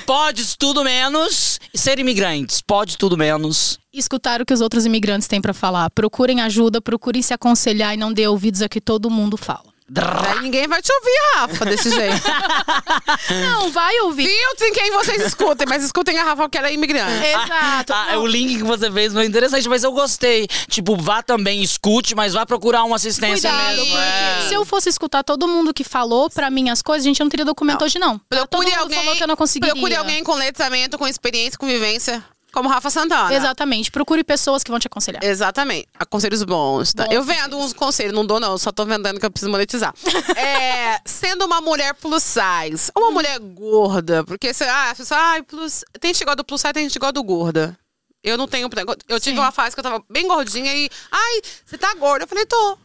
[SPEAKER 2] Pode tudo menos ser imigrantes. Pode tudo menos.
[SPEAKER 3] <laughs> Escutar o que os outros imigrantes têm pra falar. Procurem ajuda, procurem se aconselhar e não dê ouvidos a que todo mundo fala.
[SPEAKER 1] Daí ninguém vai te ouvir, Rafa, desse <laughs> jeito.
[SPEAKER 3] Não, vai
[SPEAKER 1] <laughs>
[SPEAKER 3] ouvir.
[SPEAKER 1] Filtrem quem vocês escutem, mas escutem a Rafa, que ela é imigrante.
[SPEAKER 3] Exato.
[SPEAKER 2] <laughs> Ah,
[SPEAKER 1] é
[SPEAKER 3] Não.
[SPEAKER 2] o link que você fez foi interessante, mas eu gostei. Tipo, vá também, escute, mas vá procurar uma assistência
[SPEAKER 3] Cuidado,
[SPEAKER 2] mesmo.
[SPEAKER 3] porque
[SPEAKER 2] é.
[SPEAKER 3] se eu fosse escutar todo mundo que falou pra mim as coisas, gente, eu não teria documento hoje, não. todo
[SPEAKER 1] Procure
[SPEAKER 3] mundo
[SPEAKER 1] alguém.
[SPEAKER 3] falou que eu não conseguiria.
[SPEAKER 1] Procure alguém com letramento, com experiência, com vivência, como Rafa Santana.
[SPEAKER 3] Exatamente. Procure pessoas que vão te aconselhar.
[SPEAKER 1] Exatamente. A conselhos bons. tá?
[SPEAKER 3] Bons
[SPEAKER 1] eu vendo uns conselhos, não dou, não, só tô vendendo que eu preciso
[SPEAKER 3] <laughs>
[SPEAKER 1] monetizar. É, sendo uma mulher plus size, uma mulher gorda, porque você, ah, as pessoas, ah, plus. Tem gente que gosta do plus size, tem gente que gosta do gorda. Eu não tenho. pre- Eu tive
[SPEAKER 3] Sim.
[SPEAKER 1] uma fase que eu tava bem gordinha e. Ai, você tá gorda? Eu falei, tô.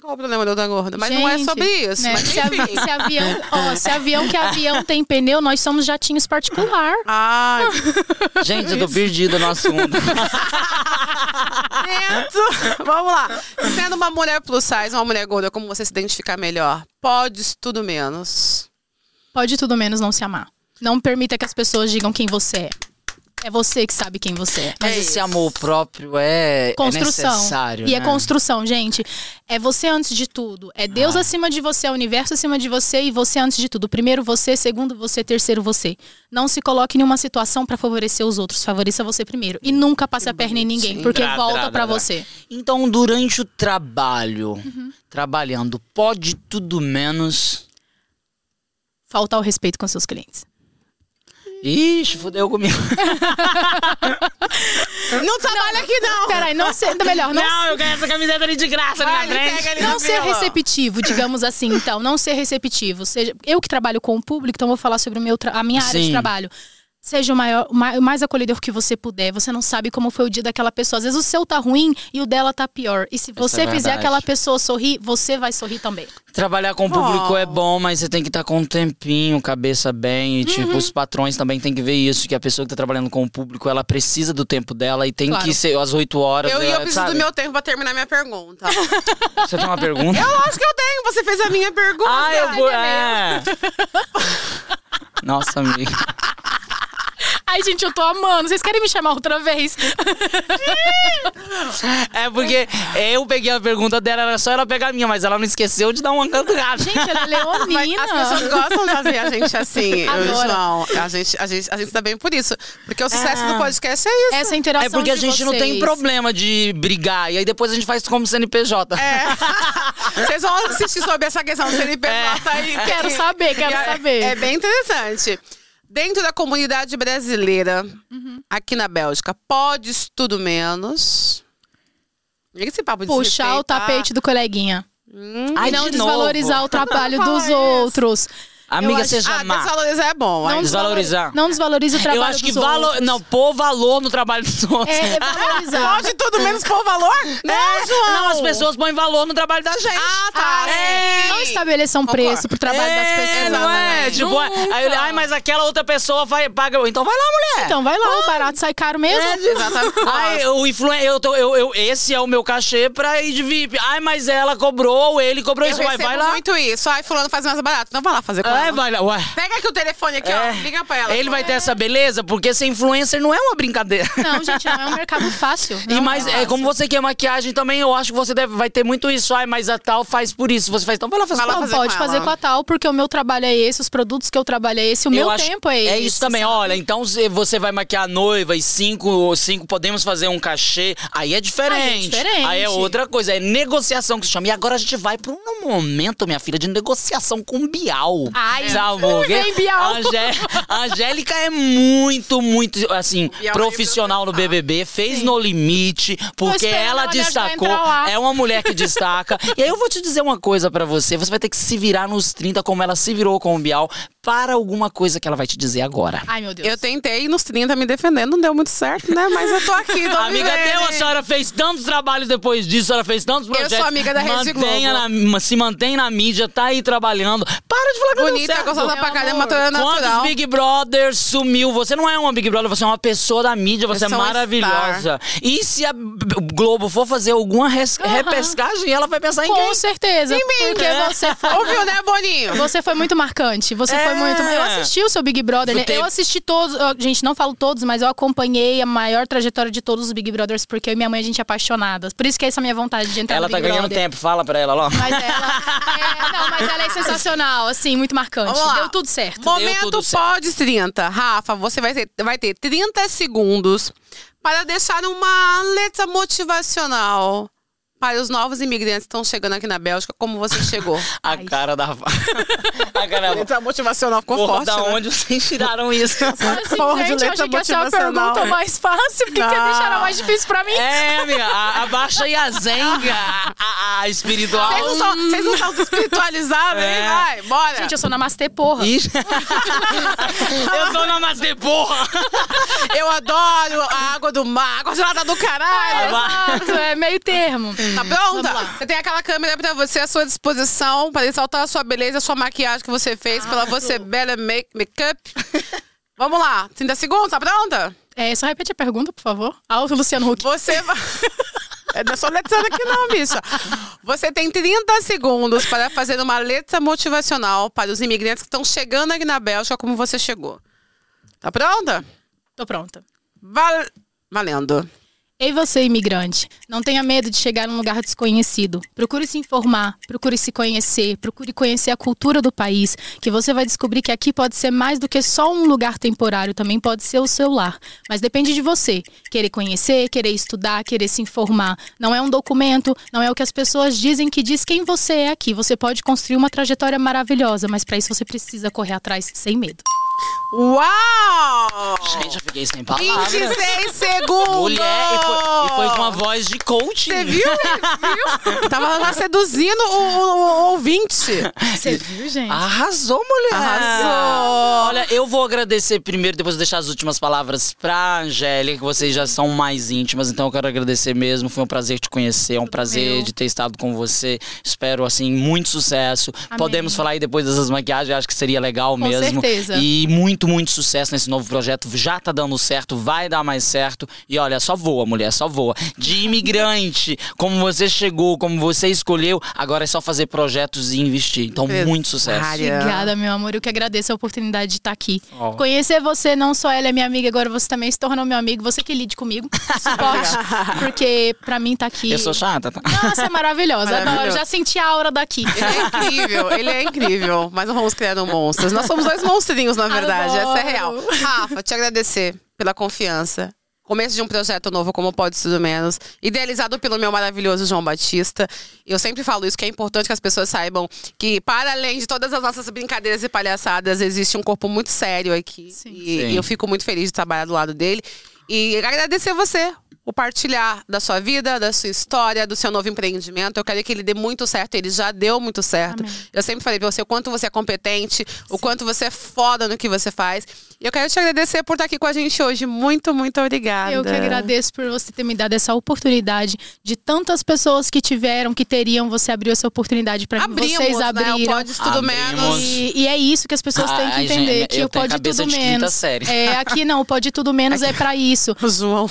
[SPEAKER 1] Qual o problema de eu estar gorda? Mas não é
[SPEAKER 3] Gente,
[SPEAKER 1] sobre isso.
[SPEAKER 3] né,
[SPEAKER 1] Mas
[SPEAKER 3] se, avi-
[SPEAKER 1] enfim.
[SPEAKER 3] se avião, ó, se avião que avião tem pneu, nós somos jatinhos particular. <laughs>
[SPEAKER 1] Ai,
[SPEAKER 2] é. Gente, eu tô perdida no assunto.
[SPEAKER 3] É
[SPEAKER 1] Neto. <laughs> Vamos lá. Sendo uma mulher plus size, uma mulher gorda, como você se identificar melhor? Podes tudo menos.
[SPEAKER 3] Pode tudo menos não se amar. Não permita que as pessoas digam quem você é. É você que sabe quem você é.
[SPEAKER 2] Mas
[SPEAKER 1] É
[SPEAKER 2] esse
[SPEAKER 1] isso.
[SPEAKER 2] amor próprio é, é
[SPEAKER 3] Construção.
[SPEAKER 2] necessário.
[SPEAKER 3] E é
[SPEAKER 2] né?
[SPEAKER 3] construção, gente. É você antes de tudo. É Deus
[SPEAKER 2] Ah.
[SPEAKER 3] acima de você, é o universo acima de você e você antes de tudo. Primeiro você, segundo você, terceiro você. Não se coloque em uma situação pra favorecer os outros. Favoreça você primeiro. E nunca passe a perna em ninguém,
[SPEAKER 2] Sim.
[SPEAKER 3] porque
[SPEAKER 2] Drá, drá,
[SPEAKER 3] volta
[SPEAKER 2] drá.
[SPEAKER 3] pra você.
[SPEAKER 2] Então, durante o trabalho, trabalhando, pode tudo menos.
[SPEAKER 3] Faltar o respeito com seus clientes.
[SPEAKER 2] Ixi, fudeu comigo.
[SPEAKER 1] Não trabalha aqui, não.
[SPEAKER 3] Peraí, não ser. Melhor, Ah, não,
[SPEAKER 2] eu ganhei essa camiseta ali de graça
[SPEAKER 3] é
[SPEAKER 1] Vai, ele pega ali
[SPEAKER 3] Não
[SPEAKER 1] na
[SPEAKER 3] ser
[SPEAKER 1] fila.
[SPEAKER 3] receptivo, digamos assim, então. Não ser receptivo. Seja, eu que trabalho com o público, então vou falar sobre o meu tra- a minha área
[SPEAKER 2] Sim.
[SPEAKER 3] de trabalho. Seja o, maior, o ma- o mais acolhedor que você puder. Você não sabe como foi o dia daquela pessoa. Às vezes o seu tá ruim e o dela tá pior. E se você
[SPEAKER 2] é
[SPEAKER 3] fizer
[SPEAKER 2] verdade.
[SPEAKER 3] aquela pessoa sorrir, você vai sorrir também.
[SPEAKER 2] Trabalhar com o público
[SPEAKER 1] Oh.
[SPEAKER 2] é bom, mas você tem que estar com um tempinho, cabeça bem. E, tipo, os patrões também têm que ver isso. Que a pessoa que tá trabalhando com o público, ela precisa do tempo dela e tem
[SPEAKER 3] Claro.
[SPEAKER 2] que ser às 8 horas.
[SPEAKER 1] Eu, e
[SPEAKER 2] ela-
[SPEAKER 1] eu preciso
[SPEAKER 2] sabe?
[SPEAKER 1] do meu tempo pra terminar minha <laughs> pergunta.
[SPEAKER 2] Você tem uma <laughs> pergunta?
[SPEAKER 1] eu acho que eu tenho. Você fez a minha pergunta.
[SPEAKER 2] Ah, eu vou.
[SPEAKER 1] é
[SPEAKER 2] É. Nossa, amiga.
[SPEAKER 3] Ai, gente, eu tô amando. Vocês querem me chamar outra vez?
[SPEAKER 2] É porque eu peguei a pergunta dela, era só ela pegar a minha, mas ela não esqueceu de dar uma cantada.
[SPEAKER 3] gente, ela é leonina.
[SPEAKER 1] As pessoas gostam de ver a gente assim,
[SPEAKER 3] <laughs> Adoro.
[SPEAKER 1] João. A gente, a, gente, a gente tá bem por isso. Porque o sucesso
[SPEAKER 3] Ah.
[SPEAKER 1] do podcast é isso.
[SPEAKER 3] Essa interação
[SPEAKER 2] É porque a
[SPEAKER 3] de
[SPEAKER 2] gente não tem
[SPEAKER 3] vocês.
[SPEAKER 2] problema de brigar. E aí depois a gente faz como
[SPEAKER 1] É.
[SPEAKER 2] CNPJ.
[SPEAKER 1] né? <laughs> Vocês vão assistir sobre essa questão do CNPJ aí.
[SPEAKER 3] Quero
[SPEAKER 1] e-
[SPEAKER 3] saber, quero
[SPEAKER 1] e é-
[SPEAKER 3] saber.
[SPEAKER 1] É bem interessante. Dentro da comunidade brasileira,
[SPEAKER 3] Uhum.
[SPEAKER 1] aqui na Bélgica, podes tudo menos. E esse papo de
[SPEAKER 3] Puxar o tapete do coleguinha.
[SPEAKER 1] Hum.
[SPEAKER 2] Ai,
[SPEAKER 3] e não
[SPEAKER 2] de
[SPEAKER 3] desvalorizar
[SPEAKER 2] novo.
[SPEAKER 3] o trabalho dos
[SPEAKER 1] Fala
[SPEAKER 3] outros.
[SPEAKER 2] Amiga,
[SPEAKER 3] acho-
[SPEAKER 2] seja
[SPEAKER 1] Ah,
[SPEAKER 2] má.
[SPEAKER 1] desvalorizar é bom.
[SPEAKER 3] Não
[SPEAKER 1] hein?
[SPEAKER 2] Desvalorizar.
[SPEAKER 3] Não desvalorize o trabalho
[SPEAKER 2] Eu acho que
[SPEAKER 3] dos
[SPEAKER 2] valor.
[SPEAKER 3] outros.
[SPEAKER 2] Não, pôr valor no trabalho dos outros.
[SPEAKER 3] É, é valorizar.
[SPEAKER 1] Pode tudo menos por valor? Não, João.
[SPEAKER 2] <laughs> Não, as pessoas põem valor no trabalho da gente. É,
[SPEAKER 1] Ah, tá.
[SPEAKER 3] Ah,
[SPEAKER 1] sim.
[SPEAKER 3] Não estabeleçam preço pro trabalho das pessoas.
[SPEAKER 2] Não é, tipo,
[SPEAKER 3] Nunca.
[SPEAKER 2] aí, eu- ai, mas aquela outra pessoa vai, paga. Então vai lá, mulher.
[SPEAKER 3] Então vai lá, o barato sai caro mesmo.
[SPEAKER 1] É,
[SPEAKER 2] É
[SPEAKER 1] Exatamente.
[SPEAKER 2] Ai, o influen eu tô, eu, eu, esse é o meu cachê pra ir de VIP. Ai, mas ela cobrou, ou ele cobrou
[SPEAKER 1] Eu
[SPEAKER 2] isso. Vai,
[SPEAKER 1] recebo
[SPEAKER 2] vai lá.
[SPEAKER 1] muito isso. Ai, fulano faz mais barato. Não vai lá fazer com
[SPEAKER 2] Ai,
[SPEAKER 1] ela.
[SPEAKER 2] vai lá. Ué.
[SPEAKER 1] Pega aqui o telefone aqui, ó.
[SPEAKER 2] É.
[SPEAKER 1] Liga pra ela.
[SPEAKER 2] Ele vai ter essa beleza, porque ser influencer não é uma brincadeira.
[SPEAKER 3] Não, gente, não é
[SPEAKER 2] <laughs>
[SPEAKER 3] um mercado fácil. Não
[SPEAKER 2] E mas é
[SPEAKER 3] fácil.
[SPEAKER 2] como você quer maquiagem também, eu acho que você deve, vai ter muito isso. Ai, mas a tal faz por isso. Você faz, então vai lá fazer.
[SPEAKER 1] Vai lá
[SPEAKER 2] com
[SPEAKER 3] Não,
[SPEAKER 2] ela.
[SPEAKER 1] fazer
[SPEAKER 3] pode
[SPEAKER 1] com
[SPEAKER 3] fazer
[SPEAKER 1] ela.
[SPEAKER 3] com a tal, porque o meu trabalho é esse, os produtos que eu trabalho é esse, o meu
[SPEAKER 2] Eu acho-
[SPEAKER 3] tempo é esse.
[SPEAKER 2] É isso também, olha. Então se você vai maquiar a noiva e cinco, ou cinco podemos fazer um cachê. Aí é diferente.
[SPEAKER 3] Aí é diferente.
[SPEAKER 2] Aí é outra coisa, é negociação que se chama. E agora a gente vai para um momento, minha filha, de negociação com Bial.
[SPEAKER 3] Ai,
[SPEAKER 2] Sabe por quê?
[SPEAKER 3] vem Bial.
[SPEAKER 2] A Angé- a Angélica é muito, muito, assim,
[SPEAKER 1] Bial
[SPEAKER 2] profissional no BBB. Fez no limite, porque
[SPEAKER 3] esperando
[SPEAKER 2] ela
[SPEAKER 3] ela me ajudar a
[SPEAKER 2] destacou.
[SPEAKER 3] entrar lá.
[SPEAKER 2] É uma mulher que destaca.
[SPEAKER 3] <laughs>
[SPEAKER 2] e aí eu vou te dizer uma coisa pra você. Você vai ter que se virar nos 30, como ela se virou com o Bial, para alguma coisa que ela vai te dizer agora.
[SPEAKER 3] Ai, meu Deus.
[SPEAKER 1] Eu tentei ir nos 30 me defendendo, não deu muito certo, né? Mas eu tô aqui, tô
[SPEAKER 2] Amiga
[SPEAKER 1] vivendo.
[SPEAKER 2] dela, a senhora fez tantos trabalhos depois disso, a senhora fez tantos
[SPEAKER 1] sou
[SPEAKER 2] projetos.
[SPEAKER 1] amiga da Rede
[SPEAKER 2] Mantenha
[SPEAKER 1] Globo.
[SPEAKER 2] na- Se mantém na mídia, tá aí trabalhando. Para de falar que não deu
[SPEAKER 1] Bonita,
[SPEAKER 2] certo.
[SPEAKER 1] gostosa pra
[SPEAKER 3] Meu
[SPEAKER 1] caramba,
[SPEAKER 3] amor.
[SPEAKER 1] toda natural.
[SPEAKER 2] Quantos Big Brother sumiu? Você não é uma Big Brother, você é uma pessoa da mídia, você é
[SPEAKER 1] sou um
[SPEAKER 2] maravilhosa. E se a B- B- Globo for fazer alguma res-
[SPEAKER 3] Aham.
[SPEAKER 2] repescagem, ela vai pensar em
[SPEAKER 3] Com
[SPEAKER 2] quem?
[SPEAKER 3] certeza. porque
[SPEAKER 2] né? <laughs>
[SPEAKER 3] você foi
[SPEAKER 1] Ouviu, né, Boninho?
[SPEAKER 3] Você foi muito marcante. Você foi
[SPEAKER 2] É.
[SPEAKER 3] muito. Eu assisti o seu Big Brother. né?
[SPEAKER 2] Teve-
[SPEAKER 3] Eu assisti todos. ó, Gente, não falo todos, mas eu acompanhei a maior trajetória de todos os Big Brothers, porque eu e minha mãe a gente é apaixonada. Por isso que essa é a minha vontade de entrar
[SPEAKER 2] Ela
[SPEAKER 3] no
[SPEAKER 2] tá
[SPEAKER 3] Big
[SPEAKER 2] ganhando
[SPEAKER 3] Brother.
[SPEAKER 2] tempo, fala pra ela logo.
[SPEAKER 3] Mas ela, é, não, mas ela é sensacional, assim, muito marcante.
[SPEAKER 1] Vamos lá.
[SPEAKER 3] Deu tudo certo.
[SPEAKER 2] Deu
[SPEAKER 1] Momento
[SPEAKER 2] tudo certo.
[SPEAKER 1] pode 30. Rafa, você vai ter, vai ter 30 segundos para deixar uma letra motivacional para os novos imigrantes que estão chegando aqui na Bélgica, como você
[SPEAKER 2] <laughs>
[SPEAKER 1] chegou.
[SPEAKER 2] A cara da. <laughs> a cara
[SPEAKER 3] <laughs>
[SPEAKER 2] da.
[SPEAKER 1] letra motivacional ficou
[SPEAKER 2] Porra,
[SPEAKER 1] forte,
[SPEAKER 2] da
[SPEAKER 1] né?
[SPEAKER 2] onde vocês tiraram isso?
[SPEAKER 3] Assim,
[SPEAKER 1] Porra, de
[SPEAKER 3] gente, eu
[SPEAKER 1] letra
[SPEAKER 3] achei que essa é a
[SPEAKER 1] motivacional.
[SPEAKER 3] pergunta mais fácil, porque quer
[SPEAKER 1] <laughs> Não.
[SPEAKER 3] deixar ela mais difícil pra mim?
[SPEAKER 2] É, amiga, a, a baixa e a zenga, a- a, a espiritual.
[SPEAKER 3] um
[SPEAKER 1] Vocês não são, vocês não são espiritualizados,
[SPEAKER 2] É.
[SPEAKER 1] hein? Vai, bora.
[SPEAKER 3] Gente, eu sou namastê, porra.
[SPEAKER 2] Ih. <laughs> Eu sou namastê, porra!
[SPEAKER 1] eu adoro a água do mar, a congelada do caralho.
[SPEAKER 3] Exato, é meio termo.
[SPEAKER 1] Tá pronta? Você tem aquela câmera pra você à sua disposição pra ressaltar a sua beleza, a sua maquiagem que você fez, pela você bela make- make-up. Vamos lá, 30 segundos, tá pronta?
[SPEAKER 3] É, só repete a pergunta, por favor. Ah, o Luciano Huck.
[SPEAKER 1] Você
[SPEAKER 2] <laughs>
[SPEAKER 1] vai. É, Não é só letrando aqui, não, bicha. Você tem 30 segundos para fazer uma letra motivacional para os imigrantes que estão chegando aqui na Bélgica, como você chegou. Tá pronta?
[SPEAKER 3] Tô pronta.
[SPEAKER 1] Val- Valendo.
[SPEAKER 3] Ei você, imigrante, não tenha medo de chegar num lugar desconhecido. Procure se informar, procure se conhecer, procure conhecer a cultura do país, que você vai descobrir que aqui pode ser mais do que só um lugar temporário, também pode ser o seu lar. Mas depende de você, querer conhecer, querer estudar, querer se informar. Não é um documento, não é o que as pessoas dizem que diz quem você é aqui. Você pode construir uma trajetória maravilhosa, mas para isso você precisa correr atrás sem medo.
[SPEAKER 1] Uau!
[SPEAKER 2] Gente, eu fiquei sem palavras.
[SPEAKER 1] 26 segundos!
[SPEAKER 2] Mulher, e foi, e foi com uma voz de né? coaching.
[SPEAKER 1] Você viu? viu? Tava lá seduzindo o, o- o ouvinte.
[SPEAKER 3] Você viu, gente?
[SPEAKER 2] Arrasou, mulher!
[SPEAKER 1] Arrasou!
[SPEAKER 2] Olha, eu vou agradecer primeiro, depois eu deixar as últimas palavras pra Angélica, que vocês já são mais íntimas, então eu quero agradecer mesmo. Foi um prazer te conhecer, é um prazer
[SPEAKER 3] meu.
[SPEAKER 2] de ter estado com você. Espero, assim, muito sucesso.
[SPEAKER 3] Amém.
[SPEAKER 2] Podemos falar aí depois dessas maquiagens, eu acho que seria legal
[SPEAKER 3] Com
[SPEAKER 2] mesmo.
[SPEAKER 3] certeza.
[SPEAKER 2] E muito, muito sucesso nesse novo projeto. Já tá dando certo, vai dar mais certo. E olha, só voa, mulher, só voa. De imigrante, como você chegou, como você escolheu, agora é só fazer projetos e investir. Então, muito sucesso.
[SPEAKER 1] Área.
[SPEAKER 3] Obrigada, meu amor. Eu que agradeço a oportunidade de estar aqui.
[SPEAKER 2] Ó.
[SPEAKER 3] Conhecer você, não só ela é minha amiga, agora você também se tornou meu amigo. Você que
[SPEAKER 2] <laughs>
[SPEAKER 3] lide comigo, suporte. porque pra mim tá aqui.
[SPEAKER 2] Eu sou chata, tá?
[SPEAKER 3] Nossa, é maravilhosa. Adoro.
[SPEAKER 1] Maravilhoso.
[SPEAKER 3] Já senti a aura daqui.
[SPEAKER 1] Ele é incrível, ele é incrível. Mas não vamos criando monstros. Nós somos dois monstrinhos, na verdade.
[SPEAKER 3] Adoro.
[SPEAKER 1] Essa é real. Rafa, te agradecer pela confiança. Começo de um projeto novo, como pode tudo menos. Idealizado pelo meu maravilhoso João Batista. Eu sempre falo isso, que é importante que as pessoas saibam que, para além de todas as nossas brincadeiras e palhaçadas, existe um corpo muito sério aqui.
[SPEAKER 3] Sim.
[SPEAKER 1] E
[SPEAKER 2] Sim.
[SPEAKER 1] e eu fico muito feliz de trabalhar do lado dele. E agradecer você por partilhar da sua vida, da sua história, do seu novo empreendimento. Eu quero que ele dê muito certo, ele já deu muito certo.
[SPEAKER 3] Amém.
[SPEAKER 1] Eu sempre falei pra você o quanto você é competente, o quanto você é foda no que você faz. E eu quero te agradecer por estar aqui com a gente hoje. Muito, muito obrigada.
[SPEAKER 3] Eu que agradeço por você ter me dado essa oportunidade de tantas pessoas que tiveram, que teriam, você abriu essa oportunidade pra mim.
[SPEAKER 1] Abrimos,
[SPEAKER 3] Vocês
[SPEAKER 1] né? O
[SPEAKER 3] abriram.
[SPEAKER 1] Pode Tudo
[SPEAKER 2] Abrimos.
[SPEAKER 1] Menos.
[SPEAKER 3] E, e é isso que as pessoas têm que
[SPEAKER 2] Ai, gente,
[SPEAKER 3] entender, que
[SPEAKER 2] eu
[SPEAKER 3] o
[SPEAKER 2] tenho
[SPEAKER 3] pode
[SPEAKER 2] cabeça
[SPEAKER 3] tudo
[SPEAKER 2] de quinta
[SPEAKER 3] menos.
[SPEAKER 2] série.
[SPEAKER 3] É, aqui não, o pode tudo menos é
[SPEAKER 2] <laughs>
[SPEAKER 3] pra isso. Ah,
[SPEAKER 1] O João.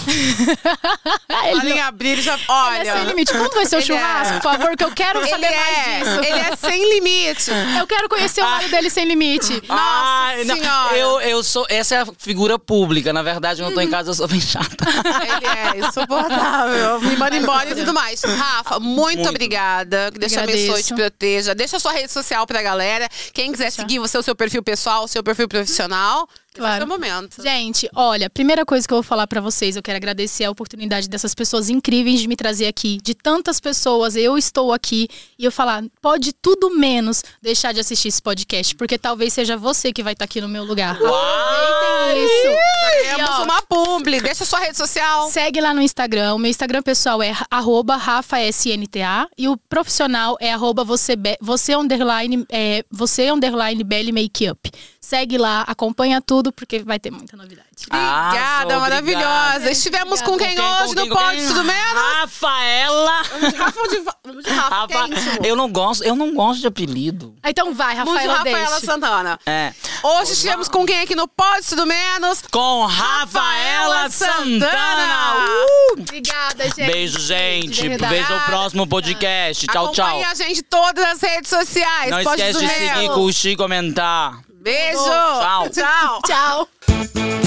[SPEAKER 3] Ele
[SPEAKER 1] Olha em abrir, ele já.
[SPEAKER 3] Ele
[SPEAKER 1] Olha.
[SPEAKER 3] é sem limite. Como vai ser o
[SPEAKER 1] Ele é.
[SPEAKER 3] churrasco, por favor? Que eu quero
[SPEAKER 1] Ele
[SPEAKER 3] saber
[SPEAKER 1] é,
[SPEAKER 3] mais disso.
[SPEAKER 1] ele é sem limite.
[SPEAKER 3] Eu quero conhecer o lado dele sem limite.
[SPEAKER 2] Ai, não,
[SPEAKER 1] Senhora.
[SPEAKER 2] eu, eu sou. Essa é a figura pública. Na verdade, eu não tô em casa, eu sou bem chata.
[SPEAKER 1] Ele é insuportável. Me manda embora e tudo mais. Rafa, muito,
[SPEAKER 2] Muito.
[SPEAKER 1] obrigada. Que Deus te
[SPEAKER 3] Agradeço.
[SPEAKER 1] abençoe, te proteja. Deixa a sua rede social pra galera. Quem quiser seguir você, o seu perfil pessoal, o seu perfil profissional.
[SPEAKER 3] Claro.
[SPEAKER 1] Esse é o momento.
[SPEAKER 3] Gente, olha, primeira coisa que eu vou falar pra vocês, eu quero agradecer a oportunidade dessas pessoas incríveis de me trazer aqui, de tantas pessoas, eu estou aqui e eu falar, pode tudo menos deixar de assistir esse podcast, porque talvez seja você que vai estar aqui no meu lugar. Aproveitem isso.
[SPEAKER 1] Temos
[SPEAKER 3] E, ó,
[SPEAKER 1] uma publi. Deixa a sua rede social.
[SPEAKER 3] Segue lá no Instagram. O meu Instagram pessoal é arroba RafaSNTA e o profissional é arroba você, be- você, underline, é, você underline belly makeup. Segue lá, acompanha tudo, porque vai ter muita novidade.
[SPEAKER 1] Obrigada,
[SPEAKER 2] Arrasou,
[SPEAKER 1] maravilhosa.
[SPEAKER 2] obrigado.
[SPEAKER 1] Estivemos
[SPEAKER 3] Obrigada.
[SPEAKER 1] com quem, hoje
[SPEAKER 2] Ah, com
[SPEAKER 1] no Pode
[SPEAKER 2] quem?
[SPEAKER 1] Tudo Menos?
[SPEAKER 2] Rafaela!
[SPEAKER 1] Rafa de, vamos de Rafa, que é
[SPEAKER 2] Rafa,
[SPEAKER 1] íntimo.
[SPEAKER 2] eu não gosto, eu não gosto de apelido.
[SPEAKER 3] Ah, Então vai,
[SPEAKER 1] Vamos de
[SPEAKER 3] Rafaela,
[SPEAKER 1] Rafaela
[SPEAKER 3] deixa.
[SPEAKER 1] Santana.
[SPEAKER 2] É.
[SPEAKER 1] Hoje estivemos com quem aqui no Pode Tudo Menos?
[SPEAKER 2] Com Rafaela
[SPEAKER 1] Rafaela Santana.
[SPEAKER 2] Santana! Uh!
[SPEAKER 3] Obrigada, gente.
[SPEAKER 2] Beijo, gente.
[SPEAKER 3] De verdade.
[SPEAKER 2] Beijo no próximo podcast. Tchau, tchau.
[SPEAKER 1] Acompanhe a gente em todas as redes sociais.
[SPEAKER 2] Não
[SPEAKER 1] Pode
[SPEAKER 2] esquece de
[SPEAKER 1] Tudo Menos.
[SPEAKER 2] seguir, curtir e comentar.
[SPEAKER 1] Beijo!
[SPEAKER 2] Tchau.
[SPEAKER 1] Tchau!
[SPEAKER 3] Tchau.